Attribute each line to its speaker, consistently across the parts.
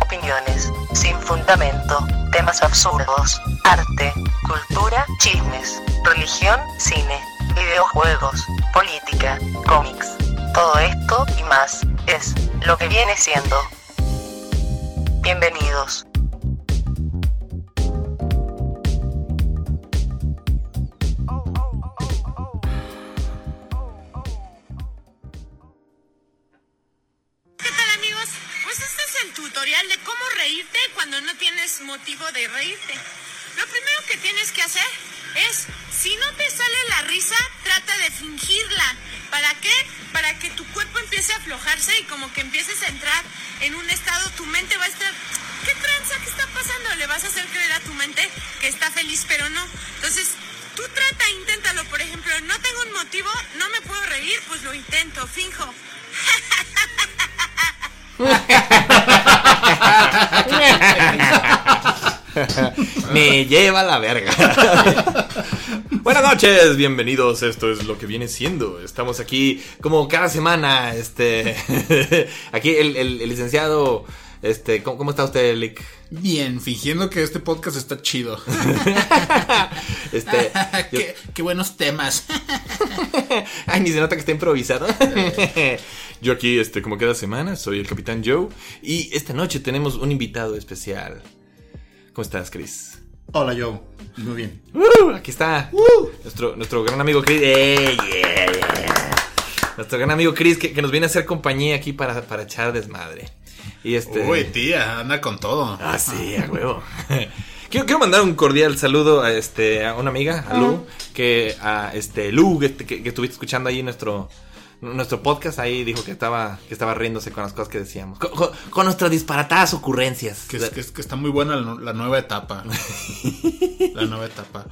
Speaker 1: opiniones sin fundamento, temas absurdos, arte, cultura, chismes, religión, cine, videojuegos, política, cómics. Todo esto y más es lo que viene siendo. Bienvenidos.
Speaker 2: ¿Qué tal amigos? Pues este es el tutorial de cómo reírte cuando no tienes motivo de reírte. Lo primero que tienes que hacer es, si no te sale la risa, trata de fingirla. ¿Para qué? Para que tu cuerpo empiece a aflojarse y como que empieces a entrar en un estado, tu mente va a estar... ¿Qué tranza? ¿Qué está pasando? Le vas a hacer creer a tu mente que está feliz, pero no. Entonces, tú trata, inténtalo. Por ejemplo, no tengo un motivo, no me puedo reír, pues lo intento, finjo.
Speaker 3: Me lleva la verga. Buenas noches, bienvenidos. Esto es lo que viene siendo. Estamos aquí como cada semana. Este, aquí el, el- el licenciado. Este, ¿cómo, cómo está usted, Lick?
Speaker 4: Bien, fingiendo que este podcast está chido.
Speaker 3: Este, yo-
Speaker 4: qué, qué buenos temas.
Speaker 3: ay, ni se nota que está improvisado. yo aquí, este, como cada semana, soy el Capitán Joe y esta noche tenemos un invitado especial. ¿Cómo estás, Chris?
Speaker 5: Hola Joe, muy bien.
Speaker 3: ¡Uh! aquí está. Nuestro, nuestro gran amigo Chris. ¡Eh, yeah, yeah! Nuestro gran amigo Chris que, que nos viene a hacer compañía aquí para, para echar desmadre. Y este.
Speaker 4: Uy, tía, anda con todo.
Speaker 3: Ah, sí, a huevo. Quiero, quiero mandar un cordial saludo a este a una amiga, a Lu, que a este Lu que, que- que estuviste escuchando ahí nuestro nuestro podcast ahí dijo que estaba que estaba riéndose con las cosas que decíamos, con, con- con nuestras disparatadas ocurrencias.
Speaker 4: Que, es- que es- que está muy buena la, nu- la nueva etapa. la nueva etapa.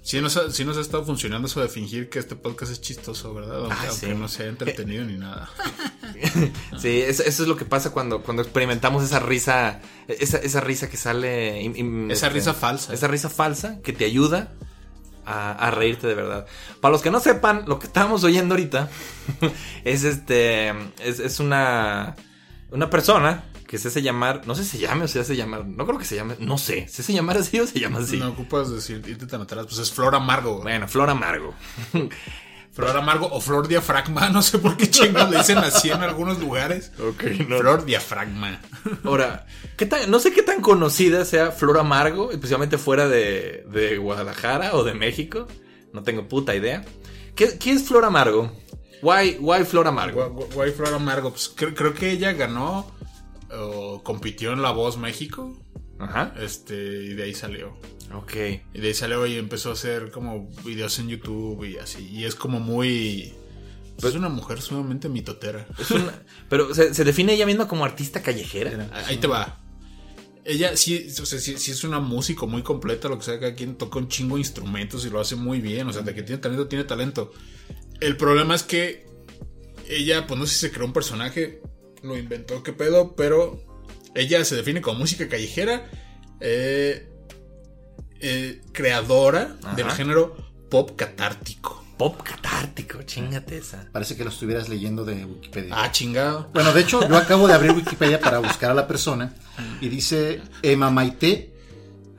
Speaker 4: Sí nos, ha, sí nos ha estado funcionando eso de fingir que este podcast es chistoso, ¿verdad? Aunque,
Speaker 3: Ah,
Speaker 4: aunque
Speaker 3: sí.
Speaker 4: no sea entretenido ni nada.
Speaker 3: Sí, eso, eso es lo que pasa cuando, cuando experimentamos esa risa, esa, esa risa que sale... im- im-
Speaker 4: Esa risa falsa.
Speaker 3: Esa risa falsa que te ayuda a, a reírte de verdad. Para los que no sepan, lo que estábamos oyendo ahorita es este, es, es una, una persona que se hace llamar, no sé si se llame o se hace llamar, no creo que se llame, no sé, si se llama así o se llama así.
Speaker 4: No ocupas decir, irte tan atrás. Pues es flor amargo. güey.
Speaker 3: Bueno, Flor Amargo.
Speaker 4: Flor amargo o flor diafragma. No sé por qué chingados le dicen así en algunos lugares.
Speaker 3: Ok,
Speaker 4: Flor diafragma.
Speaker 3: Ahora, ¿qué tan- no sé qué tan conocida sea Flor Amargo, especialmente fuera de, de Guadalajara o de México. No tengo puta idea. ¿Qué, qué es Flor Amargo? Why, why Flor
Speaker 4: Gua-
Speaker 3: Amargo?
Speaker 4: gua- Guay Flor Amargo, pues cre- creo que ella ganó o compitió en La Voz México,
Speaker 3: Ajá.
Speaker 4: este, y de ahí salió.
Speaker 3: Ok.
Speaker 4: Y de ahí salió y empezó a hacer como videos en YouTube y así. Y es como muy... pues, es una mujer sumamente mitotera.
Speaker 3: Es una- pero ¿se, se define ella misma como artista callejera.
Speaker 4: Mira, Ahí te va. Ella sí, o sea, sí, sí es una músico muy completa, lo que sea, cada quien toca un chingo de instrumentos y lo hace muy bien. O sea, de que tiene talento, tiene talento. El problema es que ella, pues no sé si se creó un personaje, lo inventó, qué pedo, pero ella se define como música callejera, eh, eh, creadora
Speaker 3: Ajá.
Speaker 4: del género pop catártico.
Speaker 3: Pop catártico, chingate esa.
Speaker 5: Parece que lo estuvieras leyendo de Wikipedia.
Speaker 4: Ah, chingado.
Speaker 5: Bueno, de hecho, yo acabo de abrir Wikipedia para buscar a la persona y dice Emma Maite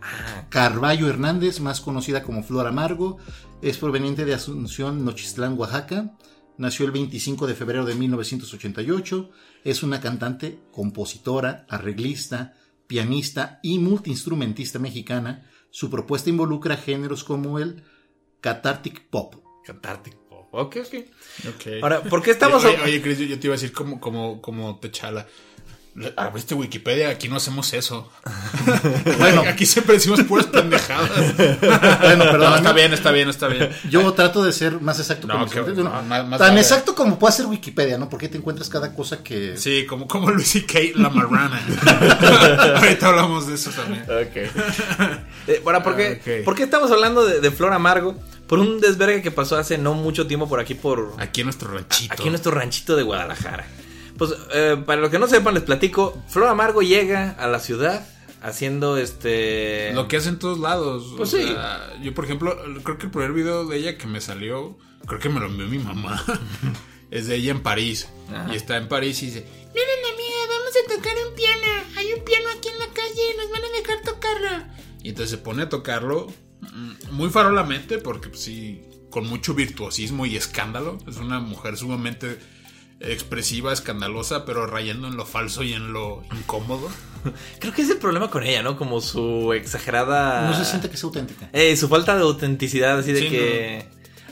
Speaker 3: Ah,
Speaker 5: Carballo Hernández, más conocida como Flor Amargo, es proveniente de Asunción, Nochistlán, Oaxaca. Nació el 25 de febrero de 1988. Es una cantante, compositora, arreglista, pianista y multiinstrumentista mexicana. Su propuesta involucra géneros como el catártic pop,
Speaker 3: Catártico. Ok, ok.
Speaker 4: Ok.
Speaker 3: Ahora, ¿por qué estamos...
Speaker 4: Oye, oye, Chris, yo, yo te iba a decir como, como, como Techala. Abriste este Wikipedia, aquí no hacemos eso.
Speaker 5: Bueno.
Speaker 4: aquí siempre decimos puras pendejadas.
Speaker 5: Bueno, perdón.
Speaker 4: No, está bien, está bien, está bien.
Speaker 5: Yo trato de ser más exacto
Speaker 4: No,
Speaker 5: con mis
Speaker 4: que-
Speaker 5: fuentes, ¿no?
Speaker 4: no, más- más
Speaker 5: Tan
Speaker 4: vale.
Speaker 5: exacto como puede ser Wikipedia, ¿no? Porque te encuentras cada cosa que.
Speaker 4: Sí, como, como Luis y Kate la marrana. Ahorita hablamos de eso también.
Speaker 3: Ok. Eh, ahora, ¿por qué,
Speaker 4: Ah, ok.
Speaker 3: ¿por qué estamos hablando de, de Flor Amargo? Por un desvergue que pasó hace no mucho tiempo por aquí, por,
Speaker 4: Aquí en nuestro ranchito.
Speaker 3: Aquí en nuestro ranchito de Guadalajara. Pues eh, para los que no sepan, les platico. Flor Amargo llega a la ciudad haciendo este.
Speaker 4: Lo que hace en todos lados.
Speaker 3: Pues
Speaker 4: o
Speaker 3: sí.
Speaker 4: sea, yo, por ejemplo, creo que el primer video de ella que me salió, creo que me lo envió mi mamá. es de ella en París. Y está en París y dice: Miren a mí, vamos a tocar un piano. Hay un piano aquí en Y entonces se pone a tocarlo mm, muy farolamente, porque pues, sí, con mucho virtuosismo y escándalo. Es una mujer sumamente expresiva, escandalosa, pero rayando en lo falso y en lo incómodo.
Speaker 3: Creo que es el problema con ella, ¿no? Como su exagerada.
Speaker 5: No se siente que sea auténtica.
Speaker 3: Eh, su falta de autenticidad, así de
Speaker 4: Sí,
Speaker 3: que.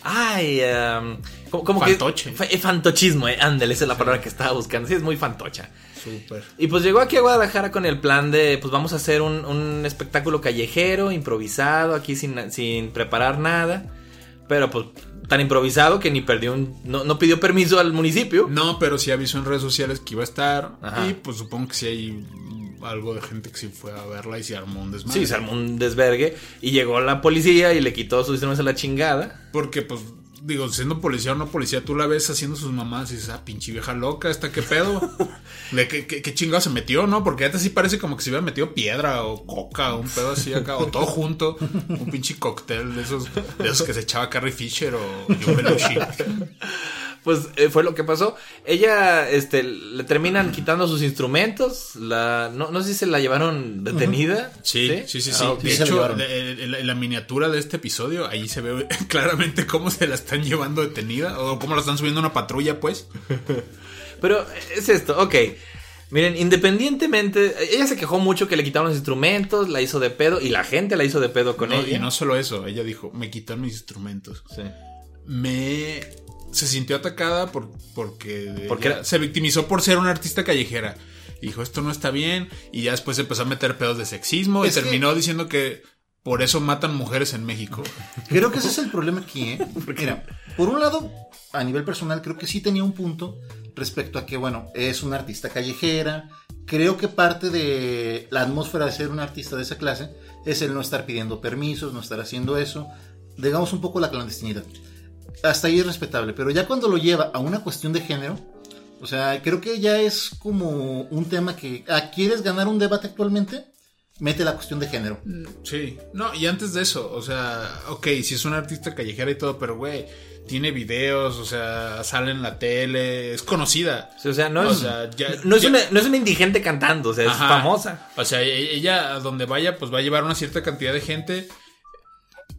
Speaker 3: Ay, em, como, como
Speaker 4: Fantoche.
Speaker 3: que. Fa- eh, Fantochismo, eh. Ándale, esa es la palabra que estaba buscando. Sí, es muy fantocha.
Speaker 4: Súper.
Speaker 3: Y pues llegó aquí a Guadalajara con el plan de, pues vamos a hacer un, un espectáculo callejero, improvisado, aquí sin, sin preparar nada. Pero pues tan improvisado que ni perdió un... No, no pidió permiso al municipio.
Speaker 4: No, pero sí avisó en redes sociales que iba a estar.
Speaker 3: Ajá.
Speaker 4: Y pues supongo que sí hay mm, algo de gente que sí fue a verla y se armó un desmadre.
Speaker 3: Sí, se armó un desvergue y llegó la policía y le quitó sus instrumentos a la chingada.
Speaker 4: Porque, pues, digo, siendo policía o no policía, tú la ves haciendo sus mamás y dices, ah, pinche vieja loca, ¿esta qué pedo? ¿De qué, qué, qué chingado se metió, no? Porque antes sí parece como que se hubiera metido piedra o coca o un pedo así acá, o todo junto. Un pinche cóctel de esos, de esos que se echaba Carrie Fisher o John Belushi.
Speaker 3: Pues eh, fue lo que pasó. Ella, este, le terminan quitando sus instrumentos. La, no, no sé si se la llevaron detenida.
Speaker 4: Sí, sí, sí, sí.
Speaker 3: Ah, ok.
Speaker 4: De
Speaker 5: Sí se la
Speaker 4: hecho,
Speaker 5: llevaron.
Speaker 4: de- en la, en la miniatura de este episodio, ahí se ve claramente cómo se la están llevando detenida o cómo la están subiendo a una patrulla, pues.
Speaker 3: Pero eh, es esto, ok. Miren, independientemente, eh, ella se quejó mucho que le quitaron los instrumentos, la hizo de pedo y la gente la hizo de pedo con
Speaker 4: No,
Speaker 3: ella.
Speaker 4: y no solo eso, ella dijo, me quitan mis instrumentos.
Speaker 3: Sí.
Speaker 4: Me... Se sintió atacada por, porque
Speaker 3: Porque
Speaker 4: ella
Speaker 3: era-
Speaker 4: se victimizó por ser una artista callejera. Y Dijo, esto no está bien. Y ya después empezó a meter pedos de sexismo
Speaker 5: Es
Speaker 4: y
Speaker 5: que-
Speaker 4: terminó diciendo que por eso matan mujeres en México.
Speaker 5: Creo que ese es el problema aquí, ¿eh? Mira, por un lado, a nivel personal, creo que sí tenía un punto respecto a que, bueno, es una artista callejera. Creo que parte de la atmósfera de ser un artista de esa clase es el no estar pidiendo permisos, no estar haciendo eso. Digamos un poco la clandestinidad. Hasta ahí es respetable, pero ya cuando lo lleva a una cuestión de género, o sea, creo que ya es como un tema que, ah, ¿quieres ganar un debate actualmente? Mete la cuestión de género.
Speaker 4: Sí, no, y antes de eso, o sea, ok, si es una artista callejera y todo, pero güey, tiene videos, o sea, sale en la tele, es conocida.
Speaker 3: O sea, no
Speaker 4: O
Speaker 3: es,
Speaker 4: sea, ya-
Speaker 3: no, es
Speaker 4: ya-
Speaker 3: una, no es una indigente cantando, o sea, es
Speaker 4: Ajá.
Speaker 3: famosa.
Speaker 4: O sea, e- ella a donde vaya, pues va a llevar una cierta cantidad de gente.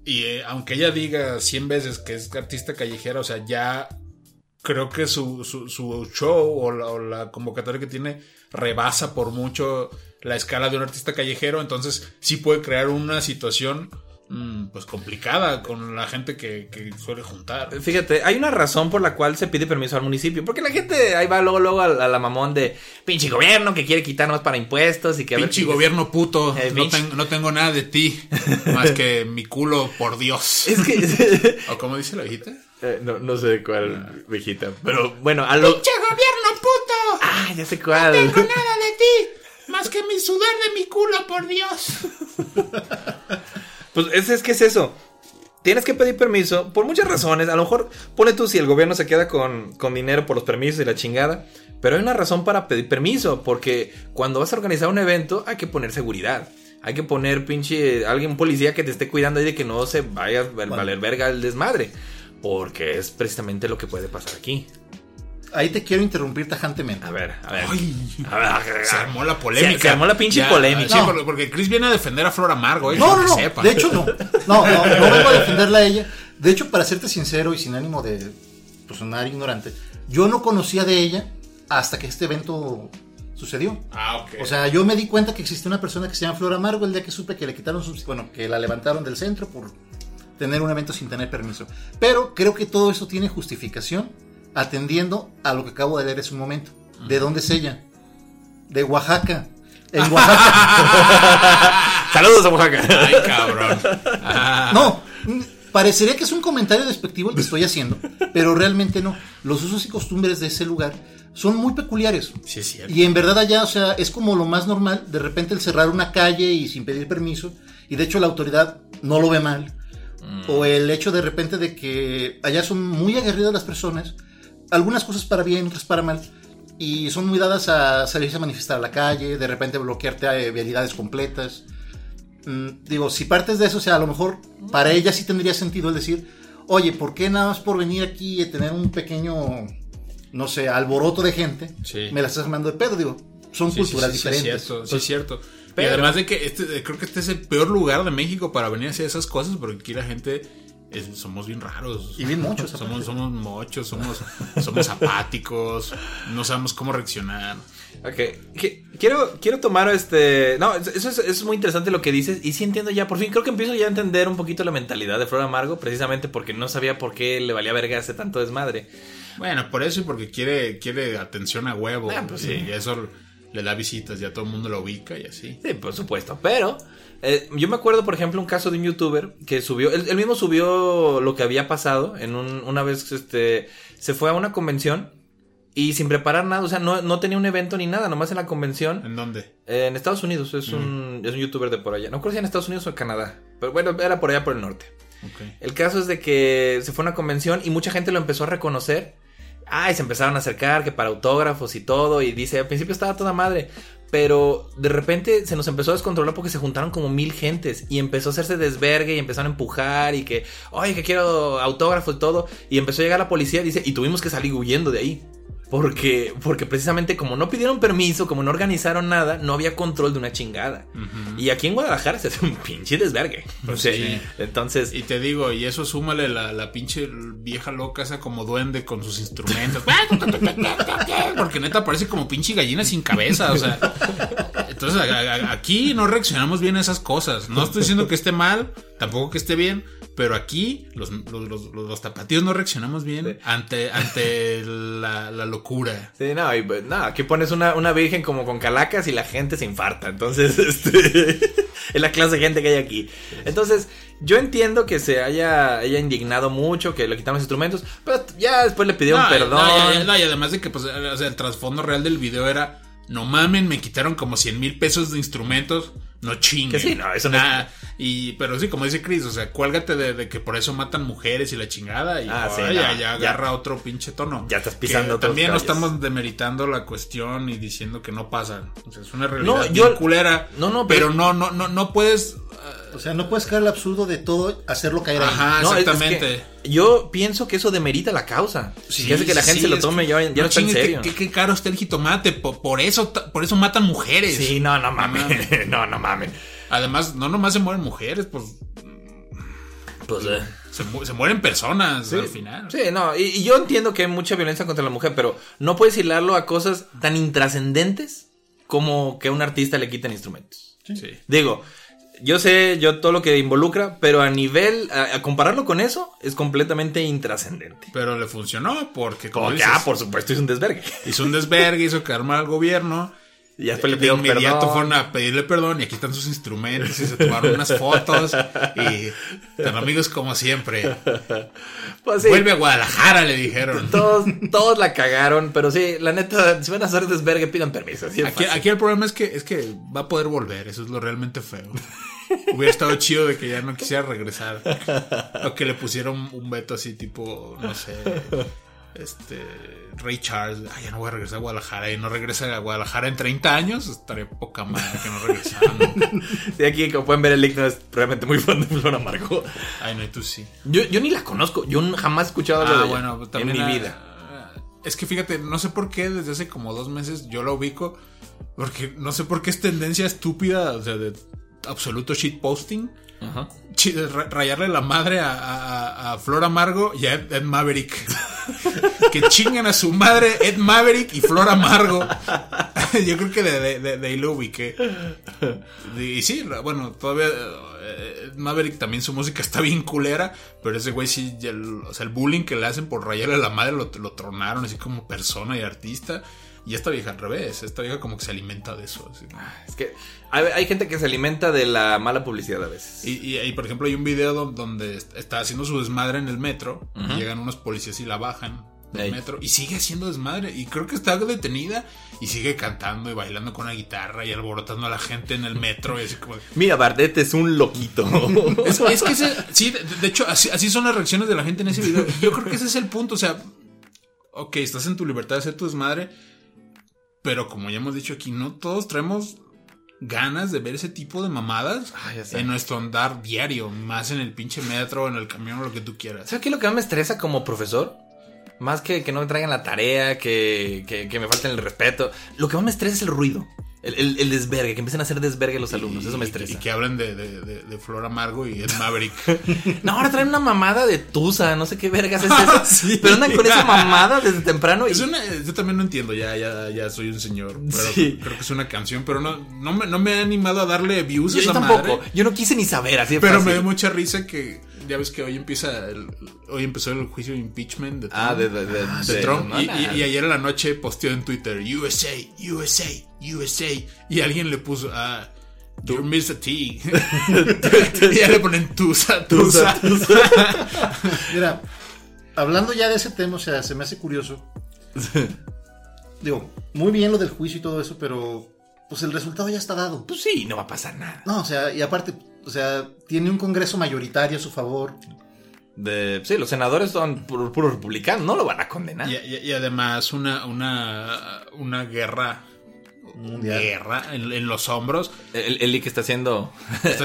Speaker 4: Y eh, aunque ella diga 100 veces que es artista callejera, o sea, ya creo que su, su- su show o la, o la convocatoria que tiene rebasa por mucho la escala de un artista callejero. Entonces, sí puede crear una situación mm, pues complicada con la gente que, que suele juntar.
Speaker 3: Fíjate, hay una razón por la cual se pide permiso al municipio. Porque la gente ahí va luego, luego a, la- a la mamón de pinche gobierno que quiere quitarnos para impuestos y que a ver
Speaker 4: Pinche
Speaker 3: si-
Speaker 4: gobierno puto,
Speaker 3: Eh,
Speaker 4: no,
Speaker 3: pinche-
Speaker 4: ten- no tengo nada de ti más que mi culo, por Dios.
Speaker 3: Es que.
Speaker 4: ¿O como dice la viejita?
Speaker 3: Eh, no, no sé cuál viejita. Pero bueno, a lo.
Speaker 4: ¡Che gobierno puto!
Speaker 3: ¡Ah! Ya sé cuál.
Speaker 4: nada de ti! Más que mi sudor de mi culo, por Dios.
Speaker 3: Pues es, es que es eso. Tienes que pedir permiso por muchas razones. A lo mejor, pone tú si el gobierno se queda con, con dinero por los permisos y la chingada. Pero hay una razón para pedir permiso. Porque cuando vas a organizar un evento, hay que poner seguridad. Hay que poner pinche. Alguien, un policía que te esté cuidando ahí de que no se vaya a val- valer verga el desmadre. Porque es precisamente lo que puede pasar aquí.
Speaker 5: Ahí te quiero interrumpir tajantemente.
Speaker 3: A ver, a ver.
Speaker 4: Ay.
Speaker 3: A ver, a ver, a ver.
Speaker 4: Se armó la polémica.
Speaker 3: Ah, Se- se armó la pinche polémica.
Speaker 4: sí,
Speaker 5: No.
Speaker 4: por- porque Chris viene a defender a Flor Amargo, eh.
Speaker 5: No,
Speaker 4: que
Speaker 5: no, no.
Speaker 4: sepa.
Speaker 5: De hecho, no. No, no, no vengo a defenderla a ella. De hecho, para serte sincero y sin ánimo de pues, sonar ignorante, yo no conocía de ella hasta que este evento sucedió.
Speaker 4: Ah, ok.
Speaker 5: O sea, yo me di cuenta que existía una persona que se llama Flor Amargo el día que supe que le quitaron sus. Bueno, que la levantaron del centro por tener un evento sin tener permiso. Pero creo que todo eso tiene justificación atendiendo a lo que acabo de leer hace un momento. ¿De dónde es ella? De Oaxaca. En Oaxaca.
Speaker 3: Saludos a Oaxaca.
Speaker 4: Ay, cabrón. Ah,
Speaker 5: No, mm, parecería que es un comentario despectivo el que estoy haciendo, pero realmente no. Los usos y costumbres de ese lugar son muy peculiares.
Speaker 4: Sí, es cierto.
Speaker 5: Y en verdad allá, o sea, es como lo más normal, de repente el cerrar una calle y sin pedir permiso, y de hecho la autoridad no lo ve mal. O el hecho de repente de que allá son muy aguerridas las personas, algunas cosas para bien, otras para mal, y son muy dadas a salirse a manifestar a la calle, de repente bloquearte a eh, vialidades completas. Mm, digo, si partes de eso, o sea, a lo mejor para ella sí tendría sentido el decir, oye, ¿por qué nada más por venir aquí y tener un pequeño, no sé, alboroto de gente,
Speaker 4: Sí.
Speaker 5: me la estás mandando de pedo? Digo, son
Speaker 4: Sí, sí,
Speaker 5: culturas
Speaker 4: sí, sí,
Speaker 5: diferentes.
Speaker 4: es cierto, sí, es cierto.
Speaker 3: Pero-
Speaker 4: Y además de que este, eh, creo que este es el peor lugar de México para venir a hacer esas cosas, porque aquí la gente es- somos bien raros.
Speaker 5: Y bien mochos, aparte.
Speaker 4: Somos, somos mochos, somos, somos apáticos, no sabemos cómo reaccionar.
Speaker 3: Ok, que- quiero, quiero tomar este... No, eso es, eso es muy interesante lo que dices y sí entiendo ya, por fin creo que empiezo ya a entender un poquito la mentalidad de Flor Amargo, precisamente porque no sabía por qué le valía verga ese tanto desmadre.
Speaker 4: Bueno, por eso y porque quiere, quiere atención a huevo.
Speaker 3: Ah, pues
Speaker 4: y,
Speaker 3: sí.
Speaker 4: y eso le da visitas, ya todo el mundo lo ubica y así.
Speaker 3: Sí, por supuesto, pero eh, yo me acuerdo, por ejemplo, un caso de un youtuber que subió, él, él mismo subió lo que había pasado en un, una vez, este, se fue a una convención y sin preparar nada, o sea, no, no tenía un evento ni nada, nomás en la convención
Speaker 4: ¿En dónde?
Speaker 3: Eh, En Estados Unidos, es, un, es un youtuber de por allá. No creo si en Estados Unidos o en Canadá. Pero bueno, era por allá por el norte.
Speaker 4: Ok.
Speaker 3: El caso es de que se fue a una convención y mucha gente lo empezó a reconocer. Ay, se empezaron a acercar, que para autógrafos y todo. Y dice, al principio estaba toda madre. Pero de repente se nos empezó a descontrolar porque se juntaron como mil gentes. Y empezó a hacerse desvergue y empezaron a empujar. Y que, oye, que quiero autógrafos y todo. Y empezó a llegar la policía, dice, y tuvimos que salir huyendo de ahí. Porque, porque precisamente como no pidieron permiso, como no organizaron nada, no había control de una chingada.
Speaker 4: Ujú. Pues
Speaker 3: Y aquí en Guadalajara se hace un pinche desvergue. O sea,
Speaker 4: Sí.
Speaker 3: Entonces,
Speaker 4: Y te digo, y eso súmale la, la pinche vieja loca esa como duende con sus instrumentos. Porque neta parece como pinche gallina sin cabeza, o sea. Entonces a- a- aquí no reaccionamos bien a esas cosas. No estoy diciendo que esté mal, tampoco que esté bien, pero aquí los, los, los- los tapatíos no reaccionamos bien ante, ante la, la locura.
Speaker 3: Sí, no, y, pues, no, aquí pones una, una virgen como con calacas y la gente se infarta. Entonces, este, es la clase de gente que hay aquí. Entonces, yo entiendo que se haya, haya indignado mucho, que le quitaron los instrumentos, pero ya después le pidieron
Speaker 4: No, y-
Speaker 3: perdón.
Speaker 4: no, y- no, y además de que pues, o sea, el trasfondo real del video era, no mamen, me quitaron como 100 mil pesos de instrumentos. No chinguen.
Speaker 3: Que sí, no, eso no
Speaker 4: Nah, Y, pero sí, como dice Chris, o sea, cuélgate de, de que por eso matan mujeres y la chingada. Y
Speaker 3: Ah, sí,
Speaker 4: ay, ya,
Speaker 3: no,
Speaker 4: ya
Speaker 3: ya.
Speaker 4: agarra otro pinche tono.
Speaker 3: Ya estás pisando
Speaker 4: Que
Speaker 3: otros
Speaker 4: También no
Speaker 3: callos.
Speaker 4: estamos demeritando la cuestión y diciendo que no pasa. O sea, es una realidad
Speaker 3: No,
Speaker 4: bien
Speaker 3: yo-
Speaker 4: culera.
Speaker 3: No, no,
Speaker 4: pero,
Speaker 3: pero-
Speaker 4: no, no, no, no puedes.
Speaker 5: O sea, no puedes caer al absurdo de todo hacerlo caer ahí.
Speaker 4: Ajá,
Speaker 3: No, Ah, es- es que
Speaker 4: exactamente.
Speaker 3: yo pienso que eso demerita la causa. que hace que la gente se lo tome ya, ya no está en serio.
Speaker 4: Qué, caro está el jitomate. Por, por eso, ta- por eso matan mujeres.
Speaker 3: Sí, no, no mames. No, no mames.
Speaker 4: Además, no nomás se mueren mujeres, pues
Speaker 3: Pues, eh.
Speaker 4: se, mu- se mueren personas al final.
Speaker 3: Sí, no, y, y yo entiendo que hay mucha violencia contra la mujer, pero no puedes hilarlo a cosas tan intrascendentes como que a un artista le quiten instrumentos.
Speaker 4: Sí.
Speaker 3: Digo, yo sé yo todo lo que involucra, pero a nivel, a, a compararlo con eso, es completamente intrascendente.
Speaker 4: Pero le funcionó porque, como
Speaker 3: Como que,
Speaker 4: dices,
Speaker 3: ah, por supuesto, es un desvergue.
Speaker 4: hizo un desvergue, hizo quedar mal al gobierno.
Speaker 3: Y después le
Speaker 4: De
Speaker 3: pidieron
Speaker 4: inmediato
Speaker 3: perdón.
Speaker 4: fueron a pedirle perdón y aquí están sus instrumentos y se tomaron unas fotos y tan amigos como siempre.
Speaker 3: Pues sí,
Speaker 4: Vuelve a Guadalajara, le dijeron.
Speaker 3: todos, todos la cagaron, pero sí, la neta, si van a hacer desvergue, pidan permiso. así de
Speaker 4: Aquí,
Speaker 3: fácil.
Speaker 4: aquí el problema es que, es que va a poder volver, eso es lo realmente feo. Hubiera estado chido de que ya no quisiera regresar. O que le pusieron un veto así tipo, no sé, este, Ray Charles, "Ay, ya no voy a regresar a Guadalajara y no regresa a Guadalajara en 30 años, estaría poca madre que no regresara. ¿no?
Speaker 3: Sí, aquí, como pueden ver, el no es realmente muy fan de Flor Amargo.
Speaker 4: Ay, no, y tú sí.
Speaker 3: Yo, yo ni la conozco, yo n- jamás he escuchado hablar
Speaker 4: Ah,
Speaker 3: de ella
Speaker 4: bueno, pues, también
Speaker 3: en mi
Speaker 4: ah,
Speaker 3: vida.
Speaker 4: ah, Es que fíjate, no sé por qué desde hace como dos meses yo la ubico. Porque no sé por qué es tendencia estúpida, o sea, de absoluto shitposting. Chi- ra- Rayarle la madre a, a- a- a Flor Amargo y a Ed, Ed Maverick. que chingan a su madre Ed Maverick y Flor Amargo. yo creo que de, de, de- de ahí lo ubiqué. Y sí, la- bueno, todavía eh, Ed Maverick también su música está bien culera, pero ese güey sí, ya el, o sea, el bullying que le hacen por rayarle la madre lo, lo tronaron así como persona y artista. Y esta vieja al revés, esta vieja como que se alimenta de eso. así.
Speaker 3: Es que hay, hay gente que se alimenta de la mala publicidad a veces.
Speaker 4: Y, y- y, por ejemplo hay un video don- donde est- está haciendo su desmadre en el metro, y llegan unos policías y la bajan del
Speaker 3: Ey.
Speaker 4: metro y sigue haciendo desmadre y creo que está detenida y sigue cantando y bailando con la guitarra y alborotando a la gente en el metro y así como...
Speaker 3: Mira, Bardet es un loquito.
Speaker 4: Es, es que ese- sí, de, de hecho, así, así son las reacciones de la gente en ese video. Yo creo que ese es el punto. O sea, ok, estás en tu libertad de ser tu desmadre, pero como ya hemos dicho aquí, no todos traemos ganas de ver ese tipo de mamadas
Speaker 3: Ah, ya sé.
Speaker 4: en nuestro andar diario, más en el pinche metro, en el camión o lo que tú quieras.
Speaker 3: ¿Sabes qué es lo que más me estresa como profesor? Más que que no me traigan la tarea, que, que, que me falten el respeto. Lo que más me estresa es el ruido. El, el- el desvergue, que empiecen a hacer desvergue los alumnos, eso me
Speaker 4: Y- Y
Speaker 3: estresa.
Speaker 4: que hablan de, de, de- de Flor Amargo y Ed Maverick.
Speaker 3: No, ahora traen una mamada de Tusa, no sé qué vergas es eso.
Speaker 4: Sí.
Speaker 3: Pero andan con esa mamada desde temprano. Y...
Speaker 4: Es una- yo también no entiendo, ya, ya, ya soy un señor. Pero
Speaker 3: Sí.
Speaker 4: Creo que es una canción, pero no, no, me, no me ha animado a darle views
Speaker 3: yo,
Speaker 4: a
Speaker 3: yo
Speaker 4: esa
Speaker 3: tampoco,
Speaker 4: madre.
Speaker 3: yo no quise ni saber, así de
Speaker 4: Pero me
Speaker 3: fácil.
Speaker 4: da mucha risa que ya ves que hoy empieza el- hoy empezó el juicio de impeachment de Trump.
Speaker 3: Ah, de, de, de,
Speaker 4: de
Speaker 3: de-
Speaker 4: Trump.
Speaker 3: no,
Speaker 4: y,
Speaker 3: nada.
Speaker 4: y- y ayer en la noche posteó en Twitter USA, USA, USA. Y alguien le puso ah, You miss a T. y ya le ponen Tusa, Tusa.
Speaker 5: Mira, hablando ya de ese tema, o sea, se me hace curioso. Digo, muy bien lo del juicio y todo eso, pero pues el resultado ya está dado.
Speaker 3: Pues sí, no va a pasar nada.
Speaker 5: No, o sea, y aparte, o sea, tiene un congreso mayoritario a su favor.
Speaker 3: De, sí, los senadores son puros puro republicanos, no lo van a condenar.
Speaker 4: Y, y- y además una, una, una guerra.
Speaker 5: Mundial.
Speaker 4: Guerra en, en los hombros.
Speaker 3: El, Eli que está haciendo
Speaker 4: Está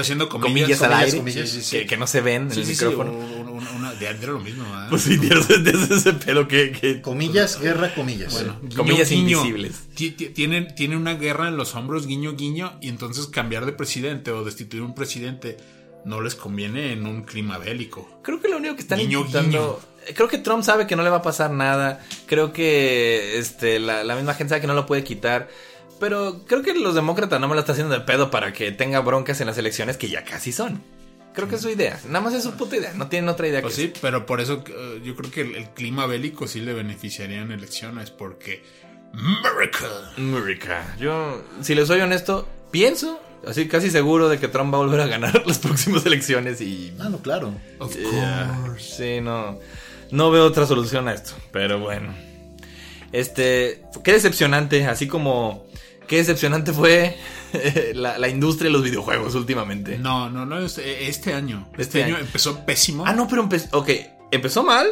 Speaker 4: haciendo comillas.
Speaker 3: comillas, al
Speaker 5: comillas,
Speaker 3: aire,
Speaker 5: comillas.
Speaker 3: sí, sí, sí, Que, que no se ven en
Speaker 4: Sí,
Speaker 3: el
Speaker 4: sí, sí,
Speaker 3: micrófono.
Speaker 4: un- un- una- de Andrea lo mismo. ¿verdad?
Speaker 3: Pues sí, tienes, tienes ese pelo que... que-
Speaker 5: Comillas, guerra, comillas.
Speaker 4: Pues, Bueno, guiño,
Speaker 3: Comillas
Speaker 4: guiño.
Speaker 3: invisibles.
Speaker 4: Ti- ti- Tienen, tienen una guerra en los hombros, guiño, guiño, y entonces cambiar de presidente o destituir un presidente no les conviene en un clima bélico.
Speaker 3: Creo que lo único que están
Speaker 4: Guiño,
Speaker 3: intentando... Creo que Trump sabe que no le va a pasar nada. Creo que este, la, la misma gente sabe que no lo puede quitar. Pero creo que los demócratas no me lo están haciendo de pedo para que tenga broncas en las elecciones que ya casi son. Creo que es su idea. Nada más es su puta idea. No tienen otra idea
Speaker 4: Pues
Speaker 3: que
Speaker 4: sí, pero por eso eh, yo creo que el, el clima bélico sí le beneficiaría en elecciones, porque America.
Speaker 3: América. Yo, si les soy honesto, pienso, así casi seguro de que Trump va a volver a ganar las próximas elecciones y...
Speaker 5: Ah, no, claro.
Speaker 4: Of
Speaker 3: Yeah.
Speaker 4: course.
Speaker 3: Este, ah, Sí, no. No veo otra solución a esto, pero bueno. Este, qué decepcionante, así como qué decepcionante fue la, la industria de los videojuegos últimamente.
Speaker 4: No, no, no, es- eh, este año. Este,
Speaker 3: Este
Speaker 4: año,
Speaker 3: año.
Speaker 4: empezó pésimo.
Speaker 3: Ah, no, pero empezó. Ok, empezó mal,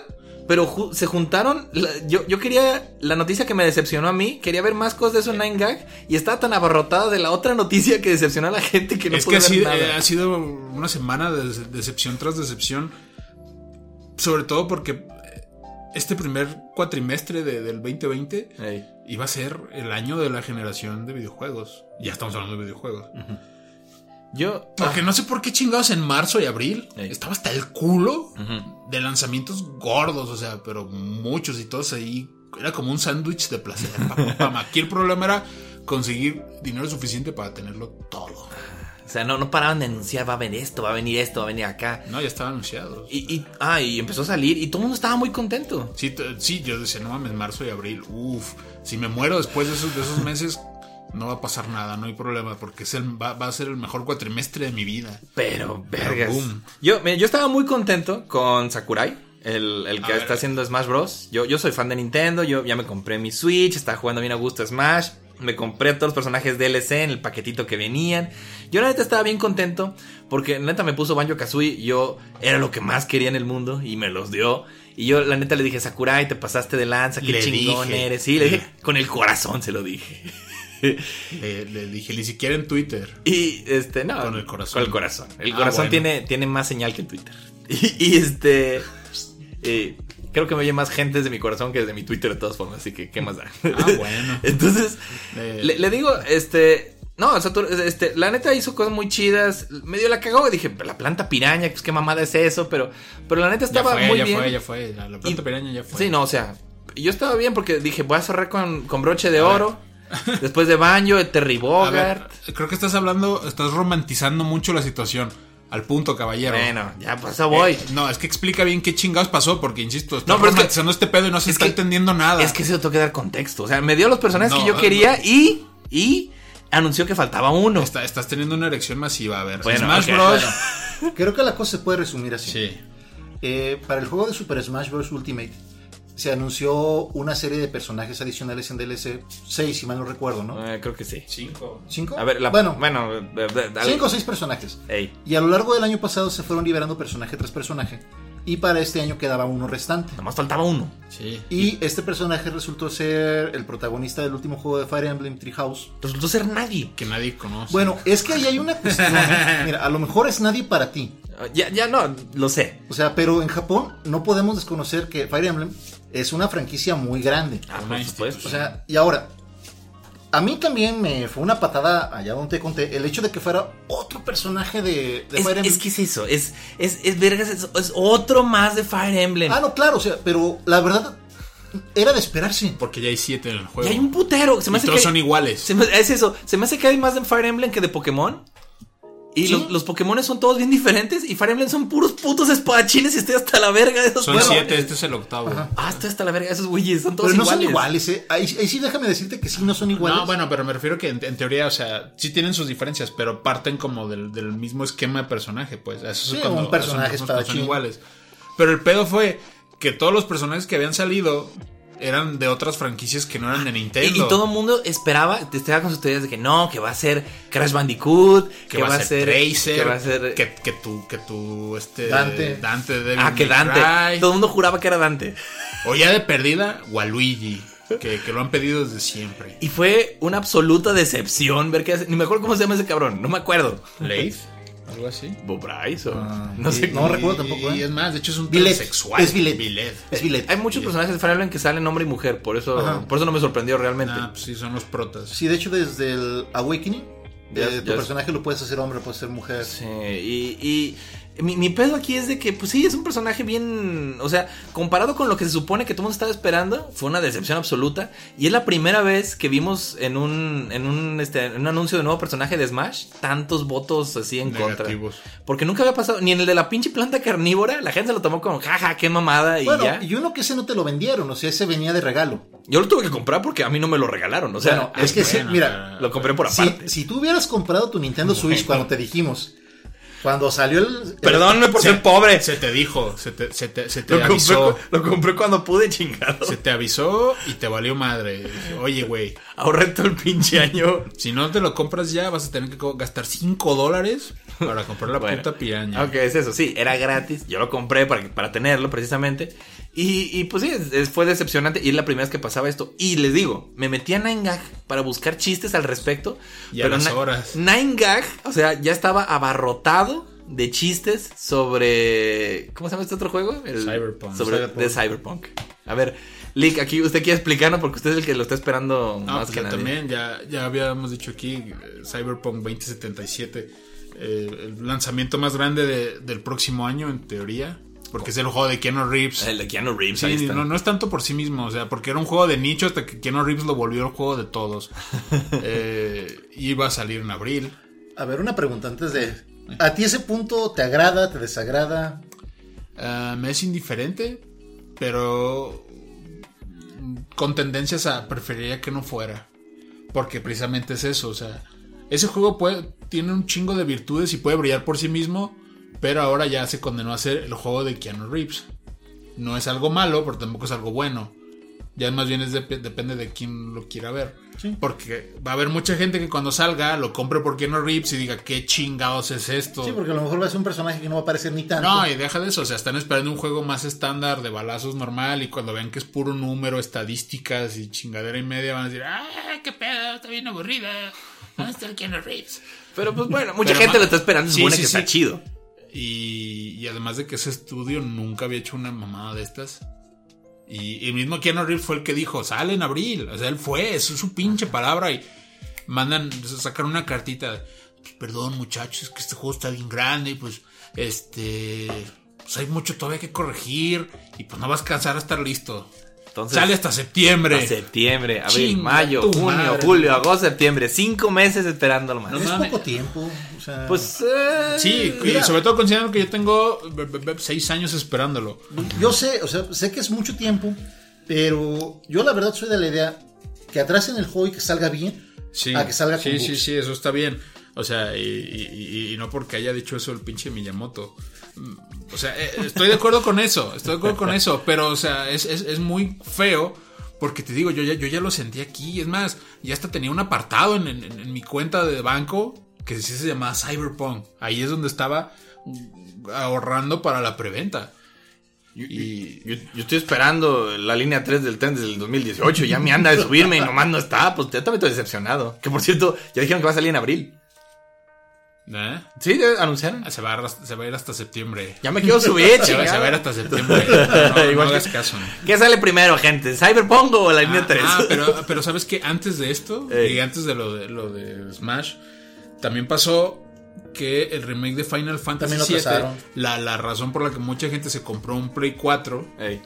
Speaker 3: pero ju- se juntaron. la- yo, yo quería. La noticia que me decepcionó a mí, quería ver más cosas de eso en 9gag y estaba tan abarrotada de la otra noticia que decepcionó a la gente que no
Speaker 4: es
Speaker 3: pude
Speaker 4: que
Speaker 3: ver
Speaker 4: ha sido,
Speaker 3: nada.
Speaker 4: eh, ha sido una semana de des- decepción tras decepción. Sobre todo porque eh, este primer cuatrimestre de- del 2020
Speaker 3: Ey.
Speaker 4: iba a ser el año de la generación de videojuegos. Ya estamos hablando de videojuegos.
Speaker 3: Mm. Yo. ah,
Speaker 4: Porque no sé por qué chingados en marzo y abril
Speaker 3: Ey. Mm.
Speaker 4: estaba hasta el culo
Speaker 3: Ujú.
Speaker 4: de lanzamientos gordos, o sea, pero muchos y todos ahí. Era como un sándwich de placer. pa, pa, pam. Aquí el problema era conseguir dinero suficiente para tenerlo todo.
Speaker 3: O sea, no, no paraban de anunciar, va a venir esto, va a venir esto, va a venir acá.
Speaker 4: No, ya estaba anunciado.
Speaker 3: Y, y, ah, y empezó a salir y todo el mundo estaba muy contento.
Speaker 4: Sí, t- sí, yo decía, no mames, marzo y abril, uff, si me muero después de esos, de esos meses, no va a pasar nada, no hay problema, porque es el, va, va a ser el mejor cuatrimestre de mi vida.
Speaker 3: Pero,
Speaker 4: Pero
Speaker 3: vergas.
Speaker 4: boom.
Speaker 3: Yo, mira, yo estaba muy contento con Sakurai, el, el
Speaker 4: A
Speaker 3: que
Speaker 4: ver.
Speaker 3: está haciendo Smash Bros. Yo, yo soy fan de Nintendo, yo ya me compré mi Switch, estaba jugando bien a gusto Smash. Me compré todos los personajes DLC en el paquetito que venían. Yo la neta estaba bien contento porque la neta me puso Banjo Kazooie. Yo era lo que más quería en el mundo y me los dio. Y yo la neta le dije, Sakurai, te pasaste de lanza, qué
Speaker 4: Le
Speaker 3: chingón
Speaker 4: dije.
Speaker 3: eres. Sí, le dije, con el corazón se lo dije.
Speaker 4: Le, le dije, ni siquiera en Twitter.
Speaker 3: Y este, no.
Speaker 4: Con el corazón.
Speaker 3: Con el corazón. El
Speaker 4: Ah,
Speaker 3: corazón
Speaker 4: bueno.
Speaker 3: tiene, tiene más señal que Twitter. Y, y, este. eh, creo que me oye más gente desde mi corazón que desde mi Twitter de todas formas, así que qué más da.
Speaker 4: Ah, bueno.
Speaker 3: Entonces,
Speaker 4: Eh,
Speaker 3: le, le digo, este. No, o sea, tú- este, la neta hizo cosas muy chidas. Medio la cagó y dije, la planta piraña, pues qué mamada es eso, pero, pero la neta
Speaker 4: ya
Speaker 3: estaba
Speaker 4: fue,
Speaker 3: muy
Speaker 4: ya
Speaker 3: bien.
Speaker 4: fue, ya fue, la, la planta piraña ya fue.
Speaker 3: Sí, no, o sea, yo estaba bien porque dije, voy a cerrar con, con broche de oro. Después de baño, de Terry
Speaker 4: A ver,
Speaker 3: Bogart.
Speaker 4: creo que estás hablando, estás romantizando mucho la situación. Al punto, caballero.
Speaker 3: Bueno, ya pues eso voy.
Speaker 4: Eh, no, es que explica bien qué chingados pasó, porque insisto, estás
Speaker 3: No, pero es que-
Speaker 4: romantizando este pedo y no se
Speaker 3: es
Speaker 4: está
Speaker 3: que-
Speaker 4: entendiendo nada.
Speaker 3: Es que se lo tengo que dar contexto. O sea, me dio los personajes
Speaker 4: No,
Speaker 3: que yo
Speaker 4: no.
Speaker 3: quería y, y anunció que faltaba uno.
Speaker 4: Está- estás teniendo una erección masiva, a ver.
Speaker 3: Bueno,
Speaker 4: Smash
Speaker 3: ok,
Speaker 4: Bros.
Speaker 3: bueno.
Speaker 5: Creo que la cosa se puede resumir así.
Speaker 4: Sí.
Speaker 5: Eh, para el juego de Super Smash Bros. Ultimate se anunció una serie de personajes adicionales en DLC, 6 si mal no recuerdo,
Speaker 4: Ah,
Speaker 5: ¿no?
Speaker 3: Eh, creo que sí.
Speaker 4: Cinco.
Speaker 5: ¿Cinco?
Speaker 3: A ver, la,
Speaker 5: bueno,
Speaker 3: bueno, bueno eh, eh, dale.
Speaker 5: 5 o 6 personajes.
Speaker 3: Ey,
Speaker 5: Y a lo largo del año pasado se fueron liberando personaje tras personaje. Y para este año quedaba uno restante.
Speaker 3: nomás faltaba uno.
Speaker 4: Sí.
Speaker 5: Y este personaje resultó ser el protagonista del último juego de Fire Emblem Three House.
Speaker 3: Resultó ser nadie.
Speaker 4: Que nadie conoce.
Speaker 5: Bueno, es que ahí hay una cuestión. Mira, a lo mejor es nadie para ti.
Speaker 3: Ah, Ya, ya no, lo sé.
Speaker 5: O sea, pero en Japón no podemos desconocer que Fire Emblem es una franquicia muy grande.
Speaker 3: Ah,
Speaker 4: Una
Speaker 3: por supuesto.
Speaker 5: O sea, y ahora, A mí también me fue una patada allá donde te conté el hecho de que fuera otro personaje de, de
Speaker 3: Es,
Speaker 5: Fire Emblem.
Speaker 3: es que es eso, es, es, es vergas, es, es otro más de Fire Emblem.
Speaker 5: Ah, no, claro, o sea, pero la verdad era de esperarse.
Speaker 4: Porque ya hay siete en el
Speaker 3: y
Speaker 4: juego.
Speaker 3: hay un putero. Se me
Speaker 4: Y
Speaker 3: hace
Speaker 4: todos
Speaker 3: que
Speaker 4: son iguales.
Speaker 3: se me- es eso, se me hace que hay más de Fire Emblem que de Pokémon. Y
Speaker 5: Sí.
Speaker 3: los, los Pokémon son todos bien diferentes y Fire Emblem son puros putos espadachines y estoy hasta la verga de esos
Speaker 4: Son
Speaker 3: güeyes.
Speaker 4: siete, este es el octavo.
Speaker 3: Ah, estoy hasta la verga de esos güeyes, son todos
Speaker 5: Pero no
Speaker 3: iguales.
Speaker 5: son iguales, ¿eh? Ahí, ahí sí déjame decirte que sí no son iguales.
Speaker 4: No, bueno, pero me refiero que en, en teoría, o sea, sí tienen sus diferencias, pero parten como del, del mismo esquema de personaje, pues. Eso
Speaker 5: Sí,
Speaker 4: es cuando
Speaker 5: un personaje
Speaker 4: son- son-
Speaker 5: espadachín.
Speaker 4: son iguales. Pero el pedo fue que todos los personajes que habían salido eran de otras franquicias que no eran de
Speaker 3: Y,
Speaker 4: Nintendo.
Speaker 3: y todo el mundo esperaba, te estaba con sus teorías de que no, que va a ser Crash Bandicoot,
Speaker 4: que, va a ser Tracer,
Speaker 3: que va a ser
Speaker 4: que, que tu, que tu, este,
Speaker 5: Dante.
Speaker 4: Dante de
Speaker 3: Ah, que Dante. Todo el mundo juraba que era Dante.
Speaker 4: O ya de perdida, Waluigi, que, que lo han pedido desde siempre.
Speaker 3: Y fue una absoluta decepción ver que hace- ni me acuerdo cómo se llama ese cabrón, no me acuerdo.
Speaker 4: Leith, algo así.
Speaker 3: Bob Bryce o-
Speaker 4: Ah,
Speaker 3: no sé.
Speaker 4: y-
Speaker 5: no recuerdo tampoco, ¿eh?
Speaker 4: Y es más, de hecho es un
Speaker 5: Billet.
Speaker 4: transexual.
Speaker 5: Es Billet.
Speaker 4: Billet.
Speaker 5: es Villette.
Speaker 3: eh, Hay muchos personajes de Fire Emblem que salen hombre y mujer, por eso
Speaker 5: Ajá.
Speaker 3: por eso no me sorprendió realmente.
Speaker 4: Ah, pues sí, son los protas.
Speaker 5: Sí, de hecho, desde el Awakening,
Speaker 3: Ya-
Speaker 5: eh, tu
Speaker 3: ya-
Speaker 5: personaje lo puedes hacer hombre, puedes hacer mujer.
Speaker 3: Sí, y, y mi, mi pedo aquí es de que, pues sí, es un personaje bien. O sea, comparado con lo que se supone que todo el mundo estaba esperando, fue una decepción absoluta. Y es la primera vez que vimos en un, en un, este, en un anuncio de nuevo personaje de Smash tantos votos así en
Speaker 4: Negativos.
Speaker 3: contra. Porque nunca había pasado, ni en el de la pinche planta carnívora, la gente se lo tomó como, jaja, qué mamada, y
Speaker 5: bueno,
Speaker 3: ya.
Speaker 5: y uno que ese no te lo vendieron, o sea, ese venía de regalo.
Speaker 3: Yo lo tuve que comprar porque a mí no me lo regalaron, o sea,
Speaker 5: Bueno, es que sí,
Speaker 4: bueno,
Speaker 5: mira,
Speaker 3: lo compré por
Speaker 5: si,
Speaker 3: aparte.
Speaker 5: si tú hubieras comprado tu Nintendo Switch cuando te dijimos, cuando salió el.
Speaker 3: Perdóname por
Speaker 4: Sí.
Speaker 3: ser pobre.
Speaker 4: Se te dijo, se te, se te, se te
Speaker 3: Lo compré,
Speaker 4: avisó.
Speaker 3: cu- lo compré cuando pude, chingado.
Speaker 4: Se te avisó y te valió madre. Dije, Oye, güey,
Speaker 3: Ahorré todo el pinche Este año
Speaker 4: si no te lo compras ya, vas a tener que co- gastar 5 dólares para comprar la
Speaker 3: Bueno,
Speaker 4: puta piraña.
Speaker 3: Ok, es eso, sí, era gratis. Yo lo compré para, que- para tenerlo precisamente. Y, y, pues sí, es- es- fue decepcionante. Y es la primera vez que pasaba esto. Y les digo, me metí a Nine Gag para buscar chistes al respecto.
Speaker 4: Y a las horas.
Speaker 3: Nine Gag, o sea, ya estaba abarrotado de chistes sobre. ¿Cómo se llama este otro juego? El-
Speaker 4: Cyberpunk.
Speaker 3: Sobre,
Speaker 5: Cyberpunk.
Speaker 3: De Cyberpunk. A ver, Lick, aquí usted quiere explicarnos porque usted es el que lo está esperando
Speaker 4: No,
Speaker 3: más
Speaker 4: pues
Speaker 3: que
Speaker 4: ya
Speaker 3: nadie.
Speaker 4: también, ya, ya habíamos dicho aquí, eh, Cyberpunk 2077, eh, el lanzamiento más grande de- del próximo año, en teoría, porque es el juego de Keanu Reeves.
Speaker 3: El de Keanu Reeves, ahí
Speaker 4: Sí,
Speaker 3: está.
Speaker 4: no, no es tanto por sí mismo, o sea, porque era un juego de nicho hasta que Keanu Reeves lo volvió el juego de todos. Eh, iba a salir en abril.
Speaker 5: A ver, una pregunta antes de. ¿A ti ese punto te agrada, te desagrada?
Speaker 4: Ah, me es indiferente, pero con tendencias a preferiría que no fuera. Porque precisamente es eso, o sea, ese juego puede, tiene un chingo de virtudes y puede brillar por sí mismo, pero ahora ya se condenó a ser el juego de Keanu Reeves. No es algo malo, pero tampoco es algo bueno. Ya más bien es dep- depende de quién lo quiera ver. Porque va a haber mucha gente que cuando salga lo compre por Keanu Reeves y diga, ¿qué chingados es esto?
Speaker 5: Sí, porque a lo mejor va a ser un personaje que no va a aparecer ni tanto.
Speaker 4: No, y deja de eso, o sea, están esperando un juego más estándar de balazos normal y cuando vean que es puro número, estadísticas y chingadera y media van a decir, ¡ah, qué pedo! Está bien aburrida. Ah, ¿Dónde está el Keanu Reeves?
Speaker 3: Pero pues bueno, mucha
Speaker 4: Pero
Speaker 3: gente
Speaker 4: ma-
Speaker 3: lo está esperando. Se
Speaker 4: Sí,
Speaker 3: supone
Speaker 4: sí,
Speaker 3: que
Speaker 4: sí.
Speaker 3: está chido.
Speaker 4: Y, y además de que ese estudio nunca había hecho una mamada de estas. Y el mismo Keanu Reeves fue el que dijo, sale en abril. O sea, él fue, eso es su pinche palabra. Y mandan, sacaron una cartita. "Pues, Perdón, muchachos, es que este juego está bien grande. Y pues, este. Pues hay mucho todavía que corregir. Y pues no vas a cansar a estar listo.
Speaker 3: Entonces,
Speaker 4: sale hasta septiembre.
Speaker 3: A septiembre, abril,
Speaker 4: Chinga
Speaker 3: mayo,
Speaker 4: tu
Speaker 3: junio,
Speaker 4: madre.
Speaker 3: julio, agosto, septiembre. Cinco meses esperando al más.
Speaker 4: No
Speaker 5: es
Speaker 4: mames.
Speaker 5: poco tiempo. O sea,
Speaker 3: pues. eh,
Speaker 4: Sí, y
Speaker 5: Mira.
Speaker 4: sobre todo considerando que yo tengo be- be- be- seis años esperándolo.
Speaker 5: yo sé, o sea, sé que es mucho tiempo, pero yo la verdad soy de la idea que atrasen el juego y que salga bien.
Speaker 4: Sí,
Speaker 5: a que salga con
Speaker 4: sí, sí,
Speaker 5: bugs.
Speaker 4: sí, eso está bien. O sea, y, y- y- y no porque haya dicho eso el pinche Miyamoto. Mm, O sea, eh, estoy de acuerdo con eso, estoy de acuerdo con eso, pero o sea, es, es- es muy feo porque te digo, yo ya, yo ya lo sentí aquí. Es más, ya hasta tenía un apartado en, en- en mi cuenta de banco que sí se llamaba Cyberpunk. Ahí es donde estaba mm, ahorrando para la preventa. Y,
Speaker 3: Yo, yo estoy esperando la línea 3 del tren desde el 2018. Ya me anda de subirme y nomás no está. Pues ya también estoy decepcionado. Que por cierto, ya dijeron que va a salir en abril.
Speaker 4: ¿Eh?
Speaker 3: Sí, ya anunciaron.
Speaker 4: Se va, a, arras- se va a ir hasta septiembre.
Speaker 3: Ya me quiero subir,
Speaker 4: Se va,
Speaker 3: chingada.
Speaker 4: se va a ir hasta septiembre. No, no
Speaker 3: Igual que-
Speaker 4: hagas caso.
Speaker 3: ¿Qué sale primero, gente? ¿Cyberpunk o la línea
Speaker 4: Ah,
Speaker 3: 3?
Speaker 4: ah, pero, pero sabes que antes de esto,
Speaker 3: Ey.
Speaker 4: y antes de lo de, lo de Smash, también pasó que el remake de Final Fantasy
Speaker 5: También lo
Speaker 4: VII,
Speaker 5: atrasaron.
Speaker 4: la, la razón por la que mucha gente se compró un Play 4,
Speaker 3: Ey.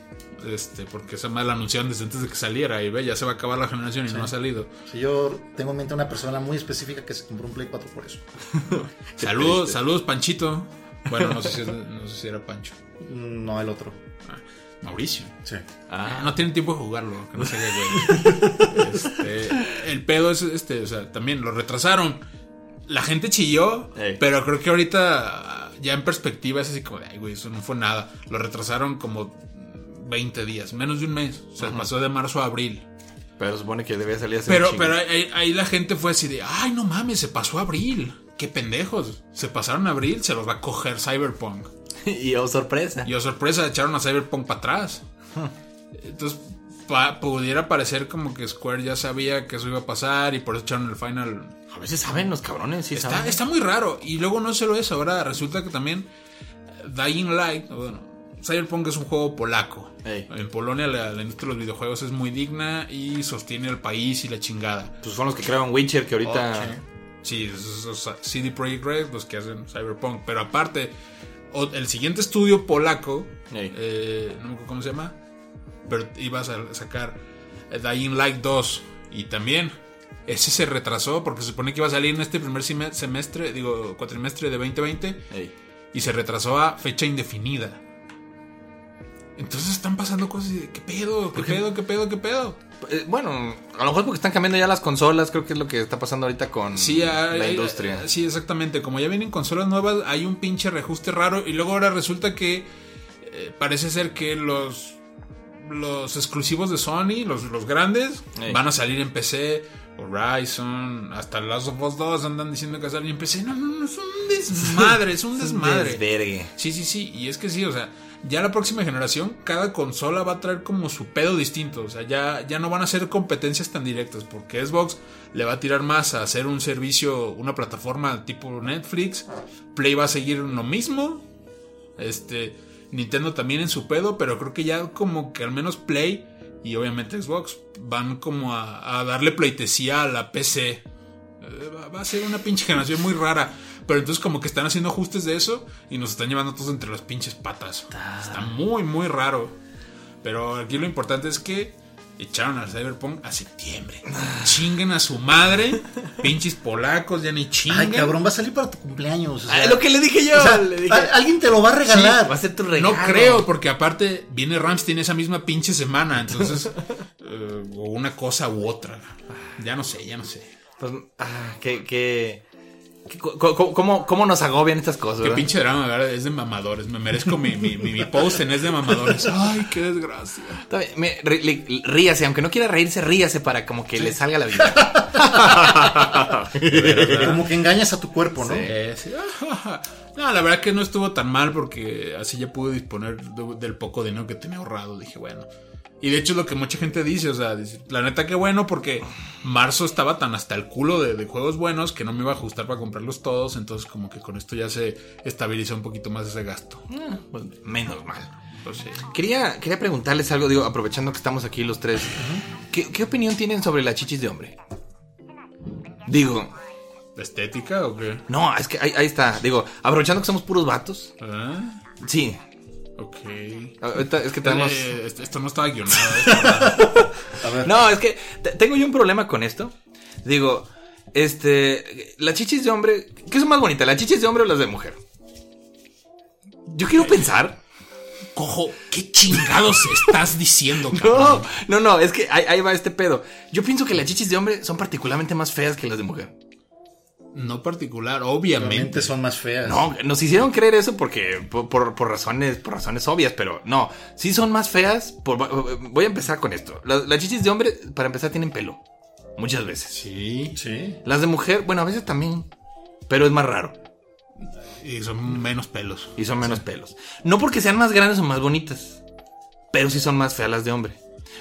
Speaker 4: este, porque esa madre la anunciaron desde antes de que saliera, y ve, ya se va a acabar la generación y no ha salido.
Speaker 5: Si yo tengo en mente una persona muy específica que se compró un Play 4 por eso.
Speaker 4: Saludos, saludos, Panchito. Bueno, no sé si, es- no sé si era Pancho.
Speaker 5: No el otro.
Speaker 4: Ah, Mauricio.
Speaker 5: Sí.
Speaker 3: Ah.
Speaker 4: No tienen tiempo de jugarlo, que no se haga güey. Este, el pedo es este, o sea, también lo retrasaron. La gente chilló,
Speaker 3: Ey.
Speaker 4: pero creo que ahorita ah, ya en perspectiva es así como de, ay, güey, eso no fue nada. Lo retrasaron como 20 días, menos de un mes. O sea, pasó de marzo a abril.
Speaker 3: Pero supone que debía salir así.
Speaker 4: Pero, pero ahí, ahí la gente fue así de, ay, no mames, se pasó a abril. Qué pendejos. Se pasaron a abril, se los va a coger Cyberpunk.
Speaker 3: y oh, sorpresa.
Speaker 4: Y oh, sorpresa, echaron a Cyberpunk para atrás. Entonces, pa- pudiera parecer como que Square ya sabía que eso iba a pasar y por eso echaron el final.
Speaker 3: A veces saben los cabrones, sí
Speaker 4: Está,
Speaker 3: saben.
Speaker 4: está muy raro. Y luego no solo eso, ahora resulta que también eh, Dying Light, bueno, Cyberpunk es un juego polaco.
Speaker 3: Ey.
Speaker 4: En Polonia la, la industria de los videojuegos es muy digna y sostiene al país y la chingada.
Speaker 3: Pues son los que crearon Witcher que ahorita.
Speaker 4: Ok. Sí, es- es- es CD Projekt Red, los que hacen Cyberpunk. Pero aparte, o- el siguiente estudio polaco,
Speaker 3: Ey.
Speaker 4: eh, no me acuerdo cómo se llama, pero ibas a sacar eh, Dying Light 2. Y también, ese se retrasó porque se supone que iba a salir en este primer sime- semestre, digo, cuatrimestre de 2020,
Speaker 3: Ey.
Speaker 4: y se retrasó a fecha indefinida. Entonces están pasando cosas y de, ¿qué pedo? ¿Qué pedo? ¿Qué pedo? ¿Qué pedo?
Speaker 3: Eh, Bueno, a lo mejor porque están cambiando ya las consolas, creo que es lo que está pasando ahorita con
Speaker 4: Sí, hay-
Speaker 3: la
Speaker 4: hay-
Speaker 3: industria.
Speaker 4: Sí, exactamente. Como ya vienen consolas nuevas, hay un pinche reajuste raro. Y luego ahora resulta que eh, parece ser que los, los exclusivos de Sony, los, los grandes,
Speaker 3: Ey.
Speaker 4: van a salir en PC. Horizon, hasta Last of Us 2 andan diciendo que salen en PC. No, no, no, es un desmadre, es un desmadre.
Speaker 3: Desvergue.
Speaker 4: Sí, sí, sí, y es que sí, o sea, ya la próxima generación, cada consola va a traer como su pedo distinto, o sea, ya, ya no van a ser competencias tan directas, porque Xbox le va a tirar más a hacer un servicio, una plataforma tipo Netflix, Play va a seguir lo mismo, este, Nintendo también en su pedo, pero creo que ya como que al menos Play y obviamente Xbox van como a, a darle pleitesía a la PC. Eh, va- Va a ser una pinche generación muy rara. Pero entonces como que están haciendo ajustes de eso y nos están llevando todos entre las pinches patas. Está muy, muy raro. Pero aquí lo importante es que echaron al Cyberpunk a septiembre.
Speaker 5: Ah.
Speaker 4: Chinguen a su madre. Pinches polacos, ya ni chingan.
Speaker 5: Ay, cabrón, va a salir para tu cumpleaños. o sea,
Speaker 3: Ah, lo que le dije yo.
Speaker 5: o sea,
Speaker 3: le dije,
Speaker 5: al- alguien te lo va a regalar.
Speaker 3: va a ser tu regalo.
Speaker 4: No creo, porque aparte viene Ramstein esa misma pinche semana, entonces eh, o una cosa u otra. Ya no sé, ya no sé.
Speaker 3: Pues, ah, que, que, que- co- co- co- cómo, cómo nos agobian estas cosas?
Speaker 4: Qué
Speaker 3: ¿verdad?
Speaker 4: pinche drama, ¿verdad? Es de mamadores. Me merezco mi, mi, mi, mi post en es de mamadores. Ay, qué desgracia.
Speaker 3: Está bien, me- ri- li- ríase, aunque no quiera reírse, ríase para como que le salga la vida.
Speaker 5: Como que engañas a tu cuerpo, ¿no?
Speaker 4: Eh, sí. No, la verdad que no estuvo tan mal porque así ya pude disponer de- del poco dinero que tenía ahorrado. Dije, bueno. Y de hecho es lo que mucha gente dice, o sea, dice, la neta que bueno porque marzo estaba tan hasta el culo de, de juegos buenos que no me iba a ajustar para comprarlos todos, entonces como que con esto ya se estabilizó un poquito más ese gasto.
Speaker 3: Ah, pues, menos mal.
Speaker 4: Pues sí.
Speaker 3: Quería, quería preguntarles algo, digo, aprovechando que estamos aquí los tres. ¿Qué, qué opinión tienen sobre las chichis de hombre? Digo,
Speaker 4: ¿La estética o qué?
Speaker 3: no, es que ahí, ahí está. Digo, aprovechando que somos puros vatos.
Speaker 4: Ah,
Speaker 3: Sí.
Speaker 4: ok.
Speaker 3: Ahorita es que tenemos.
Speaker 4: Eh, esto- esto no estaba guionado. esto-
Speaker 3: No, es que te- tengo yo un problema con esto. Digo, este. Las chichis de hombre. ¿Qué son más bonitas? ¿Las chichis de hombre o las de mujer? Yo quiero pensar.
Speaker 4: Cojo, ¿qué chingados estás diciendo,
Speaker 3: No,
Speaker 4: cabrón?
Speaker 3: no, no, es que ahí, ahí va este pedo. Yo pienso que las chichis de hombre son particularmente más feas que las de mujer.
Speaker 4: No particular,
Speaker 5: Obviamente
Speaker 4: obviamente.
Speaker 5: son más feas.
Speaker 3: No, nos hicieron creer eso porque por, por- por razones por razones obvias, pero no, sí son más feas. por- voy a empezar con esto. Las, las chichis de hombre, para empezar, tienen pelo. Muchas veces.
Speaker 4: Sí.
Speaker 5: Sí.
Speaker 3: Las de mujer, bueno, a veces también, pero es más raro.
Speaker 4: Y son menos pelos.
Speaker 3: Y son menos pelos. No porque sean más grandes o más bonitas, pero sí son más feas las de hombre.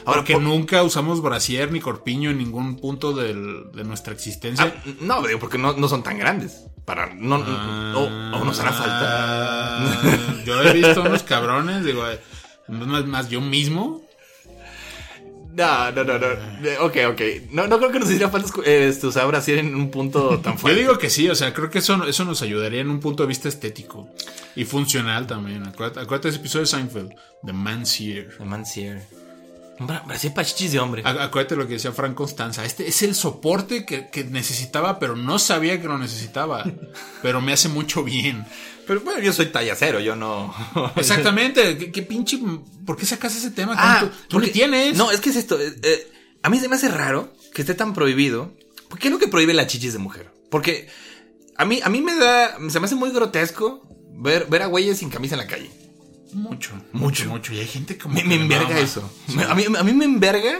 Speaker 3: Ahora,
Speaker 4: porque
Speaker 3: por-
Speaker 4: nunca usamos brasier ni corpiño en ningún punto del- de nuestra existencia.
Speaker 3: Ah, no, digo, porque no, no son tan grandes. Para, Ah, no, o, o nos hará falta.
Speaker 4: Ah, Yo he visto unos cabrones, digo, eh, más, más yo mismo.
Speaker 3: No, no, no, no. Eh, Ok, ok. No, no creo que nos hiciera falta escu- eh, este, usar brasier en un punto tan
Speaker 4: Yo
Speaker 3: fuerte.
Speaker 4: digo que sí, o sea, creo que eso, eso nos ayudaría en un punto de vista estético y funcional también. Acuérdate, acuérdate de ese episodio de Seinfeld, The Man's Ear.
Speaker 3: El Mancier. Un bra- brasier para chichis de hombre.
Speaker 4: A- Acuérdate lo que decía Frank Constanza. Este es el soporte que, que necesitaba, pero no sabía que lo necesitaba. Pero me hace mucho bien.
Speaker 3: Pero bueno, yo soy talla cero, yo no.
Speaker 4: Exactamente. ¿Qué, qué pinche. ¿Por qué sacas ese tema?
Speaker 3: Ah,
Speaker 4: ¿Tú, tú le
Speaker 3: porque-
Speaker 4: tienes?
Speaker 3: No, es que es esto. eh, eh, a mí se me hace raro que esté tan prohibido. ¿Por qué es lo que prohíbe las chichis de mujer? Porque a mí, a mí me da. Se me hace muy grotesco ver, ver a güeyes sin camisa en la calle.
Speaker 4: Mucho,
Speaker 3: Mucho.
Speaker 4: mucho, mucho. Y hay gente como.
Speaker 3: Me,
Speaker 4: que
Speaker 3: me
Speaker 4: le
Speaker 3: enverga
Speaker 4: mama.
Speaker 3: eso. Me- A, mí, a mí me enverga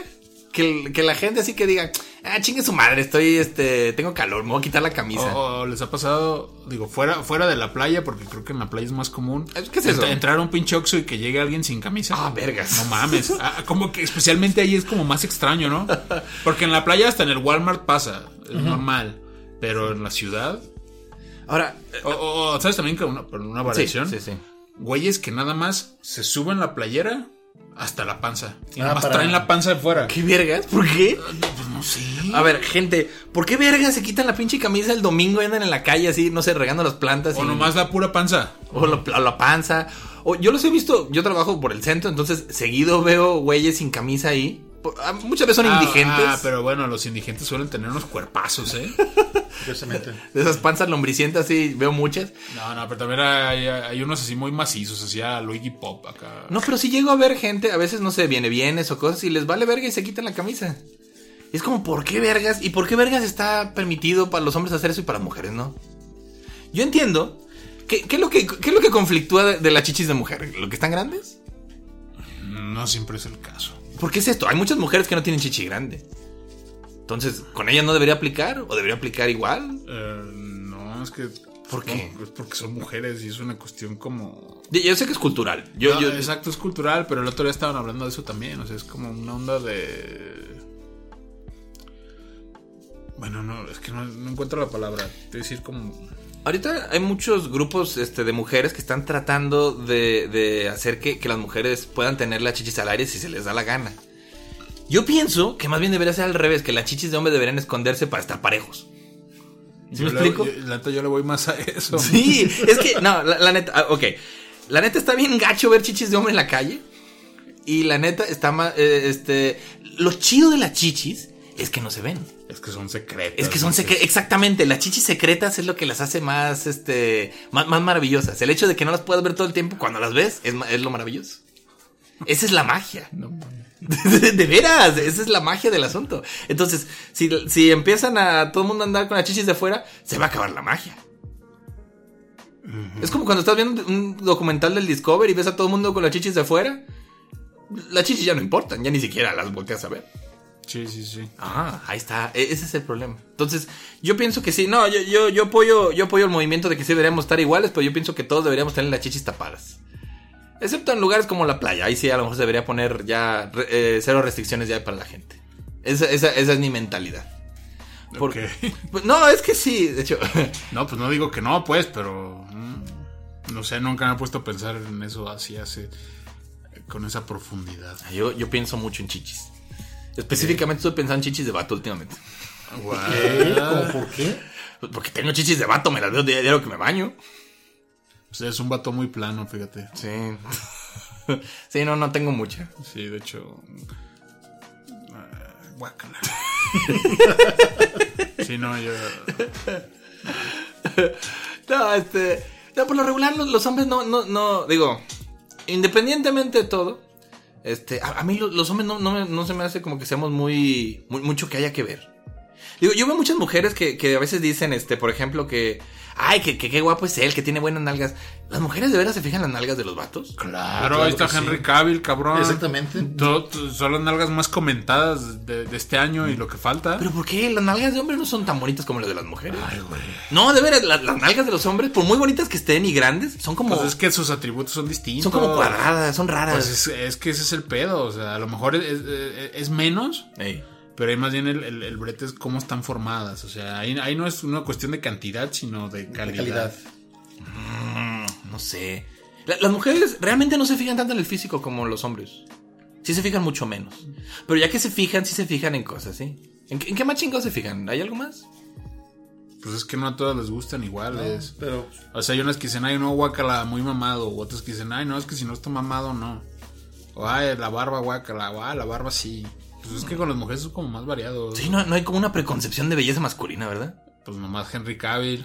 Speaker 3: que, el- que la gente así que diga, ah, chingue su madre, estoy, este, tengo calor, me voy a quitar la
Speaker 4: O,
Speaker 3: camisa.
Speaker 4: o les ha pasado, digo, fuera, fuera de la playa, porque creo que en la playa es más común.
Speaker 3: ¿Qué es eso?
Speaker 4: Entra- Entrar a un pinche oxo y que llegue alguien sin camisa.
Speaker 3: Ah, vergas.
Speaker 4: No mames. Ah, como que especialmente ahí es como más extraño, ¿no? Porque en la playa hasta en el Walmart pasa, es normal. Pero en la ciudad.
Speaker 3: Ahora, eh,
Speaker 4: O, o- o, ¿sabes también que una, pero una
Speaker 3: sí,
Speaker 4: variación?
Speaker 3: sí, sí.
Speaker 4: Güeyes que nada más se suben la playera hasta la panza. Y
Speaker 5: Ah,
Speaker 4: nada más
Speaker 5: para-
Speaker 4: traen la panza de fuera.
Speaker 3: ¿Qué vergas? ¿Por qué?
Speaker 4: Pues no sé.
Speaker 3: A ver, gente, ¿por qué vergas se quitan la pinche camisa el domingo y andan en la calle así, no sé, regando las plantas?
Speaker 4: O
Speaker 3: y-
Speaker 4: nomás la pura panza.
Speaker 3: O la, o la panza. O yo los he visto, yo trabajo por el centro, entonces seguido veo güeyes sin camisa ahí. Por- ah, Muchas veces son
Speaker 4: Ah,
Speaker 3: indigentes.
Speaker 4: Ah, pero bueno, los indigentes suelen tener unos cuerpazos, ¿eh?
Speaker 5: Curiosamente.
Speaker 3: De esas panzas lombricientas, sí, veo muchas.
Speaker 4: No, no, pero también hay, hay unos así muy macizos, así a Luigi Pop acá.
Speaker 3: No, pero si llego a ver gente, a veces no sé, viene bienes o cosas y les vale verga y se quitan la camisa. Es como, ¿por qué vergas? ¿Y por qué vergas está permitido para los hombres hacer eso y para las mujeres, no? Yo entiendo. ¿Qué, qué es, lo que, qué es lo que conflictúa de, de las chichis de mujer? ¿Lo que están grandes?
Speaker 4: No siempre es el caso.
Speaker 3: ¿Por qué es esto? Hay muchas mujeres que no tienen chichi grande. Entonces, ¿con ellas no debería aplicar? ¿O debería aplicar igual?
Speaker 4: Eh, no, es que.
Speaker 3: ¿Por qué?
Speaker 4: no, es porque son mujeres y es una cuestión como.
Speaker 3: Yo, yo sé que es cultural. Yo,
Speaker 4: No,
Speaker 3: yo-
Speaker 4: Exacto, es cultural, pero el otro día estaban hablando de eso también. O sea, es como una onda de. Bueno, no, es que no, no encuentro la palabra. Te voy a decir como.
Speaker 3: Ahorita hay muchos grupos este, de mujeres que están tratando de, de hacer que, que las mujeres puedan tener las chichis al aire si se les da la gana. Yo pienso que más bien debería ser al revés, que las chichis de hombre deberían esconderse para estar parejos. ¿Sí me
Speaker 4: Yo le-
Speaker 3: explico?
Speaker 4: yo- la neta, yo le voy más a eso.
Speaker 3: Sí, es que, no, la, la neta, ah, ok. La neta está bien gacho ver chichis de hombre en la calle. Y la neta está más, eh, este, lo chido de las chichis es que no se ven.
Speaker 4: Es que son secretos.
Speaker 3: Es que son secretas, exactamente, las chichis secretas es lo que las hace más, este, más, más maravillosas. El hecho de que no las puedas ver todo el tiempo, cuando las ves, es, ma- es lo maravilloso. Esa es la magia.
Speaker 4: No mames.
Speaker 3: De, de veras, esa es la magia del asunto. Entonces, si, si empiezan a todo el mundo a andar con las chichis de afuera, se va a acabar la magia. Es como cuando estás viendo un documental del Discovery y ves a todo el mundo con las chichis de afuera. Las chichis ya no importan, ya ni siquiera las volteas a ver.
Speaker 4: Sí, sí, sí.
Speaker 3: Ah, ahí está. E- Ese es el problema. Entonces, yo pienso que sí. No, yo, yo, yo apoyo, yo apoyo el movimiento de que sí deberíamos estar iguales, pero yo pienso que todos deberíamos tener las chichis tapadas. Excepto en lugares como la playa. Ahí sí a lo mejor se debería poner ya re- eh, cero restricciones ya para la gente. Esa, esa- esa es mi mentalidad. Porque, pues, No, es que sí, de hecho.
Speaker 4: No, pues no digo que no, pues, pero. mm, No sé, nunca me he puesto a pensar en eso así, hace. con esa profundidad.
Speaker 3: Yo, yo pienso mucho en chichis. Específicamente estoy pensando en chichis de vato últimamente.
Speaker 5: ¿Qué?
Speaker 4: Guau.
Speaker 5: ¿Cómo por qué?
Speaker 3: Porque tengo chichis de vato, me las veo di- diario que me baño.
Speaker 4: Usted es un vato muy plano, fíjate.
Speaker 3: Sí. sí, no, no tengo mucha.
Speaker 4: Sí, de hecho. ah, Guácala. sí, no, yo.
Speaker 3: No, este. No, por lo regular los, los hombres no, no, no, digo, independientemente de todo, este, a, a mí lo- los, hombres no, no, me- no se me hace como que seamos muy, muy- mucho que haya que ver. Digo, yo veo muchas mujeres que, que a veces dicen, este, por ejemplo, que, ay, que, que- qué guapo es él, que tiene buenas nalgas. ¿Las mujeres de veras se fijan en las nalgas de los vatos?
Speaker 4: Claro, ahí está
Speaker 5: que
Speaker 4: Henry
Speaker 5: sí.
Speaker 4: Cavill, cabrón.
Speaker 5: Exactamente.
Speaker 4: To- to- son las nalgas más comentadas de, de este año y lo que falta.
Speaker 3: Pero ¿por qué las nalgas de hombres no son tan bonitas como las de las mujeres?
Speaker 4: Ay, güey.
Speaker 3: No, de veras, las, las nalgas de los hombres, por muy bonitas que estén y grandes, son como,
Speaker 4: Pues es que sus atributos son distintos.
Speaker 3: son como cuadradas, son raras.
Speaker 4: Pues es, es que ese es el pedo. O sea, a lo mejor es, es- es menos,
Speaker 3: Ey.
Speaker 4: pero ahí más bien el, el- el brete es cómo están formadas. O sea, ahí, ahí no es una cuestión de cantidad, sino de
Speaker 5: La
Speaker 4: calidad.
Speaker 5: calidad.
Speaker 3: Mm, no sé. La- las mujeres realmente no se fijan tanto en el físico como los hombres. Sí se fijan mucho menos. Pero ya que se fijan, sí se fijan en cosas, ¿sí? ¿En, qué- en qué más chingados se fijan? ¿Hay algo más?
Speaker 4: Pues es que no a todas les gustan iguales.
Speaker 5: Pero
Speaker 4: O sea, hay unas que dicen, ay, no, guácala, muy mamado. O otras que dicen, ay, no, es que si no está mamado, no. O, ay, la barba, guácala. O, ay, la barba sí. Pues es que con las mujeres es como más variado.
Speaker 3: Sí, no, no hay como una preconcepción de belleza masculina, ¿verdad?
Speaker 4: Pues nomás Henry Cavill.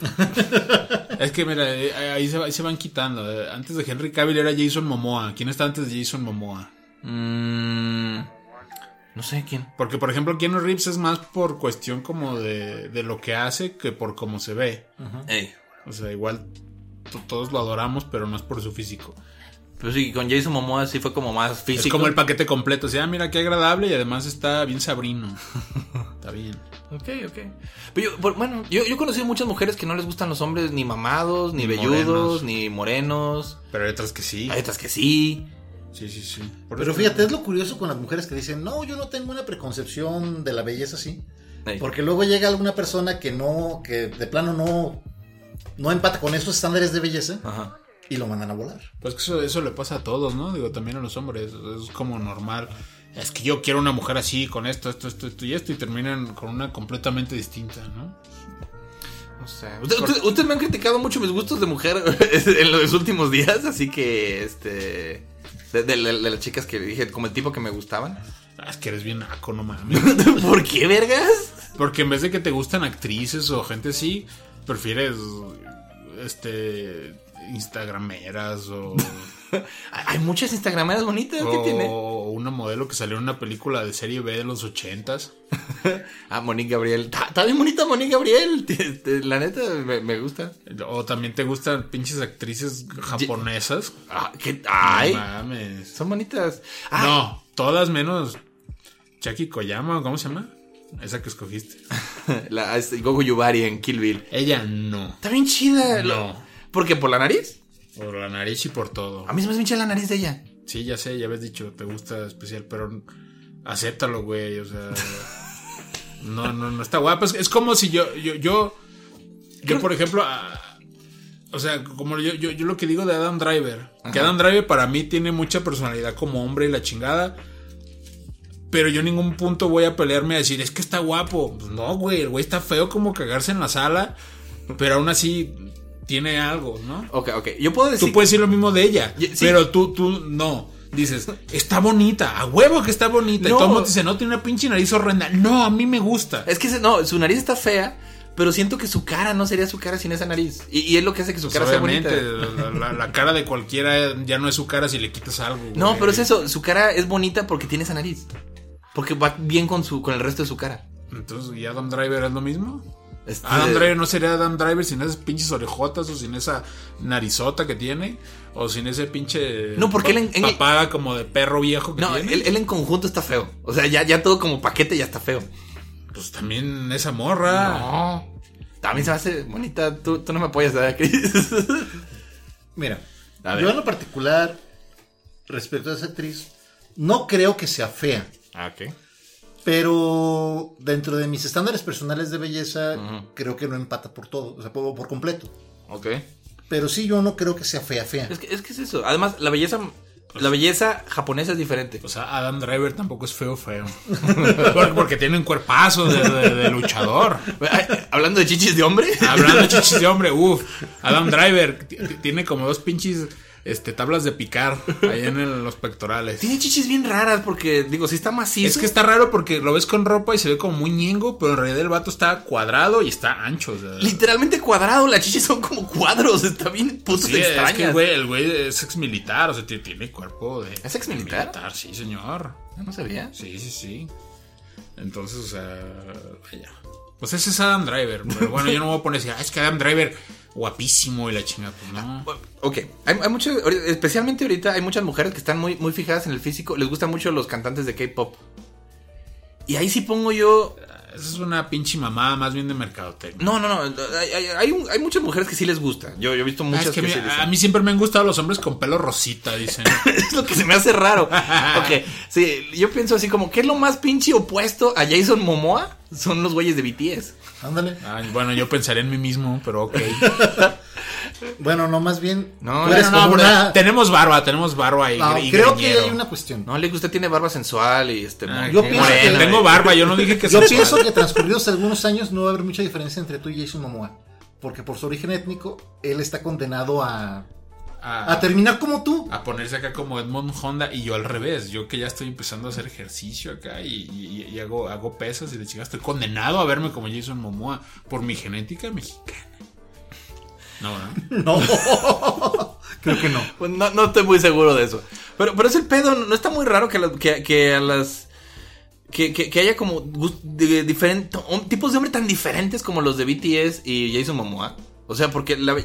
Speaker 4: es que mira, eh, ahí se, ahí se van quitando. Eh, Antes de Henry Cavill era Jason Momoa. ¿Quién está antes de Jason Momoa?
Speaker 3: Mm, no sé quién.
Speaker 4: Porque, por ejemplo, Keanu Reeves es más por cuestión como de, de lo que hace que por cómo se ve.
Speaker 3: Ey.
Speaker 4: O sea, igual to- todos lo adoramos, pero no es por su físico.
Speaker 3: Pero pues sí, con Jason Momoa sí fue como más físico.
Speaker 4: Es como el paquete completo. O sea, ah, mira qué agradable y además está bien sabrino. está bien.
Speaker 3: Ok, ok. Pero yo, por- bueno, yo, yo he conocido muchas mujeres que no les gustan los hombres ni mamados, ni,
Speaker 4: Ni
Speaker 3: velludos,
Speaker 4: morenos.
Speaker 3: ni morenos.
Speaker 4: Pero hay otras que sí.
Speaker 3: Hay otras que sí.
Speaker 4: Sí, sí, sí. Por
Speaker 5: Pero
Speaker 4: eso-
Speaker 5: fíjate, es lo curioso con las mujeres que dicen, no, yo no tengo una preconcepción de la belleza así.
Speaker 3: Ey.
Speaker 5: Porque luego llega alguna persona que no, que de plano no, no empata con esos estándares de belleza
Speaker 3: Ajá.
Speaker 5: y lo mandan a volar.
Speaker 4: Pues que eso, eso le pasa a todos, ¿no? Digo, también a los hombres. o sea, Es como normal. Es que yo quiero una mujer así, con esto, esto, esto, esto y esto, y terminan con una completamente distinta, ¿no?
Speaker 3: No sé. Usted- usted- Ustedes me han criticado mucho mis gustos de mujer en los últimos días, así que, este... De, de- de las chicas que dije, como el tipo que me gustaban.
Speaker 4: Ah, Es que eres bien naco, no mames.
Speaker 3: ¿Por qué, vergas?
Speaker 4: Porque en vez de que te gustan actrices o gente así, prefieres. Este. Instagrameras o.
Speaker 3: Hay hay muchas instagrameras bonitas que
Speaker 4: o
Speaker 3: tiene.
Speaker 4: una modelo que salió en una película de serie B de los ochentas.
Speaker 3: Ah, Monique Gabriel. Está está bien bonita Monique Gabriel. Este, La neta, me, me gusta.
Speaker 4: O también te gustan pinches actrices japonesas.
Speaker 3: Ah, ¿qué?
Speaker 4: No
Speaker 3: Ay,
Speaker 4: mames.
Speaker 3: son bonitas. Ah,
Speaker 4: No, todas menos Chucky Koyama, ¿o ¿cómo se llama? Esa que escogiste.
Speaker 3: La, es Gogo Yubari en Kill Bill.
Speaker 4: Ella no.
Speaker 3: Está bien chida.
Speaker 4: No.
Speaker 3: ¿Por qué? ¿Por la nariz?
Speaker 4: Por la nariz y por todo.
Speaker 3: A mí se me hace bien chida la nariz de ella.
Speaker 4: Sí, ya sé, ya habías dicho, te gusta especial, pero acéptalo, güey. O sea. no, no, no está guapa. Es, es como si yo, yo, yo, yo, por ejemplo, ah, o sea, como yo, yo, yo lo que digo de Adam Driver, que Adam Driver para mí tiene mucha personalidad como hombre y la chingada. Pero yo en ningún punto voy a pelearme a decir, es que está guapo. Pues no, güey, el güey está feo como cagarse en la sala, pero aún así tiene algo, ¿no?
Speaker 3: Ok, ok. Yo puedo
Speaker 4: Tú
Speaker 3: decir.
Speaker 4: puedes decir lo mismo de ella,
Speaker 3: Ye- sí.
Speaker 4: pero tú, tú no. Dices, está bonita, a huevo que está bonita.
Speaker 3: No.
Speaker 4: Y todo el mundo dice, no, tiene una pinche nariz horrenda. No, a mí me gusta.
Speaker 3: Es que se- no, su nariz está fea, pero siento que su cara no sería su cara sin esa nariz. Y, y es lo que hace que su
Speaker 4: Pues,
Speaker 3: cara sea bonita.
Speaker 4: obviamente, la, la- la cara de cualquiera ya no es su cara si le quitas algo. güey.
Speaker 3: No, pero es eso, su cara es bonita porque tiene esa nariz. Porque va bien con su con el resto de su cara.
Speaker 4: Entonces, ¿y Adam Driver es lo mismo?
Speaker 3: Este-
Speaker 4: Adam Driver no sería Adam Driver sin esas pinches orejotas o sin esa narizota que tiene o sin ese pinche.
Speaker 3: No, porque él
Speaker 4: pa-
Speaker 3: en- en-
Speaker 4: papada como de perro viejo que
Speaker 3: No,
Speaker 4: tiene.
Speaker 3: él, él en conjunto está feo. O sea, ya, ya todo como paquete ya está feo.
Speaker 4: Pues también esa morra.
Speaker 3: No. También se me hace bonita. Tú, tú no me apoyas, ¿verdad, Chris?
Speaker 5: Mira,
Speaker 3: A ver.
Speaker 5: yo en lo particular, respecto a esa actriz, no creo que sea fea,
Speaker 3: ah, ok.
Speaker 5: pero dentro de mis estándares personales de belleza, creo que no empata por todo, o sea, por, por completo.
Speaker 3: Ok.
Speaker 5: Pero sí, yo no creo que sea fea, fea.
Speaker 3: Es que, es que es eso. Además, la belleza.
Speaker 4: Pues
Speaker 3: La belleza japonesa es diferente.
Speaker 4: O sea, Adam Driver tampoco es feo, feo. Por- porque tiene un cuerpazo de, de- de luchador.
Speaker 3: Hablando de chichis de hombre.
Speaker 4: Hablando de chichis de hombre, uff. Adam Driver t- t- tiene como dos pinches este, tablas de picar ahí en el- los pectorales.
Speaker 3: Tiene chichis bien raras porque, digo, si está macizo.
Speaker 4: Es que está raro porque lo ves con ropa y se ve como muy ñengo, pero en realidad el vato está cuadrado y está ancho. o sea.
Speaker 3: literalmente cuadrado. Las chichis son como cuadros. Está bien putas
Speaker 4: Sí, es
Speaker 3: extrañas.
Speaker 4: que el güey, el güey es ex militar, o sea, t- tiene cuerpo de.
Speaker 3: ¿Es exmilitar?
Speaker 4: militar, sí, señor.
Speaker 3: Yo no sabía.
Speaker 4: Sí, sí, sí. Entonces, o sea, vaya. Pues ese es Adam Driver. Pero bueno, yo no me voy a poner así, "Ah, es que Adam Driver guapísimo y la chingada. pues, no.
Speaker 3: Ok, hay, hay muchos, ahorita- especialmente ahorita hay muchas mujeres que están muy, muy fijadas en el físico, les gustan mucho los cantantes de K-pop. Y ahí sí pongo yo...
Speaker 4: Esa es una pinche mamada más bien de mercadotecnia.
Speaker 3: No, no, no, hay, hay- hay un- hay muchas mujeres que sí les gusta. Yo, yo he visto
Speaker 4: Ah,
Speaker 3: muchas
Speaker 4: es que
Speaker 3: que
Speaker 4: a mí-
Speaker 3: sí les
Speaker 4: a mí siempre me han gustado los hombres con pelo rosita, dicen.
Speaker 3: es lo que se me hace raro. Ok, sí, yo pienso así como, ¿qué es lo más pinche opuesto a Jason Momoa? Son los güeyes de BTS.
Speaker 5: Ándale.
Speaker 4: Ay, bueno, yo pensaré en mí mismo, pero ok.
Speaker 5: Bueno, no, más bien.
Speaker 3: No,
Speaker 5: tú
Speaker 3: no,
Speaker 5: eres
Speaker 4: No,
Speaker 5: como
Speaker 4: pero
Speaker 5: una-
Speaker 4: tenemos barba, tenemos barba y,
Speaker 5: No,
Speaker 4: y
Speaker 5: creo que
Speaker 4: greñero.
Speaker 5: hay una cuestión.
Speaker 3: No, le gusta, tiene barba sensual y este...
Speaker 4: Ah,
Speaker 5: Yo
Speaker 4: qué
Speaker 5: pienso
Speaker 4: morena,
Speaker 5: que-
Speaker 4: tengo barba, yo no dije que
Speaker 5: Yo
Speaker 4: sea
Speaker 5: pienso
Speaker 4: padre.
Speaker 5: que transcurridos algunos años no va a haber mucha diferencia entre tú y Jason Momoa. Porque por su origen étnico, él está condenado a,
Speaker 4: Ah,
Speaker 5: a terminar como tú.
Speaker 4: a ponerse acá como Edmond Honda y yo al revés. Yo que ya estoy empezando a hacer ejercicio acá y, y- y hago, hago pesas y de chingada. Estoy condenado a verme como Jason Momoa por mi genética mexicana. No, ¿verdad?
Speaker 5: No. creo que no.
Speaker 3: Pues no, no estoy muy seguro de eso. Pero, pero es el pedo, ¿no está muy raro que, las- que, que a las... Que, que- que haya como diferentes tipos de hombre tan diferentes como los de BTS y Jason Momoa. O sea, porque la,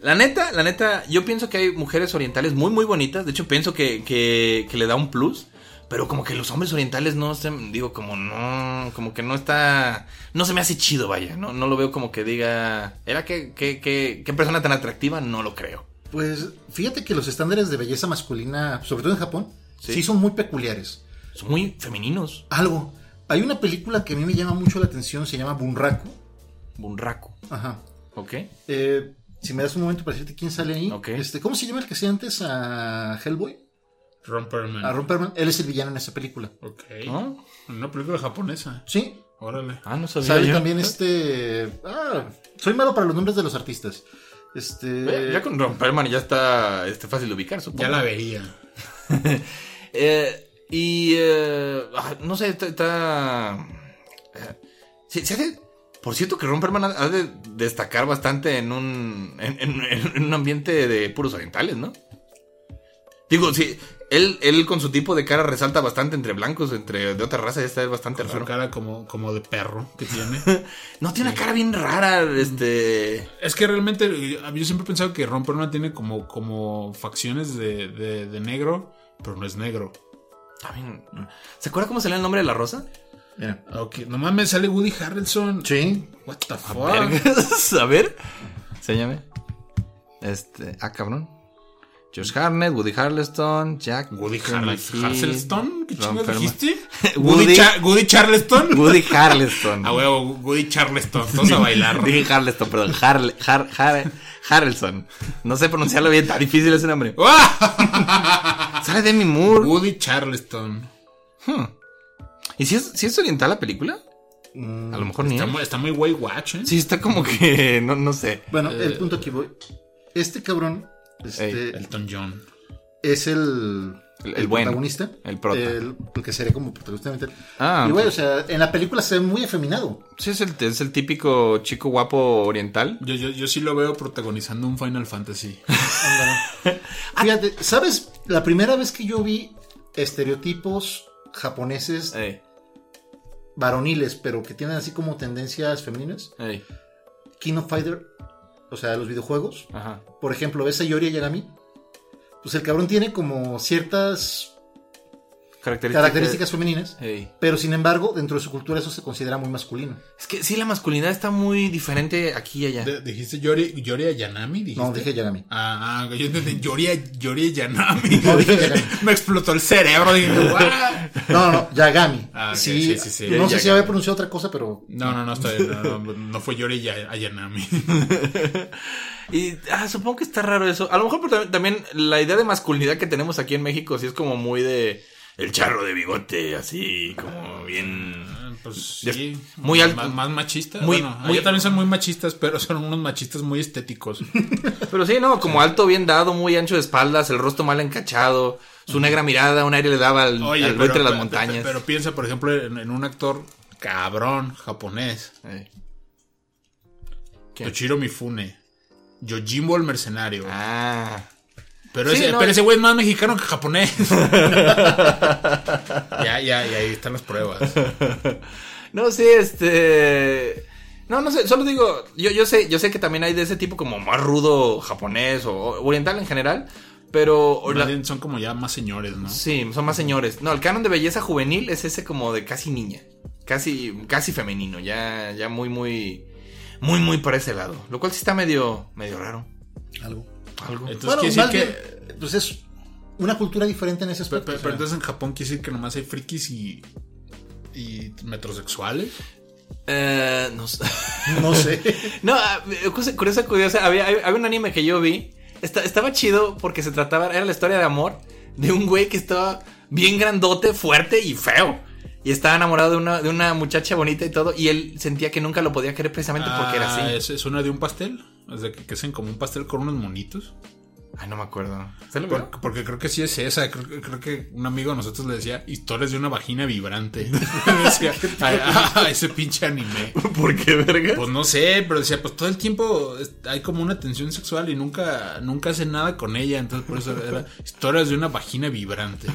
Speaker 3: la neta, la neta, yo pienso que hay mujeres orientales muy, muy bonitas. De hecho, pienso que, que- que le da un plus. Pero como que los hombres orientales no se... Digo, como no... Como que no está... No se me hace chido, vaya. No, no lo veo como que diga... ¿Era que, que, que, qué persona tan atractiva? No lo creo.
Speaker 5: Pues fíjate que los estándares de belleza masculina, sobre todo en Japón,
Speaker 3: Sí.
Speaker 5: sí, son muy peculiares.
Speaker 3: Son muy femeninos.
Speaker 5: Algo. Hay una película que a mí me llama mucho la atención, se llama Bunraku.
Speaker 3: Bunraku.
Speaker 5: Ajá.
Speaker 3: Ok.
Speaker 5: Eh, si me das un momento para decirte quién sale ahí.
Speaker 3: Ok.
Speaker 5: Este, ¿Cómo se llama el que hacía antes a Hellboy?
Speaker 3: Mm.
Speaker 4: Romperman.
Speaker 5: A Romperman. Él es el villano en esa película.
Speaker 4: ok.
Speaker 3: ¿No?
Speaker 4: Una película japonesa.
Speaker 5: Sí,
Speaker 4: Órale.
Speaker 3: Ah, no sabía.
Speaker 5: Sale
Speaker 3: yo.
Speaker 5: también este. Ah, soy malo para los nombres de los artistas. Este.
Speaker 3: Ve, Eh, Ya con Romperman ya está este, fácil de ubicar, supongo.
Speaker 4: Ya la vería.
Speaker 3: Eh, y. eh, ah, no sé, está. está, eh, se- se hace- por cierto, que Romperman ha, ha de destacar bastante en un, en, en- en un ambiente de puros orientales, ¿no? Digo, sí. Él, él con su tipo de cara resalta bastante entre blancos, entre de otra raza, ya está bastante
Speaker 4: Su
Speaker 3: raro.
Speaker 4: cara como, como de perro que tiene.
Speaker 3: No, tiene una cara bien rara, este...
Speaker 4: Es que realmente eh, yo siempre he pensado que Romperman tiene como, como facciones de, de- de negro, pero no es negro.
Speaker 3: Está bien. mm, ¿Se acuerda cómo salió el nombre de la rosa?
Speaker 5: Mira.
Speaker 4: Ok, no mames, sale Woody Harrelson.
Speaker 5: Sí.
Speaker 4: What the fuck.
Speaker 3: Vergas, A ver. Enséñame. Este. Ah, cabrón. Josh Harnett, Woody Harleston, Jack.
Speaker 4: Woody
Speaker 3: Harleston,
Speaker 4: Harrelson. Harrelson, ¿qué chingas dijiste?
Speaker 3: Woody-
Speaker 4: Woody, Cha- Woody Charleston.
Speaker 3: Woody Harleston.
Speaker 4: A huevo, Woody Charleston. Vamos a bailar.
Speaker 3: Dije Harleston, perdón. Harle, Har, Har- Harrelson. No sé pronunciarlo bien, tan difícil ese nombre. Sale Demi Moore.
Speaker 4: Woody Charleston.
Speaker 3: Hmm. ¿Y si es, si es oriental la película?
Speaker 5: Mm,
Speaker 3: A lo mejor ni.
Speaker 4: Está
Speaker 3: es.
Speaker 4: muy, está muy way watch, ¿eh?
Speaker 3: Sí, está como que. No, no sé.
Speaker 5: Bueno, el punto aquí voy. Este cabrón este,
Speaker 4: Elton John.
Speaker 5: es el.
Speaker 3: El- el bueno.
Speaker 5: protagonista.
Speaker 3: El prota.
Speaker 5: El, el que sería como protagonista.
Speaker 3: Ah,
Speaker 5: y güey, o sea, en la película se ve muy afeminado.
Speaker 3: Sí, es el, es el típico chico guapo oriental.
Speaker 4: Yo, yo, yo sí lo veo protagonizando un Final Fantasy.
Speaker 5: Fíjate, ¿sabes? La primera vez que yo vi estereotipos japoneses
Speaker 4: Eh.
Speaker 3: Ey,
Speaker 5: varoniles, pero que tienen así como tendencias femeninas,
Speaker 3: ey,
Speaker 5: King of Fighter, o sea, los videojuegos,
Speaker 3: ajá.
Speaker 5: por ejemplo, esa Yori Yagami, pues el cabrón tiene como ciertas
Speaker 3: Características.
Speaker 5: características femeninas,
Speaker 3: Ey.
Speaker 5: pero sin embargo, dentro de su cultura eso se considera muy masculino.
Speaker 3: Es que sí, la masculinidad está muy diferente aquí y allá.
Speaker 4: De- ¿Dijiste Yori, Yori Ayanami? ¿Dijiste?
Speaker 5: No, dije Yagami.
Speaker 4: Ah, ah, yo entendí. Yori, Yori Yanami.
Speaker 5: No, dije Yanami.
Speaker 4: Me explotó el cerebro. Dije, "What?"
Speaker 5: No, no, no, Yagami.
Speaker 4: Ah, ok,
Speaker 5: sí,
Speaker 4: sí, sí, sí.
Speaker 5: No sé
Speaker 3: Yagami.
Speaker 5: si había pronunciado otra cosa, pero
Speaker 4: No, no, no, está bien, no, no, no fue Yori Ya- Ayanami.
Speaker 3: Y ah, supongo que está raro eso. A lo mejor pero tam- también la idea de masculinidad que tenemos aquí en México sí es como muy de... El charro de bigote, así como bien...
Speaker 4: Ah, Pues
Speaker 3: Ya-
Speaker 4: sí.
Speaker 3: muy alto.
Speaker 4: Más, más machistas.
Speaker 3: Muy-
Speaker 4: Muy, bueno,
Speaker 3: muy-
Speaker 4: allá también son muy machistas, pero son unos machistas muy estéticos.
Speaker 3: Pero sí, no, como alto bien dado, muy ancho de espaldas, el rostro mal encachado, su negra mirada, un aire le daba al,
Speaker 4: Oye,
Speaker 3: al
Speaker 4: pero,
Speaker 3: vientre de las
Speaker 4: pero-
Speaker 3: montañas.
Speaker 4: pero piensa, por ejemplo, en, en un actor cabrón japonés.
Speaker 3: Ey. ¿Qué?
Speaker 4: Toshiro Mifune. Yojimbo el mercenario.
Speaker 3: Ah...
Speaker 4: Pero,
Speaker 3: Sí,
Speaker 4: ese,
Speaker 3: no,
Speaker 4: pero
Speaker 3: es-
Speaker 4: ese güey es más mexicano que japonés. ya, ya, y ahí están las pruebas.
Speaker 3: No, sí, este. No, no sé, solo digo, yo, yo sé, yo sé que también hay de ese tipo como más rudo japonés o o oriental en general, pero
Speaker 4: Más
Speaker 3: la-
Speaker 4: bien son como ya más señores, ¿no?
Speaker 3: sí, son más señores. No, el canon de belleza juvenil es ese como de casi niña, casi, casi femenino, ya, ya muy, muy, muy, muy para ese lado. Lo cual sí está medio, medio raro.
Speaker 5: Algo.
Speaker 3: Algo.
Speaker 4: Entonces
Speaker 5: Bueno,
Speaker 4: quiere decir
Speaker 5: más
Speaker 4: que.
Speaker 5: bien, pues es una cultura diferente en ese
Speaker 4: Pero,
Speaker 5: aspecto.
Speaker 4: pero-
Speaker 5: o
Speaker 4: pero
Speaker 5: sea.
Speaker 4: entonces en Japón quiere decir que nomás hay frikis y. y metrosexuales.
Speaker 3: Eh, no sé.
Speaker 5: No sé.
Speaker 3: No, ah, cosa curiosa, curiosa. Había, hay- había un anime que yo vi. Esta- estaba chido porque se trataba, era la historia de amor de un güey que estaba bien grandote, fuerte y feo. Y estaba enamorado de una, de una muchacha bonita y todo. Y él sentía que nunca lo podía querer precisamente porque era
Speaker 4: Ah,
Speaker 3: así.
Speaker 4: Es, es una de un pastel. O sea, que, que hacen como un pastel con unos monitos.
Speaker 3: Ay, Ah, no me acuerdo. ¿Se lo vio?
Speaker 4: Porque, porque creo que sí es esa. Creo, creo que un amigo de nosotros le decía historias de una vagina vibrante. decía, "Ah, ah, ese pinche anime.
Speaker 3: ¿Por qué, verga?
Speaker 4: Pues no sé, pero decía, pues todo el tiempo es- hay como una tensión sexual y nunca, nunca hacen nada con ella. Entonces por eso era historias de una vagina vibrante.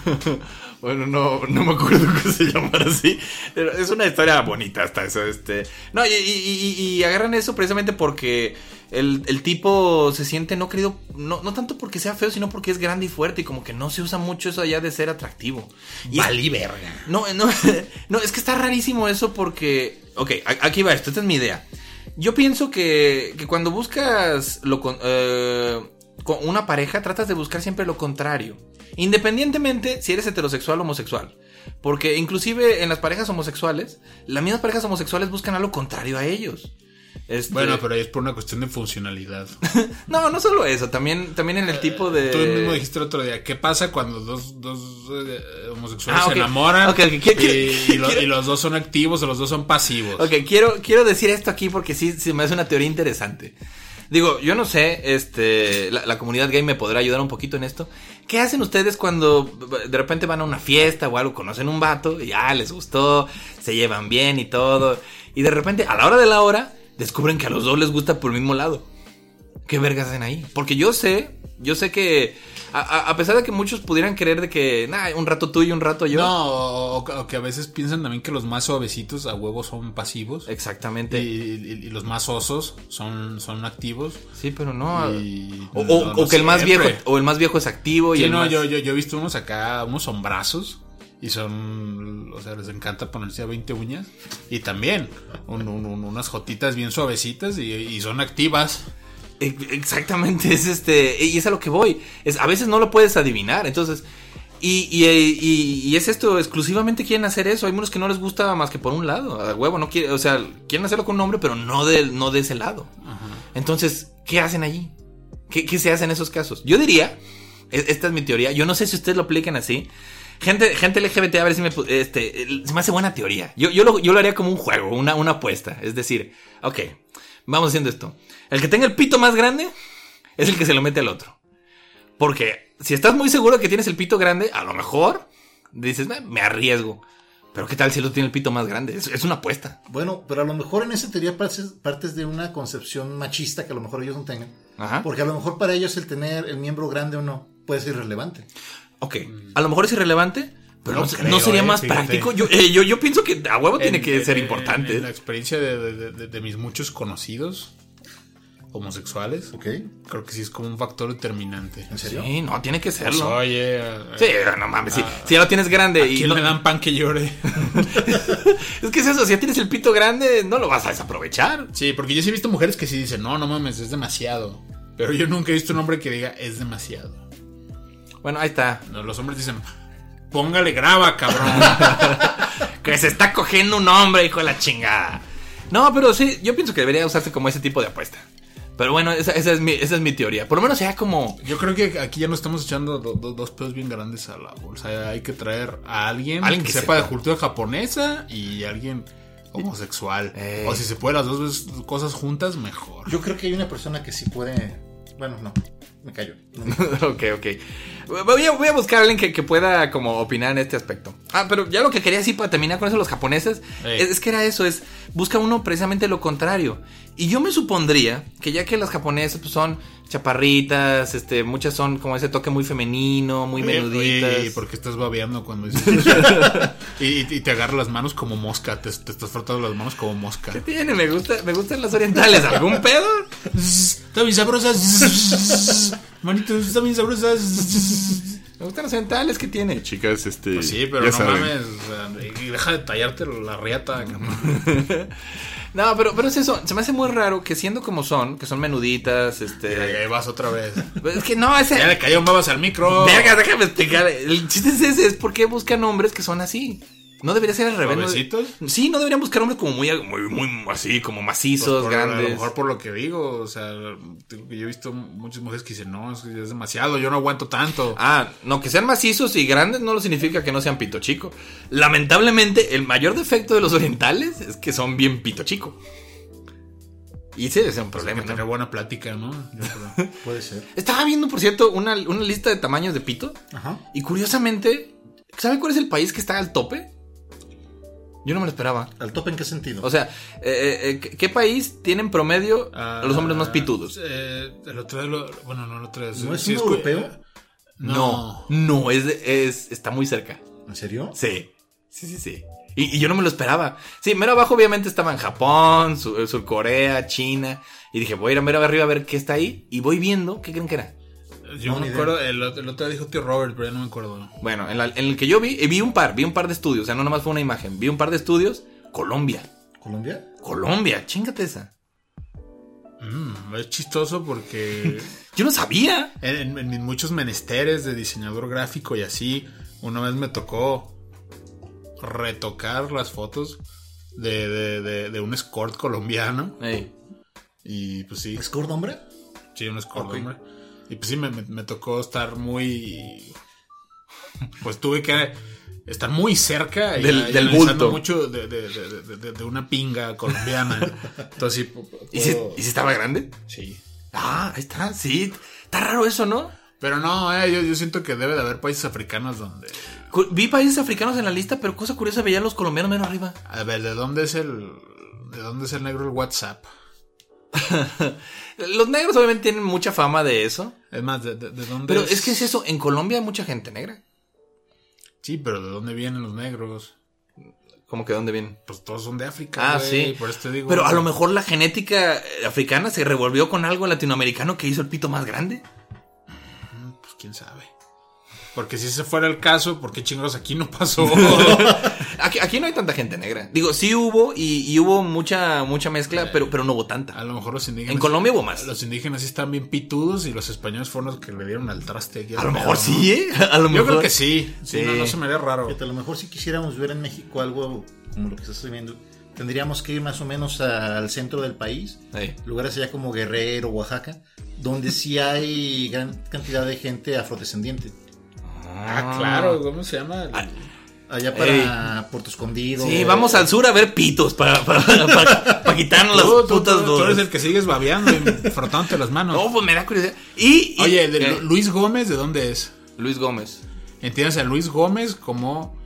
Speaker 3: Bueno, no, no me acuerdo que se llamara así. Pero es una historia bonita hasta eso. Este. No, y, y- y- y agarran eso precisamente porque el, el tipo se siente no querido. No, no tanto porque sea feo, sino porque es grande y fuerte. Y como que no se usa mucho eso allá de ser atractivo. Y
Speaker 4: Valí verga.
Speaker 3: no, no, no, es que está rarísimo eso porque. Ok, a- aquí va esto, esta es mi idea. Yo pienso que, que cuando buscas lo con, eh, con una pareja, tratas de buscar siempre lo contrario. Independientemente si eres heterosexual o homosexual. Porque inclusive en las parejas homosexuales, las mismas parejas homosexuales buscan algo contrario a ellos. Este-
Speaker 4: Bueno, pero ahí es por una cuestión de funcionalidad.
Speaker 3: No, no solo eso, también, también en el tipo de...
Speaker 4: Tú mismo dijiste el otro día, ¿qué pasa cuando dos, dos eh, homosexuales
Speaker 3: Ah, ok.
Speaker 4: se enamoran
Speaker 3: Ok, ok, ¿qué- qué-
Speaker 4: y, y lo- y los dos son activos o los dos son pasivos?
Speaker 3: Ok, quiero, quiero decir esto aquí porque sí se me hace una teoría interesante. Digo, yo no sé, este, la, la comunidad gay me podrá ayudar un poquito en esto. ¿Qué hacen ustedes cuando de repente van a una fiesta o algo, conocen un vato y ya les gustó, se llevan bien y todo? Y de repente, a la hora de la hora, descubren que a los dos les gusta por el mismo lado. ¿Qué vergas hacen ahí? Porque yo sé, yo sé que, a, a- a pesar de que muchos pudieran creer de que, nah, un rato tú y un rato yo.
Speaker 4: No, o, o- o que a veces piensan también que los más suavecitos a huevos son pasivos y,
Speaker 3: Exactamente.
Speaker 4: y- y los más osos son, son activos.
Speaker 3: Sí, pero no. ah,
Speaker 4: Y-
Speaker 3: o, o-
Speaker 4: no, no
Speaker 3: o que el más
Speaker 4: siempre.
Speaker 3: viejo o el más viejo es activo y
Speaker 4: Sí,
Speaker 3: el
Speaker 4: no,
Speaker 3: más-
Speaker 4: yo, yo, yo he visto unos acá, unos sombrazos. Y son, o sea, les encanta ponerse a 20 uñas. Y también un- un- un- unas jotitas bien suavecitas y, y son activas.
Speaker 3: E- exactamente es este y es a lo que voy es a veces no lo puedes adivinar entonces y, y- y- y es esto exclusivamente quieren hacer eso hay unos que no les gusta más que por un lado a huevo no quiere o sea quieren hacerlo con un hombre pero no de no de ese lado entonces qué hacen allí ¿Qué, qué se hace en esos casos yo diría e- esta es mi teoría yo no sé si ustedes lo aplican así Gente, gente LGBT, a ver si me, pu- este, el- se me hace buena teoría. Yo, yo, lo, yo lo haría como un juego, una, una apuesta. Es decir, ok, vamos haciendo esto. El que tenga el pito más grande es el que se lo mete al otro. Porque si estás muy seguro que tienes el pito grande, a lo mejor dices, "Nah, me arriesgo. Pero qué tal si el otro tiene el pito más grande? Es, es una apuesta.
Speaker 5: Bueno, pero a lo mejor en ese teoría partes, partes de una concepción machista que a lo mejor ellos no tengan.
Speaker 3: Ajá.
Speaker 5: Porque a lo mejor para ellos el tener el miembro grande o no puede ser irrelevante.
Speaker 3: Ok. A lo mejor es irrelevante, pero
Speaker 4: Mm. No
Speaker 3: no, se-
Speaker 4: creo,
Speaker 3: ¿no sería
Speaker 4: eh,
Speaker 3: más
Speaker 4: fíjate.
Speaker 3: práctico. Yo, eh, yo, yo pienso que a huevo tiene
Speaker 4: En-
Speaker 3: que
Speaker 4: en-
Speaker 3: ser
Speaker 4: en-
Speaker 3: importante.
Speaker 4: en la experiencia de, de- de- de mis muchos conocidos homosexuales,
Speaker 5: ¿Ok?
Speaker 4: creo que sí es como un factor determinante.
Speaker 5: ¿En serio?
Speaker 3: sí, no, tiene que
Speaker 4: Pues,
Speaker 3: serlo.
Speaker 4: oye, a-
Speaker 3: Sí, no mames, sí. si ya lo tienes grande y
Speaker 4: ¿quién
Speaker 3: no-
Speaker 4: me dan pan que llore?
Speaker 3: es que es eso, si ya tienes el pito grande, no lo vas a desaprovechar.
Speaker 4: sí, porque yo sí he visto mujeres que sí dicen, no, no mames, es demasiado. Pero yo nunca he visto un hombre que diga, es demasiado.
Speaker 3: Bueno, ahí está.
Speaker 4: No, los hombres dicen, póngale grava, cabrón.
Speaker 3: Que se está cogiendo un hombre, hijo de la chingada. No, pero sí, yo pienso que debería usarse como ese tipo de apuesta. Pero bueno, esa, esa es, mi, esa es mi teoría. Por lo menos sea como...
Speaker 4: yo creo que aquí ya nos estamos echando do- do- dos pedos bien grandes a la bolsa. Hay que traer a alguien,
Speaker 3: Alguien
Speaker 4: que,
Speaker 3: que
Speaker 4: sepa, de
Speaker 3: sepa.
Speaker 4: cultura japonesa y alguien homosexual.
Speaker 3: Ey.
Speaker 4: O si se puede las dos veces- cosas juntas, mejor.
Speaker 5: Yo creo que hay una persona que sí puede. Bueno, no. Me callo.
Speaker 3: ok, ok. Voy a, voy a buscar a alguien que, que pueda como opinar en este aspecto. Ah, pero ya lo que quería decir para terminar con eso los japoneses
Speaker 4: Ey.
Speaker 3: es, es que era eso, es busca uno precisamente lo contrario. Y yo me supondría que ya que las japonesas pues, son chaparritas, este, muchas son como ese toque muy femenino, muy menuditas.
Speaker 4: Oye, ¿y por qué estás babeando cuando dices y, y- y te agarras las manos como mosca, te, te estás frotando las manos como mosca.
Speaker 3: ¿Qué tiene? Me gusta, me gustan las orientales. ¿Algún pedo?
Speaker 4: Está bien sabrosa. Manitos, está bien sabrosa.
Speaker 3: Me gustan las orientales. ¿Qué tiene?
Speaker 6: Chicas, este.
Speaker 4: Pues sí, pero
Speaker 6: ya
Speaker 4: no
Speaker 6: saben.
Speaker 4: mames. o sea, y deja de tallarte la riata. cabrón.
Speaker 3: No, pero, pero es eso. Se me hace muy raro que siendo como son, que son menuditas,
Speaker 4: Y
Speaker 3: este.
Speaker 4: ahí vas otra vez.
Speaker 3: Es que no, ese.
Speaker 4: Ya le cayó babas al micro.
Speaker 3: Verga, déjame explicar. El chiste es ese, es por qué buscan hombres que son así. No debería ser al revés. no de-
Speaker 4: ¿Suavecitos?
Speaker 3: sí, no deberían buscar hombres como muy, muy, muy así, como
Speaker 4: Pues,
Speaker 3: macizos,
Speaker 4: por- A lo
Speaker 3: grandes.
Speaker 4: mejor por lo que digo, o sea, digo que yo he visto muchas mujeres que dicen, no, es, que es demasiado, yo no aguanto tanto.
Speaker 3: Ah, no, que sean macizos y grandes no lo significa que no sean pito chico. Lamentablemente, el mayor defecto de los orientales es que son bien pito chico. Y ese es un
Speaker 4: Pues hay
Speaker 3: problema.
Speaker 4: que tener
Speaker 3: ¿no?
Speaker 4: buena plática, ¿no? Yo creo.
Speaker 5: Puede ser.
Speaker 3: Estaba viendo, por cierto, una, una lista de tamaños de pito.
Speaker 5: Ajá.
Speaker 3: Y curiosamente, ¿sabe cuál es el país que está al tope? Yo no me lo esperaba.
Speaker 5: ¿Al tope en qué sentido?
Speaker 3: O sea, eh, eh, eh, ¿qué qué país tienen promedio
Speaker 4: Ah,
Speaker 3: los hombres más pitudos?
Speaker 4: eh, el otro día, lo- bueno, no el otro día.
Speaker 5: ¿No es
Speaker 4: sí
Speaker 5: un
Speaker 4: escu-
Speaker 5: europeo?
Speaker 3: No,
Speaker 4: No.
Speaker 3: no, es, de- es- está muy cerca.
Speaker 5: ¿En serio?
Speaker 3: Sí, sí, sí, sí. Y, y yo no me lo esperaba. Sí, mero abajo obviamente estaban Japón, Su- eh, Sur Corea, China. Y dije, voy a ir a mero arriba a ver qué está ahí. Y voy viendo, ¿qué creen que era?
Speaker 4: Yo
Speaker 5: No,
Speaker 4: me
Speaker 5: ni
Speaker 4: acuerdo, el, ot- el otro día dijo tío Robert, pero ya no me acuerdo.
Speaker 3: Bueno, en, la- en el que yo vi, eh, vi un par, vi un par de estudios. O sea, no nomás fue una imagen, vi un par de estudios. Colombia,
Speaker 5: ¿Colombia?
Speaker 3: Colombia, chingate esa.
Speaker 4: Mm, es chistoso porque
Speaker 3: Yo no sabía.
Speaker 4: en, en- en mis muchos menesteres de diseñador gráfico y así, una vez me tocó retocar las fotos de, de- de- de un escort colombiano.
Speaker 3: Ey.
Speaker 4: Y pues sí,
Speaker 5: ¿Es gordo, hombre?
Speaker 4: sí, un escort,
Speaker 5: Ok.
Speaker 4: hombre. Y pues sí, me, me- me tocó estar muy... Pues tuve que estar muy cerca y,
Speaker 3: Del-
Speaker 4: y
Speaker 3: del
Speaker 4: analizando
Speaker 3: bulto.
Speaker 4: mucho de, de- de- de- de- de una pinga colombiana. Entonces
Speaker 3: ¿Y
Speaker 4: sí,
Speaker 3: si,
Speaker 4: puedo-
Speaker 3: y si estaba grande?
Speaker 4: sí.
Speaker 3: Ah, ahí está, sí. Está raro eso, ¿no?
Speaker 4: Pero no, eh, yo, yo siento que debe de haber países africanos donde...
Speaker 3: Cu- Vi países africanos en la lista, pero cosa curiosa, veía a los colombianos menos arriba.
Speaker 4: A ver, ¿de dónde es el... ¿De dónde es el negro el WhatsApp?
Speaker 3: Los negros obviamente tienen mucha fama de eso.
Speaker 4: Es más, ¿de, de- de dónde
Speaker 3: Pero es que es eso, en Colombia hay mucha gente negra.
Speaker 4: Sí, pero ¿de dónde vienen los negros?
Speaker 3: ¿Cómo que dónde vienen?
Speaker 4: Pues todos son de África,
Speaker 3: Ah,
Speaker 4: güey,
Speaker 3: sí.
Speaker 4: Por eso te digo...
Speaker 3: Pero a lo mejor la genética eh, africana se revolvió con algo latinoamericano que hizo el pito más grande.
Speaker 4: Pues quién sabe. Porque si ese fuera el caso, ¿por qué chingados aquí no pasó?
Speaker 3: Aquí, aquí no hay tanta gente negra. Digo, sí hubo y, y hubo mucha, mucha mezcla, pero, pero no hubo
Speaker 4: a
Speaker 3: tanta.
Speaker 4: lo mejor los indígenas...
Speaker 3: En Colombia hubo más.
Speaker 4: Los indígenas sí están bien pitudos y los españoles fueron los que le dieron al traste. aquí
Speaker 3: A
Speaker 4: al
Speaker 3: lo
Speaker 4: pedo,
Speaker 3: mejor
Speaker 4: ¿no?
Speaker 3: sí, ¿eh? A lo
Speaker 4: Yo
Speaker 3: mejor.
Speaker 4: creo que sí. Sí,
Speaker 3: Sí.
Speaker 4: No, no se me haría raro.
Speaker 5: Fíjate, a lo mejor si quisiéramos ver en México algo como lo que estás viendo, tendríamos que ir más o menos al centro del país,
Speaker 3: Ey.
Speaker 5: lugares allá como Guerrero, Oaxaca, donde sí hay gran cantidad de gente afrodescendiente.
Speaker 4: Ah, claro. ¿Cómo se llama?
Speaker 3: Ah,
Speaker 5: Allá para Puerto Escondido.
Speaker 3: Sí, vamos al sur a ver pitos para, para, para- para quitarnos las
Speaker 4: Tú, tú,
Speaker 3: putas
Speaker 4: tú, tú
Speaker 3: dudas.
Speaker 4: eres el que sigues babeando y frotándote las manos.
Speaker 3: No, pues me da curiosidad. Y, y-
Speaker 4: Oye, de
Speaker 3: ¿Qué?
Speaker 4: Lu- Luis Gómez, ¿de dónde es?
Speaker 3: Luis Gómez.
Speaker 4: Entiendes a Luis Gómez como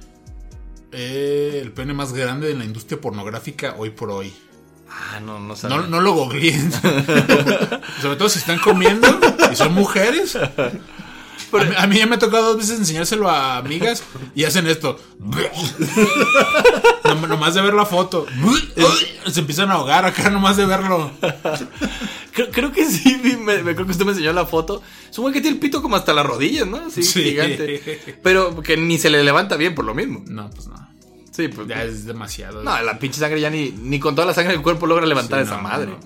Speaker 4: eh, el pene más grande de la industria pornográfica hoy por hoy.
Speaker 3: Ah, no, no sabía.
Speaker 4: No, no lo googleen. Sobre todo si están comiendo y son mujeres. a,
Speaker 3: e-
Speaker 4: mí, a mí ya me ha tocado dos veces enseñárselo a amigas y hacen esto. Nom- nomás de ver la foto. Se empiezan a ahogar acá nomás de verlo.
Speaker 3: Creo, creo que sí, vi, me, me- creo que usted me enseñó la foto. Es un güey que tiene el pito como hasta las rodillas, ¿no? Sí,
Speaker 4: Sí.
Speaker 3: gigante. Pero que ni se le levanta bien por lo mismo.
Speaker 4: No, pues no.
Speaker 3: Sí, pues.
Speaker 4: Ya es demasiado.
Speaker 3: No, la pinche sangre ya ni, ni con toda la sangre del cuerpo logra levantar
Speaker 4: Sí,
Speaker 3: esa
Speaker 4: no,
Speaker 3: madre.
Speaker 4: no,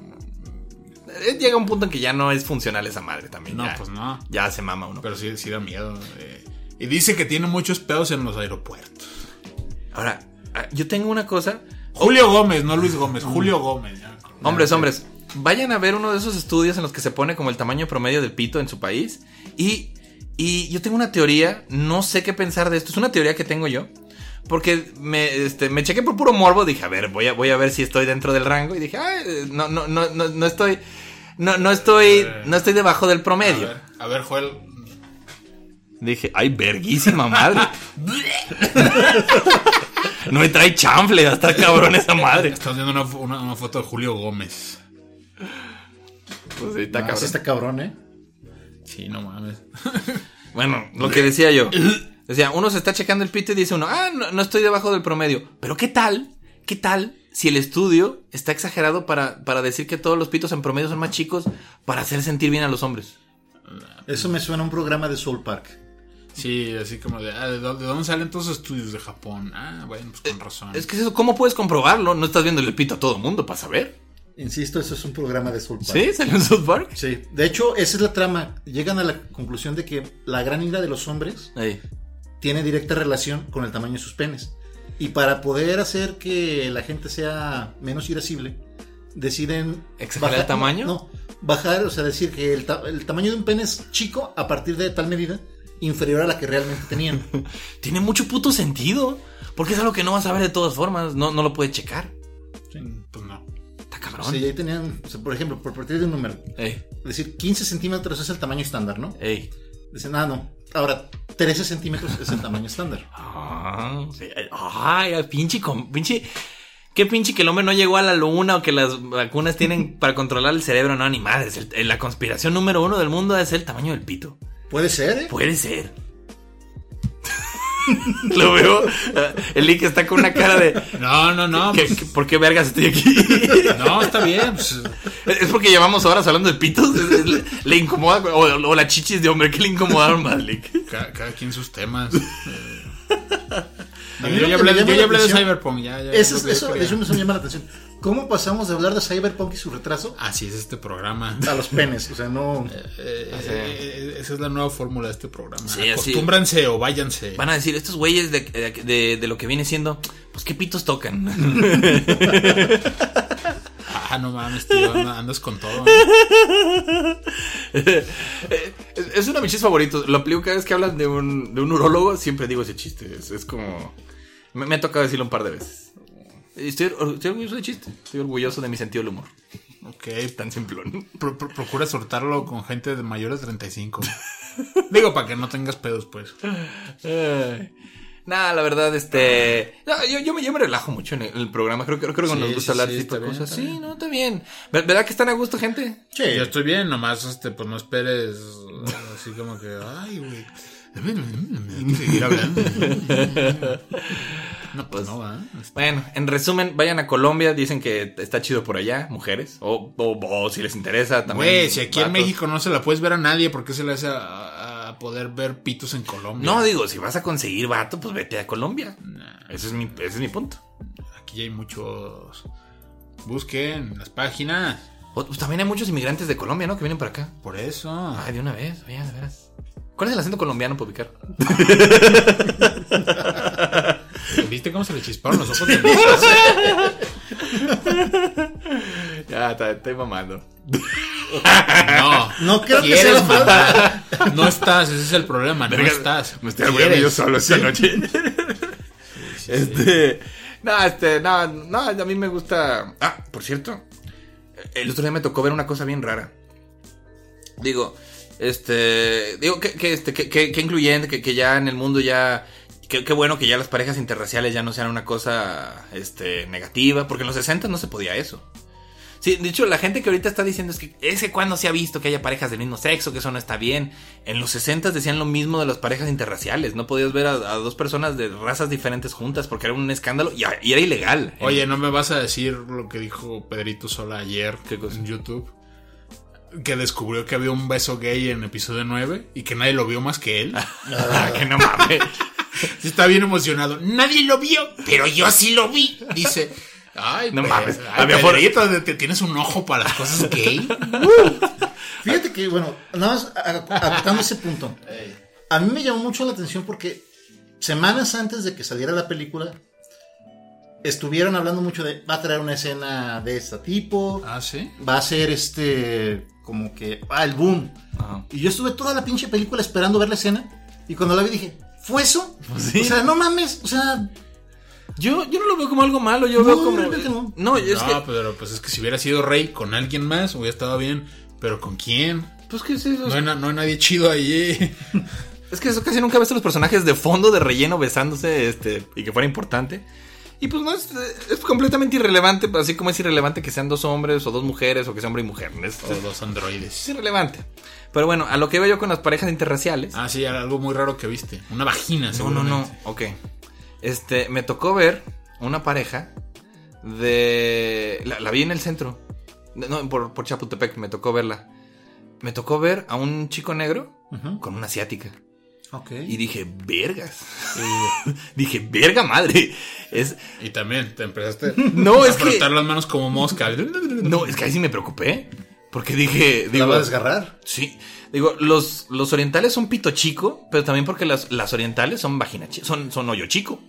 Speaker 3: Eh, Llega un punto en que ya no es funcional esa madre también.
Speaker 4: No,
Speaker 3: ya,
Speaker 4: pues no.
Speaker 3: Ya se mama uno.
Speaker 4: Pero sí, sí da miedo. eh. Y dice que tiene muchos pedos en los aeropuertos.
Speaker 3: Ahora, ah, yo tengo una cosa.
Speaker 4: Julio Gómez, no Luis
Speaker 3: Mm.
Speaker 4: Gómez, Julio Gómez. ya me acordé.
Speaker 3: Hombres, hombres, vayan a ver uno de esos estudios en los que se pone como el tamaño promedio del pito en su país. Y, y yo tengo una teoría, no sé qué pensar de esto, es una teoría que tengo yo. Porque me, este, me chequé por puro morbo, dije, a ver, voy a, voy a ver si estoy dentro del rango. Y dije, "Ay, eh, no, no, no, no, no estoy. No, no estoy. No estoy debajo del
Speaker 4: A
Speaker 3: promedio.
Speaker 4: ver, a ver, Joel.
Speaker 3: Dije, ay, verguísima madre. no me trae chanfle, va a estar cabrón esa madre.
Speaker 4: Estamos viendo una, fo- una- una foto de Julio Gómez.
Speaker 3: Pues sí, está
Speaker 5: No,
Speaker 3: cabrón.
Speaker 5: Ah, sí está cabrón, ¿eh?
Speaker 4: Sí, no mames.
Speaker 3: Bueno, lo que decía yo. Decía, uno se está checando el pito y dice uno, ah, no, no estoy debajo del promedio. Pero ¿qué tal? ¿Qué tal si el estudio está exagerado para, para decir que todos los pitos en promedio son más chicos para hacer sentir bien a los hombres?
Speaker 5: Eso me suena a un programa de Soul Park.
Speaker 4: Sí, así como de, ah, ¿de dó- de dónde salen todos los estudios de Japón? Ah, bueno, pues con razón.
Speaker 3: Es que eso, ¿cómo puedes comprobarlo? No estás viendo el pito a todo mundo para saber.
Speaker 5: Insisto, eso es un programa de Soul Park.
Speaker 3: ¿Sí? ¿Salió en South Park?
Speaker 5: Sí. De hecho, esa es la trama. Llegan a la conclusión de que la gran ira de los hombres
Speaker 3: Ahí.
Speaker 5: tiene directa relación con el tamaño de sus penes. Y para poder hacer que la gente sea menos irascible, deciden...
Speaker 3: ¿Exagerar el tamaño?
Speaker 5: No, bajar, o sea, decir que el, ta- el tamaño de un pene es chico a partir de tal medida inferior a la que realmente tenían.
Speaker 3: Tiene mucho puto sentido. Porque es algo que no vas a ver de todas formas. No, no lo puedes checar.
Speaker 4: Mm, Pues no.
Speaker 3: Está cabrón.
Speaker 5: Sí, ahí tenían, o sea, por ejemplo, por partir de un número,
Speaker 3: Ey,
Speaker 5: decir 15 centímetros es el tamaño estándar, ¿no?
Speaker 3: ey.
Speaker 5: Dicen, ah, no. Ahora, 13 centímetros es el tamaño estándar.
Speaker 3: Ah, sí, ay, ay, pinche, com- pinche. Qué pinche que el hombre no llegó a la luna o que las vacunas tienen para controlar el cerebro. No, ni madres. El- el- la conspiración número uno del mundo es el tamaño del pito.
Speaker 5: Puede ser, ¿eh?
Speaker 3: Puede ser. Lo veo. eh, El Ike está con una cara de.
Speaker 4: No, no, no.
Speaker 3: ¿qué-
Speaker 4: pues,
Speaker 3: qué- ¿Por qué vergas estoy aquí?
Speaker 4: no, está bien. pues,
Speaker 3: ¿Es porque llevamos horas hablando de pitos? ¿Es- es- ¿Le, le incomoda? O, o la chichis de hombre, ¿qué le incomodaron más, Lick?
Speaker 4: ca- cada, quien sus temas. Eh,
Speaker 5: A mí
Speaker 4: Yo
Speaker 5: lo
Speaker 4: ya
Speaker 5: que me
Speaker 4: hablé,
Speaker 5: llama
Speaker 4: yo
Speaker 5: la
Speaker 4: ya hablé de
Speaker 5: atención-
Speaker 4: Cyberpunk. Ya, ya,
Speaker 5: Eso,
Speaker 4: es lo que yo
Speaker 5: eso,
Speaker 4: quería.
Speaker 5: eso me llama la atención. ¿Cómo pasamos de hablar de Cyberpunk y su retraso
Speaker 4: Así es este programa.
Speaker 5: a los penes? O sea, no.
Speaker 4: Eh, eh, esa es la nueva fórmula de este programa.
Speaker 3: Sí, así.
Speaker 4: Acostúmbranse o váyanse.
Speaker 3: Van a decir, estos güeyes de, de- de- de lo que viene siendo, pues qué pitos tocan.
Speaker 4: Ah, no mames, tío. anda- Andas con todo. ¿eh?
Speaker 3: es, es uno de mis chistes favoritos. Lo aplico cada vez que hablan de un, de un urólogo, siempre digo ese chiste. Es, es como. Me, me ha tocado decirlo un par de veces. Y Estoy, or- estoy orgulloso del chiste. Estoy orgulloso de mi sentido del humor.
Speaker 4: Ok.
Speaker 3: Tan simplón.
Speaker 4: pro- pro- procura soltarlo con gente de mayores de 35. Digo, para que no tengas pedos, pues.
Speaker 3: Ay. Nah, la verdad, este. no, yo, yo me, yo me relajo mucho en el, el programa. Creo, que- creo que
Speaker 4: Sí,
Speaker 3: nos
Speaker 4: sí,
Speaker 3: gusta hablar
Speaker 4: sí,
Speaker 3: de
Speaker 4: está
Speaker 3: estas
Speaker 4: bien,
Speaker 3: cosas.
Speaker 4: está
Speaker 3: Sí,
Speaker 4: bien.
Speaker 3: no, está bien. Ver- ¿Verdad que están a gusto, gente?
Speaker 5: Che,
Speaker 4: Yo estoy bien, nomás, este, pues no esperes. uh, Así como que, ay, güey. Hay que seguir hablando. No, pues no, va.
Speaker 3: Bueno, en resumen, vayan a Colombia, dicen que está chido por allá, mujeres. O, o, o si les interesa también.
Speaker 4: Güey, si aquí en
Speaker 3: vatos.
Speaker 4: México no se la puedes ver a nadie, ¿por qué se le hace a, a poder ver pitos en Colombia?
Speaker 3: No, digo, si vas a conseguir vato, pues vete a Colombia.
Speaker 4: Nah,
Speaker 3: Ese es mi, ese es mi punto.
Speaker 4: aquí hay muchos. Busquen las páginas.
Speaker 3: O- pues también hay muchos inmigrantes de Colombia, ¿no? Que vienen para acá.
Speaker 4: Por eso.
Speaker 3: Ay, de una vez, oye, de veras. ¿Cuál es el acento colombiano, Pubicar?
Speaker 4: ¿Viste cómo se le chisparon los ojos? de Luis?
Speaker 3: Ya, está- estoy mamando.
Speaker 4: No.
Speaker 5: no creo que
Speaker 4: Quieres
Speaker 5: sea la falta.
Speaker 4: mamar. No estás, ese es el problema, no
Speaker 3: Verga,
Speaker 4: estás.
Speaker 3: Me estoy aburriendo yo
Speaker 4: Quieres.
Speaker 3: solo esta noche. este. No, este, no, no, a mí me gusta. Ah, por cierto, el otro día me tocó ver una cosa bien rara. Digo, este. Digo, que, que, este, que, que- que incluyente, que, que ya en el mundo ya. que- Qué bueno que ya las parejas interraciales ya no sean una cosa este, negativa, porque en los 60 no se podía eso. Sí, de hecho, la gente que ahorita está diciendo es que es que cuando se ha visto que haya parejas del mismo sexo, que eso no está bien. En los 60 decían lo mismo de las parejas interraciales. No podías ver a, a dos personas de razas diferentes juntas porque era un escándalo y, a- y era ilegal.
Speaker 4: Oye, no me vas a decir lo que dijo Pedrito Sola ayer
Speaker 3: ¿Qué cosa?
Speaker 4: en YouTube. Que descubrió que había un beso gay en episodio 9 y que nadie lo vio más que él.
Speaker 3: Ah, que no mames.
Speaker 4: Sí, Está bien emocionado. Nadie lo vio, pero yo sí lo vi. Dice. Ay,
Speaker 3: No
Speaker 4: pues,
Speaker 3: mames,
Speaker 4: ay,
Speaker 3: había por-
Speaker 4: Pedrito, te- tienes un ojo para las cosas gay.
Speaker 5: Fíjate que, bueno, nada más a- a- acotando ese punto. A mí me llamó mucho la atención porque semanas antes de que saliera la película, estuvieron hablando mucho de va a traer una escena de este tipo,
Speaker 4: Ah, sí.
Speaker 5: va a ser este, como que, ah, el boom.
Speaker 3: Ajá.
Speaker 5: Y yo estuve toda la pinche película esperando ver la escena. Y cuando la vi dije, ¿fue eso?
Speaker 3: Pues sí.
Speaker 5: O sea, no mames. O sea,
Speaker 3: Yo, yo no lo veo como algo malo, yo
Speaker 5: No,
Speaker 3: veo como.
Speaker 5: realmente no.
Speaker 3: No, es
Speaker 4: no,
Speaker 3: que.
Speaker 4: pero pues es que si hubiera sido rey con alguien más, hubiera estado bien. Pero ¿con quién?
Speaker 3: Pues que es eso.
Speaker 4: No hay, na- no hay nadie chido ahí.
Speaker 3: Es que eso casi nunca ves a los personajes de fondo de relleno besándose, este, y que fuera importante. Y pues no es, es completamente irrelevante, así como es irrelevante que sean dos hombres o dos mujeres o que sea hombre y mujer. Es,
Speaker 4: O
Speaker 3: es-
Speaker 4: los
Speaker 3: es
Speaker 4: androides.
Speaker 3: irrelevante. Pero bueno, a lo que veo yo con las parejas interraciales.
Speaker 4: Ah, sí, algo muy raro que viste. Una vagina,
Speaker 3: no, no, no.
Speaker 4: seguramente.
Speaker 3: Ok. Este, me tocó ver una pareja de. La, la vi en el centro. No, por, por Chapultepec, me tocó verla. Me tocó ver a un chico negro
Speaker 5: Ujú.
Speaker 3: con una asiática.
Speaker 5: Ok.
Speaker 3: Y dije, vergas. dije, verga madre. Es,
Speaker 4: Y también te empezaste
Speaker 3: No,
Speaker 4: a
Speaker 3: es que-
Speaker 4: frotar las manos como mosca.
Speaker 3: no, es que ahí sí me preocupé. Porque dije,
Speaker 5: ¿La
Speaker 3: digo,
Speaker 5: va a desgarrar?
Speaker 3: sí. Digo, los, los orientales son pito chico, pero también porque las, las orientales son vagina chi- son, son hoyo chico.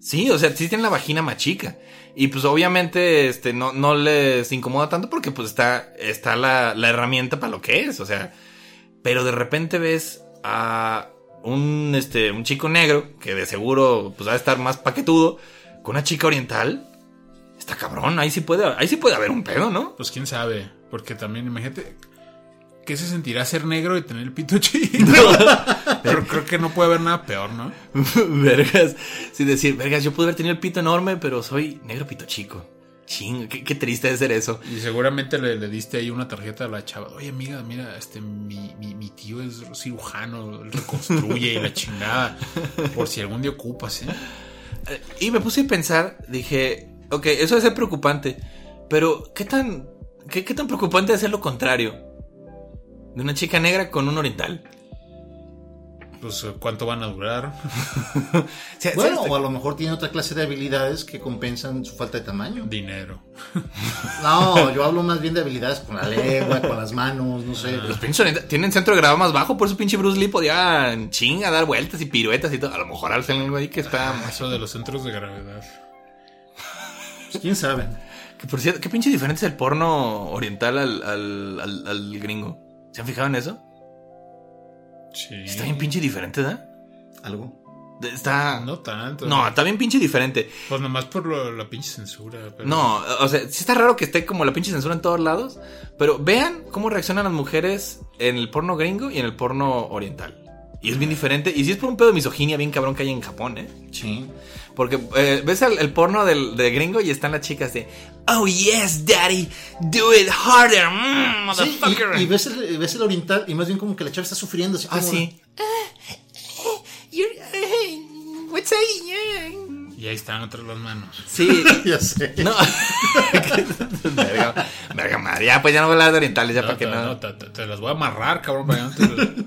Speaker 3: Sí, o sea, sí tienen la vagina más chica. Y pues obviamente este, no, no les incomoda tanto porque pues está, está la, la herramienta para lo que es. O sea, pero de repente ves a un, este, un chico negro que de seguro pues, va a estar más paquetudo con una chica oriental. Está cabrón, ahí sí puede, ahí sí puede haber un pedo, ¿no?
Speaker 4: Pues quién sabe. Porque también, imagínate, ¿qué se sentirá ser negro y tener el pito chido? Pero creo que no puede haber nada peor, ¿no?
Speaker 3: vergas, sin decir, vergas, yo pude haber tenido el pito enorme, pero soy negro pito chico. Ching, qué, qué triste de ser eso.
Speaker 4: Y seguramente le, le diste ahí una tarjeta a la chava. Oye, amiga, mira, este, mi, mi, mi tío es cirujano, él reconstruye y la chingada. Por si algún día ocupas, ¿eh?
Speaker 3: Eh, Y me puse a pensar, dije, ok, eso debe ser preocupante, pero ¿qué tan, qué, qué tan preocupante debe ser lo contrario? De una chica negra con un oriental.
Speaker 4: Pues cuánto van a durar.
Speaker 3: O sea,
Speaker 5: Bueno,
Speaker 3: ¿sabes?
Speaker 5: o a lo mejor tiene otra clase de habilidades que compensan su falta de tamaño.
Speaker 4: Dinero.
Speaker 5: No, yo hablo más bien de habilidades con la lengua, con las manos, no sé. Pues,
Speaker 3: Los pinches orientales tienen centro de gravedad más bajo, por eso pinche Bruce Lee podía en chinga dar vueltas y piruetas y todo. A lo mejor al algo ahí que está
Speaker 5: Ah.
Speaker 3: más.
Speaker 4: Eso de los centros de gravedad.
Speaker 5: Pues, ¿Quién sabe?
Speaker 3: Que por cierto, qué pinche diferente es el porno oriental al, al, al- al gringo. ¿Se han fijado en eso?
Speaker 4: Sí.
Speaker 3: Está bien pinche diferente, ¿verdad?
Speaker 5: Algo.
Speaker 3: De- Está. No,
Speaker 4: No tanto.
Speaker 3: está bien pinche diferente.
Speaker 4: Pues nomás por lo- la pinche censura. pero-
Speaker 3: No, o sea, sí está raro que esté como la pinche censura en todos lados. Pero vean cómo reaccionan las mujeres en el porno gringo y en el porno oriental. Y es bien diferente. Y sí es por un pedo de misoginia bien cabrón que hay en Japón, ¿eh?
Speaker 5: Sí.
Speaker 3: Porque eh, ves el, el porno del, de gringo y están las chicas de Oh yes, daddy, do it harder, mm,
Speaker 5: Sí,
Speaker 3: motherfucker.
Speaker 5: y, y ves, el, ves el oriental y más bien como que la chava está sufriendo. Así
Speaker 3: Ah, eh,
Speaker 5: como-
Speaker 3: sí. eh, what's
Speaker 4: Y ahí están otras las manos.
Speaker 3: Sí.
Speaker 5: Ya sé.
Speaker 3: No. verga, verga madre. Ya, pues ya no voy a hablar de orientales, ya
Speaker 4: No,
Speaker 3: para que
Speaker 4: te,
Speaker 3: no.
Speaker 4: no,
Speaker 3: no.
Speaker 4: te, te- te las voy a amarrar, cabrón. Para que no te-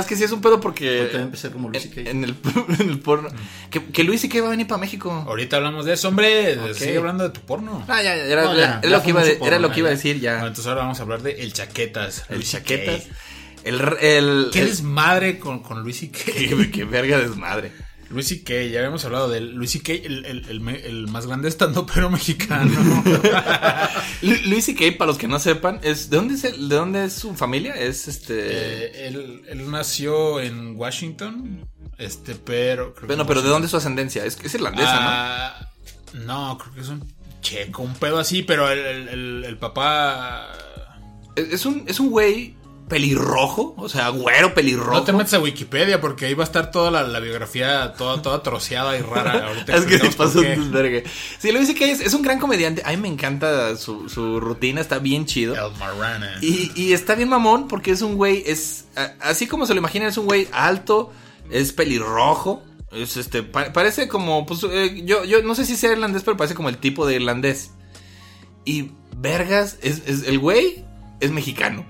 Speaker 3: es que sí es un pedo porque.
Speaker 5: Ahorita va a empezar como Luis
Speaker 3: eh, en,
Speaker 5: C.K..
Speaker 3: en el, en el porno. Que, que Luis y que va a venir para México.
Speaker 4: Ahorita hablamos de eso, hombre.
Speaker 3: Ok.
Speaker 4: Sigue hablando de tu porno.
Speaker 3: Ah, ya, ya, era,
Speaker 5: No, ya,
Speaker 3: era
Speaker 5: ya
Speaker 3: lo que
Speaker 5: fue
Speaker 3: iba, a
Speaker 5: mucho
Speaker 3: de-
Speaker 5: porno,
Speaker 3: era lo
Speaker 5: ya,
Speaker 3: que iba a
Speaker 5: ya.
Speaker 3: decir
Speaker 4: Bueno,
Speaker 3: ya.
Speaker 4: entonces ahora vamos a hablar de El Chaquetas.
Speaker 3: El
Speaker 4: Luis
Speaker 3: chaquetas.
Speaker 4: CK.
Speaker 3: El. el
Speaker 4: ¿Qué
Speaker 3: el-
Speaker 4: desmadre con, con Luis y Kay?
Speaker 3: qué- qué verga desmadre.
Speaker 4: Luis y Kay, ya habíamos hablado de él. Luis y Kay, el, el- el me- el más grande estando pero mexicano.
Speaker 3: Lu- Luis y para los que no sepan, es ¿de dónde es, el- de dónde es su familia? Es este.
Speaker 4: Eh, él, él nació en Washington, este, pero. creo que
Speaker 3: bueno, pero ¿de dónde es su ascendencia? Es, es irlandesa,
Speaker 4: Ah, no, creo que es un checo, un pedo así, pero el, el- el- el papá.
Speaker 3: ¿no? Es, es un, es un güey pelirrojo, o sea, güero
Speaker 4: No
Speaker 3: pelirrojo.
Speaker 4: te metas a Wikipedia porque ahí va a estar toda la, la biografía toda, toda troceada y rara. Ahorita
Speaker 3: es que sí
Speaker 4: explicamos por
Speaker 3: pasó un
Speaker 4: qué.
Speaker 3: desvergue. Sí, Luis y es, es un gran comediante. A mí me encanta su, su rutina, está bien chido.
Speaker 4: El Marrana.
Speaker 3: Y, y está bien mamón porque es un güey, es a- así como se lo imaginan, es un güey alto, es pelirrojo, es este, pa- parece como, pues eh, yo, yo no sé si sea irlandés, pero parece como el tipo de irlandés. Y vergas, es, es- el güey es mexicano.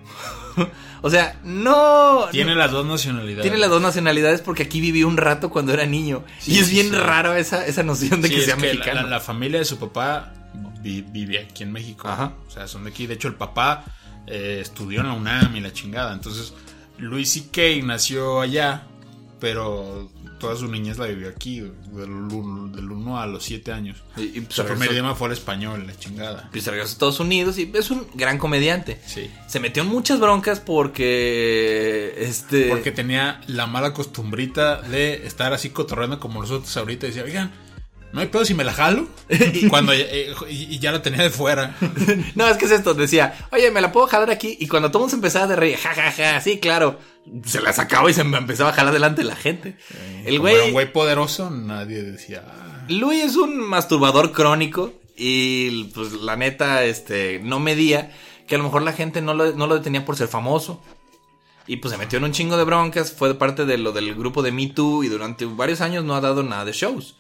Speaker 3: o sea, no...
Speaker 4: Tiene las dos nacionalidades.
Speaker 3: tiene las dos nacionalidades porque aquí viví un rato cuando era niño.
Speaker 4: Sí,
Speaker 3: y es
Speaker 4: sí,
Speaker 3: bien
Speaker 4: sí.
Speaker 3: raro esa, esa noción de
Speaker 4: Sí,
Speaker 3: que
Speaker 4: es
Speaker 3: sea
Speaker 4: que la-
Speaker 3: mexicano.
Speaker 4: La, la familia de su papá vi- vive aquí en México.
Speaker 3: Ajá.
Speaker 4: O sea, son de aquí. De hecho, el papá eh, estudió en la UNAM y la chingada. Entonces, Luis C.K. nació allá, pero toda su niñez la vivió aquí, del 1 a los 7 años.
Speaker 3: Y- y, pues,
Speaker 4: Su primer
Speaker 3: regresó-
Speaker 4: idioma fue el español, la chingada.
Speaker 3: pues, regresó a Estados Unidos y es un gran comediante.
Speaker 4: Sí.
Speaker 3: Se metió en muchas broncas porque. Este.
Speaker 4: Porque tenía la mala costumbrita de estar así cotorreando como nosotros ahorita y decía, oigan, no hay pedo si me la jalo. Cuando eh, y- y ya la tenía de fuera.
Speaker 3: No, es que es esto. Decía, oye, me la puedo jalar aquí. Y cuando todo el mundo se empezaba a reír, jajaja, sí, claro. se la sacaba y se me empezaba a jalar delante de la gente. El
Speaker 4: Como era
Speaker 3: güey,
Speaker 4: un güey poderoso, nadie decía. "Ah".
Speaker 3: Luis es un masturbador crónico y pues la neta, este, no medía que a lo mejor la gente no lo, no lo detenía por ser famoso. Y pues se metió en un chingo de broncas, fue parte de lo del grupo de Me Too y durante varios años no ha dado nada de shows.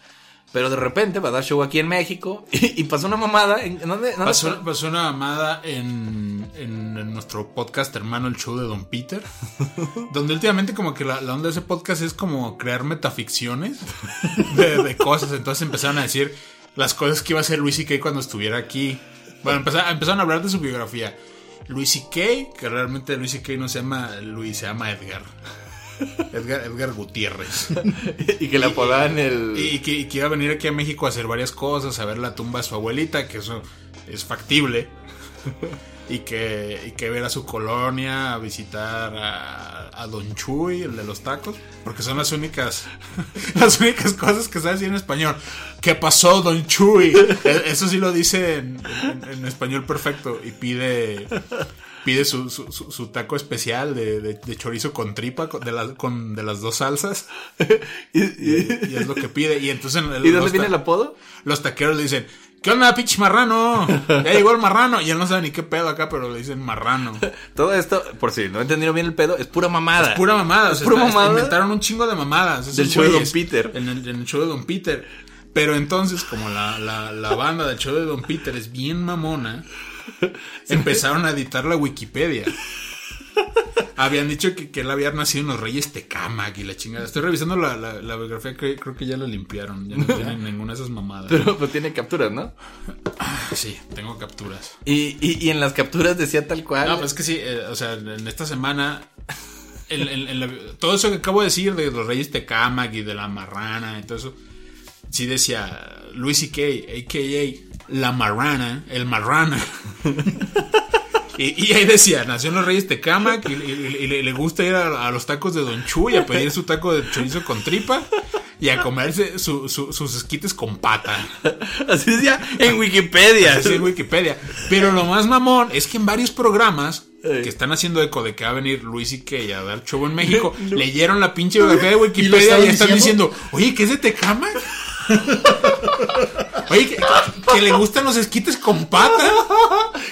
Speaker 3: Pero de repente va a dar show aquí en México y, y pasó una mamada. ¿En, en dónde, en dónde fue?
Speaker 4: Pasó, pasó una amada en, en- en nuestro podcast hermano El Show de Don Peter, donde últimamente como que la, la onda de ese podcast es como crear metaficciones de, de cosas. Entonces empezaron a decir las cosas que iba a hacer Luis y cuando estuviera aquí. Bueno, empezaron, empezaron a hablar de su biografía. Luis y que realmente Luis y no se llama Luis, se llama Edgar. Edgar, Edgar Gutiérrez.
Speaker 3: Y que le apodaban el.
Speaker 4: Y que, y que iba a venir aquí a México a hacer varias cosas, a ver la tumba de su abuelita, que eso es factible. y, que, y que ver a su colonia, a visitar a, a Don Chuy, el de los tacos, porque son las únicas, las únicas cosas que sabes decir en español. ¿Qué pasó, Don Chuy? E- Eso sí lo dice en, en- en español perfecto y pide... Pide su, su- su- su taco especial de, de- de chorizo con tripa, con- de, la- con, de las dos salsas.
Speaker 3: ¿Y,
Speaker 4: Y, y es lo que pide. Y entonces el-
Speaker 3: ¿y dónde
Speaker 4: los,
Speaker 3: viene
Speaker 4: ta-
Speaker 3: el apodo?
Speaker 4: los taqueros le dicen, ¿qué onda, pinche marrano? Ya llegó el marrano. Y él no sabe ni qué pedo acá, pero le dicen marrano.
Speaker 3: Todo esto, por si no entendieron bien el pedo, es pura mamada.
Speaker 4: Pura mamada. o sea,
Speaker 3: pura
Speaker 4: está-
Speaker 3: mamada.
Speaker 4: Inventaron un chingo de mamadas. esos
Speaker 3: Del show de
Speaker 4: güeyes,
Speaker 3: Don Peter.
Speaker 4: En el, en el show de Don Peter. Pero entonces, como la, la- la banda del show de Don Peter es bien mamona, empezaron a editar la Wikipedia. Habían dicho que, que él había nacido en los Reyes Tecamac y la chingada. Estoy revisando la, la- la biografía, que creo que ya la limpiaron. Ya no tienen ninguna de esas mamadas.
Speaker 3: Pero pues tiene capturas, ¿no?
Speaker 4: Sí, tengo capturas.
Speaker 3: Y, y, y en las capturas decía tal cual.
Speaker 4: No, pues es que sí, eh, o sea, en esta semana. en- en- en la- todo eso que acabo de decir de los Reyes Tecamac y de la Marrana y todo eso. Sí decía Luis C.K., a.k.a. La Marrana, el Marrana. Y, y ahí decía, nació en los Reyes Tecamac y, y- y- y le, le gusta ir a, a los tacos de Don Chuy a pedir su taco de chorizo con tripa y a comerse su- su- sus esquites con pata.
Speaker 3: Así decía en Wikipedia.
Speaker 4: Así es en Wikipedia. Pero lo más mamón es que en varios programas que están haciendo eco de que va a venir Luis y que a dar show en México, leyeron la pinche biografía de
Speaker 5: ¿Y lo
Speaker 4: Wikipedia
Speaker 5: estaban
Speaker 4: y están
Speaker 5: diciendo?
Speaker 4: diciendo, oye, ¿qué es de Tecama? Oye, que, que le gustan los esquites con pata.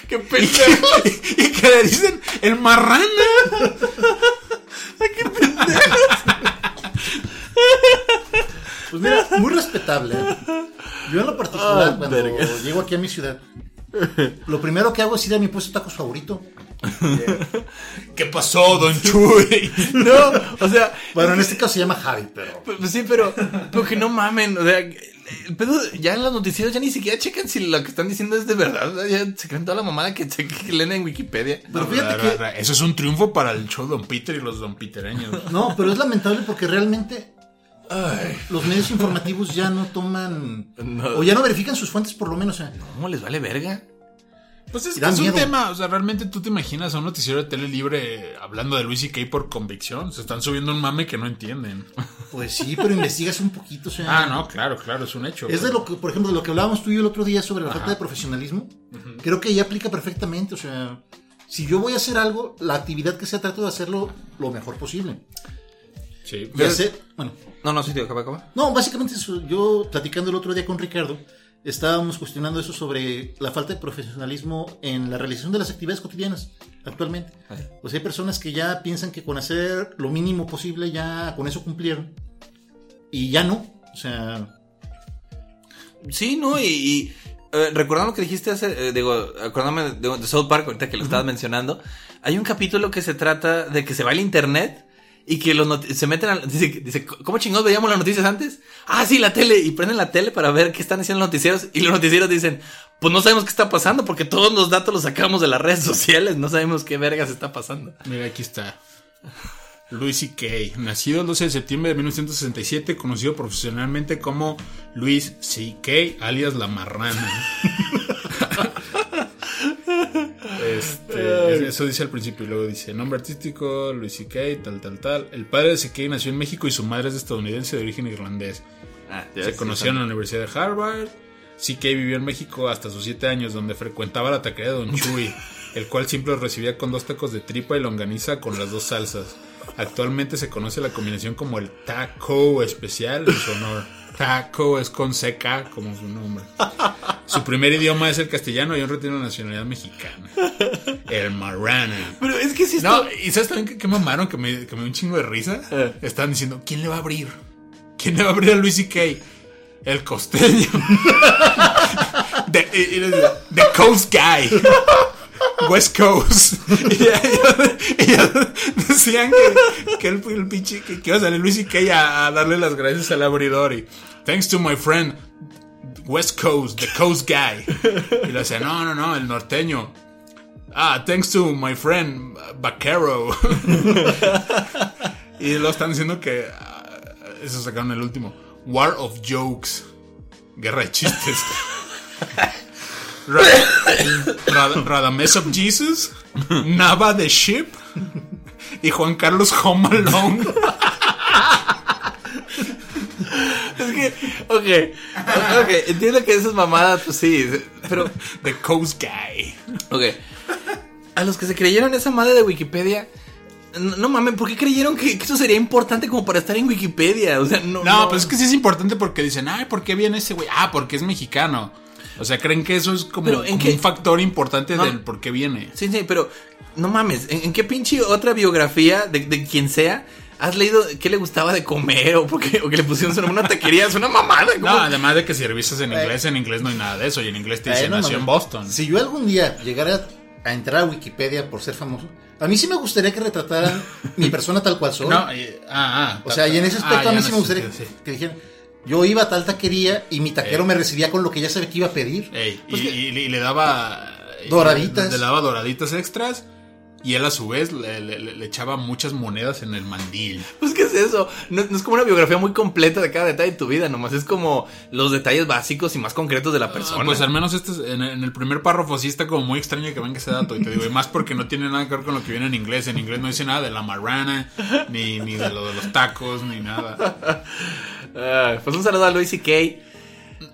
Speaker 3: Qué
Speaker 4: Y
Speaker 3: pendejo.
Speaker 4: que, y que le dicen el marrana.
Speaker 5: Pues mira, muy respetable. ¿eh? Yo en lo particular,
Speaker 3: Ah,
Speaker 5: cuando
Speaker 3: verga.
Speaker 5: llego aquí a mi ciudad, lo primero que hago es ir a mi puesto de tacos favorito.
Speaker 4: ¿Qué pasó, don Chuy?
Speaker 3: No, o sea,
Speaker 5: Bueno, en este caso se llama Javi, pero...
Speaker 3: pues sí, pero, pero que no mamen. O sea, el pedo, ya en los noticieros ya ni siquiera checan si lo que están diciendo es de verdad. o sea, Ya se creen toda la mamada que, se- que leen en Wikipedia.
Speaker 5: Pero fíjate que...
Speaker 4: Eso es un triunfo para el show Don Peter y los Don Petereños.
Speaker 5: No, pero es lamentable porque realmente los medios informativos ya no toman
Speaker 3: No.
Speaker 5: o ya no verifican sus fuentes por lo menos. ¿eh?
Speaker 3: ¿Cómo les vale verga?
Speaker 4: Pues es
Speaker 5: Y
Speaker 4: que
Speaker 5: da
Speaker 4: es un
Speaker 5: miedo.
Speaker 4: tema, o sea, realmente tú te imaginas a un noticiero de tele libre hablando de Luis y Kay por convicción. Se están subiendo un mame que no entienden.
Speaker 5: Pues sí, pero investigas un poquito. o sea,
Speaker 4: ah, no, claro, claro, es un hecho.
Speaker 5: Es de lo que, por ejemplo, de lo que hablábamos tú y yo el otro día sobre la falta de profesionalismo. Creo que ahí aplica perfectamente. O sea, si yo voy a hacer algo, la actividad que sea trato de hacerlo lo mejor posible.
Speaker 4: Sí,
Speaker 5: Ya sé, bueno,
Speaker 3: No, no, sí, tío, acaba, acaba.
Speaker 5: No, básicamente eso. yo platicando el otro día con Ricardo, estábamos cuestionando eso sobre la falta de profesionalismo en la realización de las actividades cotidianas actualmente.
Speaker 3: Ajá.
Speaker 5: Pues hay personas que ya piensan que con hacer lo mínimo posible ya con eso cumplieron y ya no. O sea,
Speaker 3: Sí, no, y, y, eh, recordando lo que dijiste hace, eh, digo, acordándome de, de South Park, ahorita que lo estabas mencionando, hay un capítulo que se trata de que se va al internet y que los noti- se meten al dice, dice, ¿cómo chingados veíamos las noticias antes? Ah, sí, la tele, y prenden la tele para ver qué están haciendo los noticieros, y los noticieros dicen, pues no sabemos qué está pasando, porque todos los datos los sacamos de las redes sociales, no sabemos qué vergas está pasando.
Speaker 4: mira, aquí está. Luis y Kay, nacido el 12 de septiembre de 1967, conocido profesionalmente como Luis C.K., alias La Marrana. Este, es- eso dice al principio y luego dice nombre artístico, Luis C.K., tal, tal, tal. El padre de C.K. nació en México y su madre es estadounidense de origen irlandés. Se conocieron en la Universidad de Harvard. C.K. vivió en México hasta sus 7 años, donde frecuentaba la taquería de Don Chuy. el cual siempre los recibía con dos tacos de tripa y longaniza con las dos salsas. Actualmente se conoce la combinación como el taco especial en su honor. Taco es con seca como su nombre. Su primer idioma es el castellano y ahora tiene la nacionalidad mexicana. El marrana.
Speaker 3: Pero es que si esto...
Speaker 4: No, y ¿sabes también que, que mamaron? Que me, que me dio un chingo de risa.
Speaker 3: Eh.
Speaker 4: Estaban diciendo, ¿quién le va a abrir? ¿Quién le va a abrir a Luis y Kay? El costeño. The, y- y les digo, "The Coast Guy. West Coast. Y ya, ya- ya decían que, que el, el pinche que, que iba a salir Luis y Kay a, a darle las gracias al abridor. Y, Thanks to my friend. West Coast, the Coast Guy. Y le decía, no, no, no, el norteño. Ah, thanks to my friend uh, Vaquero. y lo están diciendo que. ah, eso sacaron el último. War of Jokes. Guerra de chistes. Ra- Ra- Radames of Jesus. Nava the Ship. Y Juan Carlos Home Alone.
Speaker 3: Es que, ok, ok, entiendo que esas mamadas, pues sí, pero,
Speaker 4: The Coast Guy.
Speaker 3: ok. A los que se creyeron esa madre de Wikipedia, no, no mames, ¿por qué creyeron que, que eso sería importante como para estar en Wikipedia? O sea, no.
Speaker 4: No, pues es que sí es importante porque dicen, ay, ¿por qué viene ese güey? Ah, porque es mexicano. O sea, creen que eso es como,
Speaker 3: Pero, ¿en
Speaker 4: como
Speaker 3: qué?
Speaker 4: un factor importante
Speaker 3: No.
Speaker 4: del por qué viene.
Speaker 3: Sí, sí, pero no mames, ¿en, en qué pinche otra biografía de, de quien sea has leído qué le gustaba de comer o, por qué- o que le pusieron su nombre a una taquería? Es una mamada,
Speaker 4: No,
Speaker 3: ¿cómo? Eh.
Speaker 4: además de que si revisas en inglés, en inglés no hay nada de eso. Y en inglés te
Speaker 5: Eh,
Speaker 4: dicen,
Speaker 5: no
Speaker 4: nació
Speaker 5: mames.
Speaker 4: en Boston.
Speaker 5: Si yo algún día llegara a entrar a Wikipedia por ser famoso, a mí sí me gustaría que retrataran mi persona tal cual soy.
Speaker 4: No, y- ah, ah,
Speaker 5: o sea, y en ese
Speaker 4: ah, ya
Speaker 5: aspecto a mí
Speaker 4: no
Speaker 5: sí me
Speaker 4: sé,
Speaker 5: gustaría que,
Speaker 4: sí.
Speaker 5: que dijeran, yo iba a tal taquería y mi taquero
Speaker 4: Eh.
Speaker 5: me recibía con lo que ya sabía que iba a pedir.
Speaker 4: Ey,
Speaker 3: Pues
Speaker 4: y,
Speaker 3: que-
Speaker 4: y- y le daba.
Speaker 5: eh, Doraditas.
Speaker 4: Le, daba doraditas extras. Y él a su vez le, le- le- le echaba muchas monedas en el mandil.
Speaker 5: Ah,
Speaker 3: Pues, ¿qué es eso? No, no es como una biografía muy completa de cada detalle de tu vida, nomás es como los detalles básicos y más concretos de la persona.
Speaker 4: Ah, Pues al menos este es- en, en el primer párrafo sí está como muy extraño que venga ese dato. Y te digo, y más porque no tiene nada que ver con lo que viene en inglés. En inglés no dice nada de la marrana, ni, ni de lo de los tacos, ni nada.
Speaker 3: Ah, pues un saludo a Luis y Kay.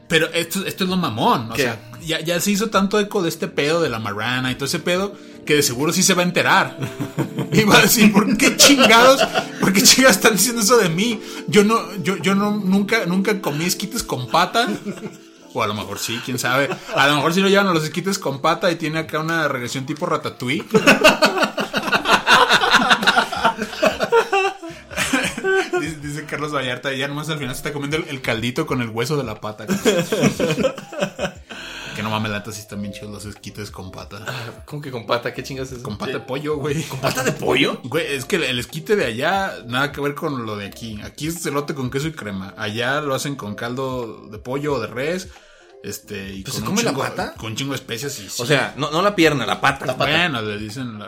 Speaker 4: Pero esto, esto es lo mamón. O
Speaker 3: ¿Qué?
Speaker 4: sea, ya, ya se hizo tanto eco de este pedo de la marrana y todo ese pedo que de seguro sí se va a enterar. Y va a decir, ¿por qué chingados? ¿Por qué chingados están diciendo eso de mí? Yo no, yo, yo no, nunca, nunca comí esquites con pata. O a lo mejor sí, quién sabe. A lo mejor sí lo llevan a los esquites con pata y tiene acá una regresión tipo ratatouille. Dice, dice Carlos Vallarta, ya nomás al final se está comiendo el, el caldito con el hueso de la pata. que no mames, lata, sí están bien chidos los esquites con pata.
Speaker 3: ¿Cómo que con pata? ¿Qué chingas es eso?
Speaker 4: Con pata de pollo, güey.
Speaker 3: ¿Con pata de pollo?
Speaker 4: Güey, es que el, el esquite de allá nada que ver con lo de aquí. Aquí es elote con queso y crema. Allá lo hacen con caldo de pollo o de res. Este, y
Speaker 3: ¿Pues
Speaker 4: con
Speaker 3: se
Speaker 4: un
Speaker 3: come la
Speaker 4: chingo-
Speaker 3: pata?
Speaker 4: Con un chingo de especias y
Speaker 3: O sea, no, no la pierna, la pata.
Speaker 5: La
Speaker 3: La,
Speaker 5: pata.
Speaker 4: bueno, le dicen la.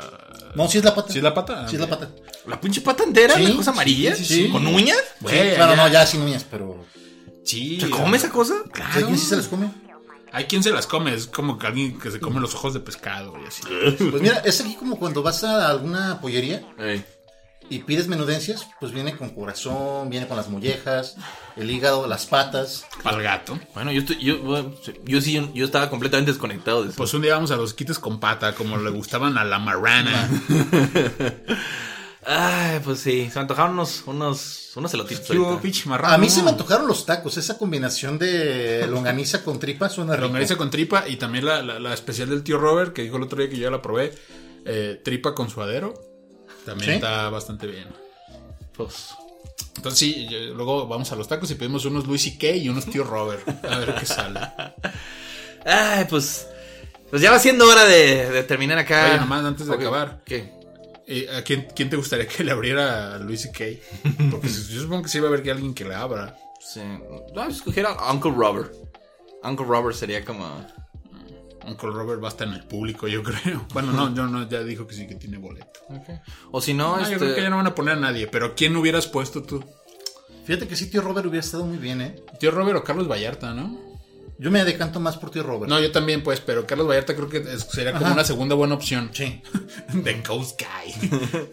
Speaker 5: No, sí es la pata.
Speaker 4: ¿Sí es la pata?
Speaker 5: Sí es la pata.
Speaker 3: pinche pata entera,
Speaker 5: Sí,
Speaker 3: la cosa amarilla,
Speaker 5: sí, sí, sí.
Speaker 3: con uñas.
Speaker 4: Güey,
Speaker 5: Sí, claro,
Speaker 4: allá-
Speaker 5: no, ya sin uñas, pero...
Speaker 4: Sí.
Speaker 3: ¿Se come esa cosa?
Speaker 5: O sea, ¿Quién sí se las come?
Speaker 4: Hay quien se las come, es como que alguien que se come los ojos de pescado y así.
Speaker 5: Pues mira, es aquí como cuando vas a alguna pollería
Speaker 3: Ey.
Speaker 5: y pides menudencias, pues viene con corazón, viene con las mollejas, el hígado, las patas.
Speaker 4: Al gato.
Speaker 3: Bueno, yo, estoy, yo, bueno, sí, yo sí, yo estaba completamente desconectado de eso.
Speaker 4: Pues un día vamos a los quites con pata, como le gustaban a la marrana.
Speaker 3: Ay, pues sí, se me antojaron unos, unos, unos elotitos.
Speaker 4: Yo,
Speaker 3: ahorita.
Speaker 4: pinche marrano.
Speaker 5: A mí se me antojaron los tacos, esa combinación de longaniza con tripa suena rico.
Speaker 4: Longaniza con tripa y también la, la- la especial del tío Robert que dijo el otro día que yo ya la probé. eh, tripa con suadero. También
Speaker 5: ¿Sí?
Speaker 4: está bastante bien.
Speaker 3: Pues,
Speaker 4: Entonces sí, yo- luego vamos a los tacos y pedimos unos Luis y Kay y unos tío Robert. A ver qué sale.
Speaker 3: Ay, pues. Pues ya va siendo hora de, de terminar acá.
Speaker 4: Oye, nomás antes de
Speaker 3: Ok,
Speaker 4: acabar.
Speaker 3: ¿Qué?
Speaker 4: Eh, ¿A quién, quién te gustaría que le abriera a Luis y Kay? Porque yo supongo que sí va a haber que alguien que le abra.
Speaker 3: Sí. No, yo escogiera a Uncle Robert. Uncle Robert sería como.
Speaker 4: Uncle Robert va a estar en el público, yo creo. Bueno, no, yo no, ya dijo que sí que tiene boleto.
Speaker 3: O si no,
Speaker 4: Ah,
Speaker 3: este.
Speaker 4: Yo creo que ya no van a poner a nadie, pero ¿quién hubieras puesto tú?
Speaker 5: Fíjate que sí, tío Robert hubiera estado muy bien, ¿eh?
Speaker 4: Tío Robert o Carlos Vallarta, ¿no?
Speaker 5: Yo me decanto más por tío Robert.
Speaker 4: No, yo también, pues, pero Carlos Vallarta creo que es- sería como
Speaker 5: Ajá.
Speaker 4: una segunda buena opción.
Speaker 5: Sí.
Speaker 4: The Ghost Guy.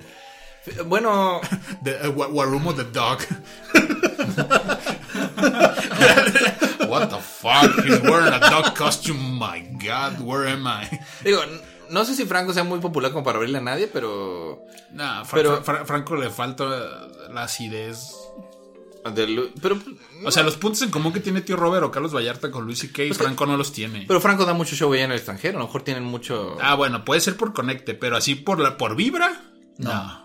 Speaker 3: Bueno,
Speaker 4: The, uh, Wa- Warumo the Dog. What the fuck? He's wearing a dog costume. My God, where am I?
Speaker 3: digo, n- no sé si Franco sea muy popular como para abrirle a nadie, pero.
Speaker 4: Nah, Fra-
Speaker 3: Pero-
Speaker 4: Fra- Fra- Franco le falta eh, la acidez.
Speaker 3: de Lu- pero,
Speaker 4: O sea, los puntos en común que tiene tío Robert o Carlos Vallarta con Luis y Kay,
Speaker 5: Pues
Speaker 4: Franco no los tiene.
Speaker 3: pero Franco da mucho show allá en el extranjero. A lo mejor tienen mucho.
Speaker 4: Ah, bueno, puede ser por conecte, pero así por la por vibra. No.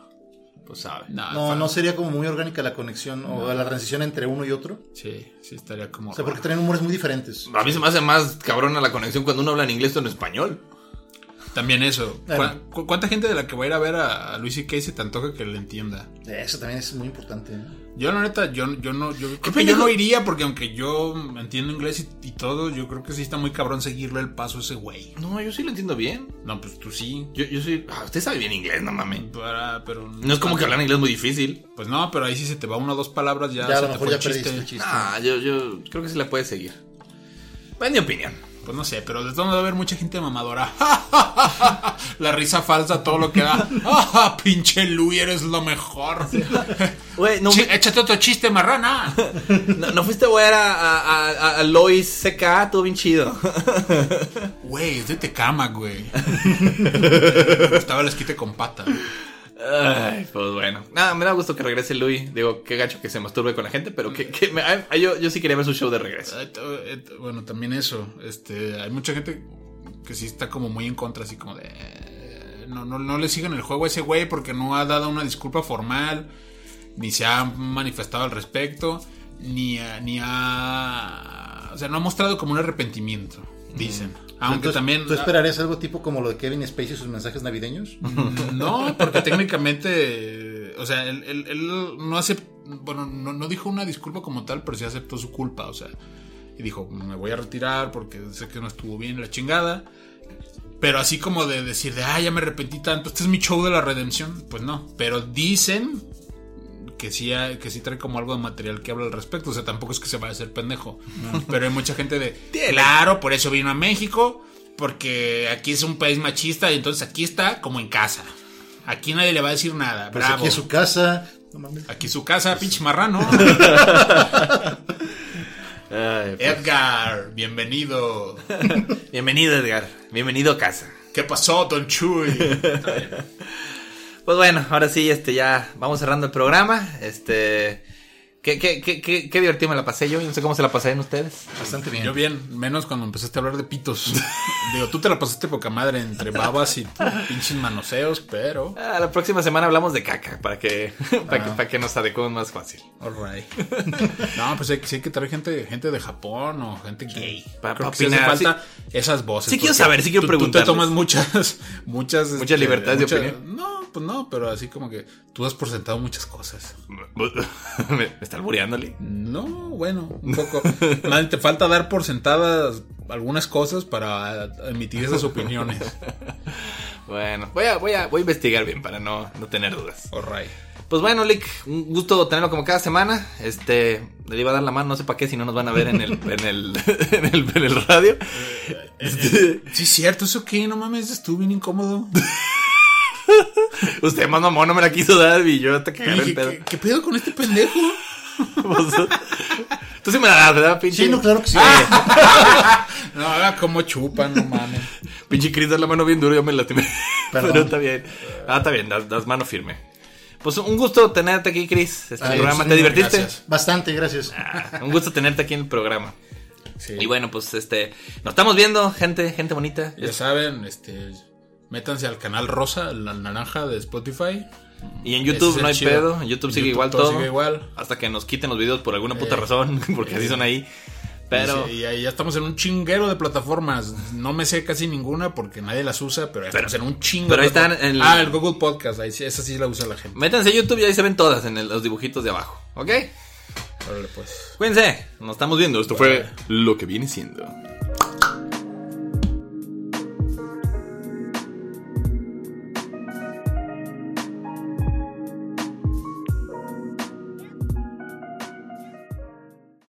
Speaker 3: Pues sabe.
Speaker 4: No,
Speaker 5: No,
Speaker 4: Fra-
Speaker 5: no sería como muy orgánica la conexión o la transición entre uno y otro.
Speaker 4: Sí, sí estaría como.
Speaker 5: O sea, porque
Speaker 4: raro.
Speaker 5: tienen humores muy diferentes.
Speaker 3: A mí se me hace más cabrona la conexión cuando uno habla en inglés o en español.
Speaker 4: También eso.
Speaker 5: Bueno.
Speaker 4: ¿Cu- cu- ¿Cuánta gente de la que va a ir a ver a a Luis y Kay se te antoja que le entienda?
Speaker 5: Eso también es muy importante. ¿no?
Speaker 4: Yo la neta, yo, yo no, yo creo que yo
Speaker 3: pendejo?
Speaker 4: no iría porque aunque yo entiendo inglés y, y todo, yo creo que sí está muy cabrón seguirle el paso a ese güey.
Speaker 3: No, yo sí lo entiendo bien.
Speaker 4: No, pues tú sí.
Speaker 3: Yo, yo soy. ah, usted sabe bien inglés, no mames.
Speaker 4: Para- pero
Speaker 3: No es como que hablar inglés muy difícil.
Speaker 4: Pues no, pero ahí sí se te va una o dos palabras, ya, se
Speaker 5: Ya a lo
Speaker 4: te
Speaker 5: mejor
Speaker 4: fue
Speaker 5: ya
Speaker 4: el chiste.
Speaker 5: perdiste el chiste.
Speaker 3: Ah, yo, yo creo que sí la puede seguir. Es mi opinión.
Speaker 4: Pues no sé, pero de todo va a haber mucha gente mamadora. la risa falsa, todo lo que da. pinche Luis, eres lo mejor.
Speaker 3: Güey, no,
Speaker 4: Sí, échate otro chiste, marrana.
Speaker 3: no, no fuiste a ver a, a, a- a Lois CK, todo bien chido.
Speaker 4: Güey, es de Tecama, güey. Me Gustaba el esquite con pata.
Speaker 3: Ay, pues bueno. Nada, me da gusto que regrese Louis. Digo, qué gacho que se masturbe con la gente, pero que, que me- ay, yo, yo sí quería ver su show de regreso.
Speaker 4: Eh, to- eh, to- Bueno, también eso. Este, hay mucha gente que sí está como muy en contra, así como de. eh, No, no, no le sigan el juego a ese güey porque no ha dado una disculpa formal, ni se ha manifestado al respecto, ni, ha- ni ha. O sea, no ha mostrado como un arrepentimiento, dicen. Aunque
Speaker 5: Entonces,
Speaker 4: también.
Speaker 5: ¿Tú esperarías algo tipo como lo de Kevin Spacey y sus mensajes navideños?
Speaker 4: No, porque técnicamente, eh, o sea, él, él- él no aceptó, bueno, no, no dijo una disculpa como tal, pero sí aceptó su culpa, o sea, y dijo, me voy a retirar porque sé que no estuvo bien la chingada, pero así como de decir, de, ah, ya me arrepentí tanto, este es mi show de la redención, pues no, pero dicen que sí, ha- que sí trae como algo de material que habla al respecto, o sea, tampoco es que se vaya a hacer pendejo, pero hay mucha gente de, claro, por eso vino a México. Porque aquí es un país machista y entonces aquí está como en casa. Aquí nadie le va a decir nada.
Speaker 5: Pues
Speaker 4: Bravo.
Speaker 5: aquí es su Pues casa. No mames.
Speaker 4: Aquí su casa, pinche marrano.
Speaker 3: Ay, pues.
Speaker 4: Edgar, bienvenido.
Speaker 3: Bienvenido, Edgar. Bienvenido a casa.
Speaker 4: ¿Qué pasó, Don Chuy?
Speaker 3: Pues bueno, ahora sí, este, ya vamos cerrando el programa. Este. Qué, qué, qué, qué, qué divertido me la pasé yo. Yo No sé cómo se la pasaron ustedes.
Speaker 5: Bastante bien.
Speaker 4: Yo bien, menos cuando empezaste a hablar de pitos. Digo, tú te la pasaste poca madre entre babas y tus pinches manoseos, pero...
Speaker 3: Ah, la próxima semana hablamos de caca para que, para que, para que nos adecuemos más fácil.
Speaker 4: Alright. No, pues hay que, sí hay que traer gente, gente de Japón o gente gay.
Speaker 3: Para-
Speaker 4: Creo
Speaker 3: para
Speaker 4: que sí hace
Speaker 3: opinar,
Speaker 4: falta esas voces.
Speaker 3: Sí quiero
Speaker 4: porque
Speaker 3: saber, sí quiero
Speaker 4: tú- Tú te
Speaker 3: preguntarles.
Speaker 4: tomas muchas, muchas, este,
Speaker 3: libertades de
Speaker 4: mucha-
Speaker 3: opinión.
Speaker 4: No, pues no, pero así como que tú has por sentado muchas cosas.
Speaker 3: me, me está albureándole.
Speaker 4: No, bueno, un poco. Más te falta dar por sentadas algunas cosas para emitir esas opiniones.
Speaker 3: Bueno, voy a, voy a, voy a investigar bien para no, no tener dudas.
Speaker 4: Alright.
Speaker 3: Pues bueno, Lick, un gusto tenerlo como cada semana. Este, le iba a dar la mano, no sé para qué, si no nos van a ver en el, en el, en el, en el radio.
Speaker 5: Eh,
Speaker 3: Este,
Speaker 4: Sí, cierto, eso que no mames, estuvo bien incómodo.
Speaker 3: usted más mamón no me la quiso dar y yo hasta cagar el
Speaker 4: Dije,
Speaker 3: pedo.
Speaker 4: ¿qué, ¿Qué pedo con este pendejo?
Speaker 3: Pues, Tú sí me la das, ¿verdad, pinche?
Speaker 5: Sí, no, claro que sí.
Speaker 4: No, haga como chupan, no mames.
Speaker 3: Pinche Chris da la mano bien duro, yo me lastimé.
Speaker 5: Perdón.
Speaker 3: Pero está bien. Ah, está bien, das, das mano firme. Pues un gusto tenerte aquí, Chris. Este
Speaker 5: Ay,
Speaker 3: programa,
Speaker 5: Ah, sí,
Speaker 3: ¿te divertiste?
Speaker 4: gracias.
Speaker 5: Bastante, gracias.
Speaker 3: Ah, un gusto tenerte aquí en el programa.
Speaker 4: Sí.
Speaker 3: Y bueno, pues este, nos estamos viendo, gente, gente bonita.
Speaker 4: Ya saben, este, métanse al canal rosa, la naranja de Spotify.
Speaker 3: Y en
Speaker 4: Ese es
Speaker 3: YouTube
Speaker 4: el
Speaker 3: no hay
Speaker 4: chido.
Speaker 3: pedo, en YouTube sigue igual todo.
Speaker 4: sigue igual.
Speaker 3: Hasta que nos quiten los videos por alguna puta
Speaker 4: Eh,
Speaker 3: razón, porque así son ahí. Pero,
Speaker 4: Y, sí, y ahí ya estamos en un chinguero de plataformas. No me sé casi ninguna porque nadie las usa, pero, ya
Speaker 3: Pero-
Speaker 4: estamos en un chingo.
Speaker 3: pero ahí
Speaker 4: de
Speaker 3: están
Speaker 4: plataformas.
Speaker 3: el-
Speaker 4: Ah, el Google Podcast, ahí sí, esa sí la usa la gente.
Speaker 3: métanse a YouTube y ahí se ven todas en el- los dibujitos de abajo, ¿ok?
Speaker 4: Órale, pues.
Speaker 3: Cuídense, nos estamos viendo. Esto fue lo que viene siendo.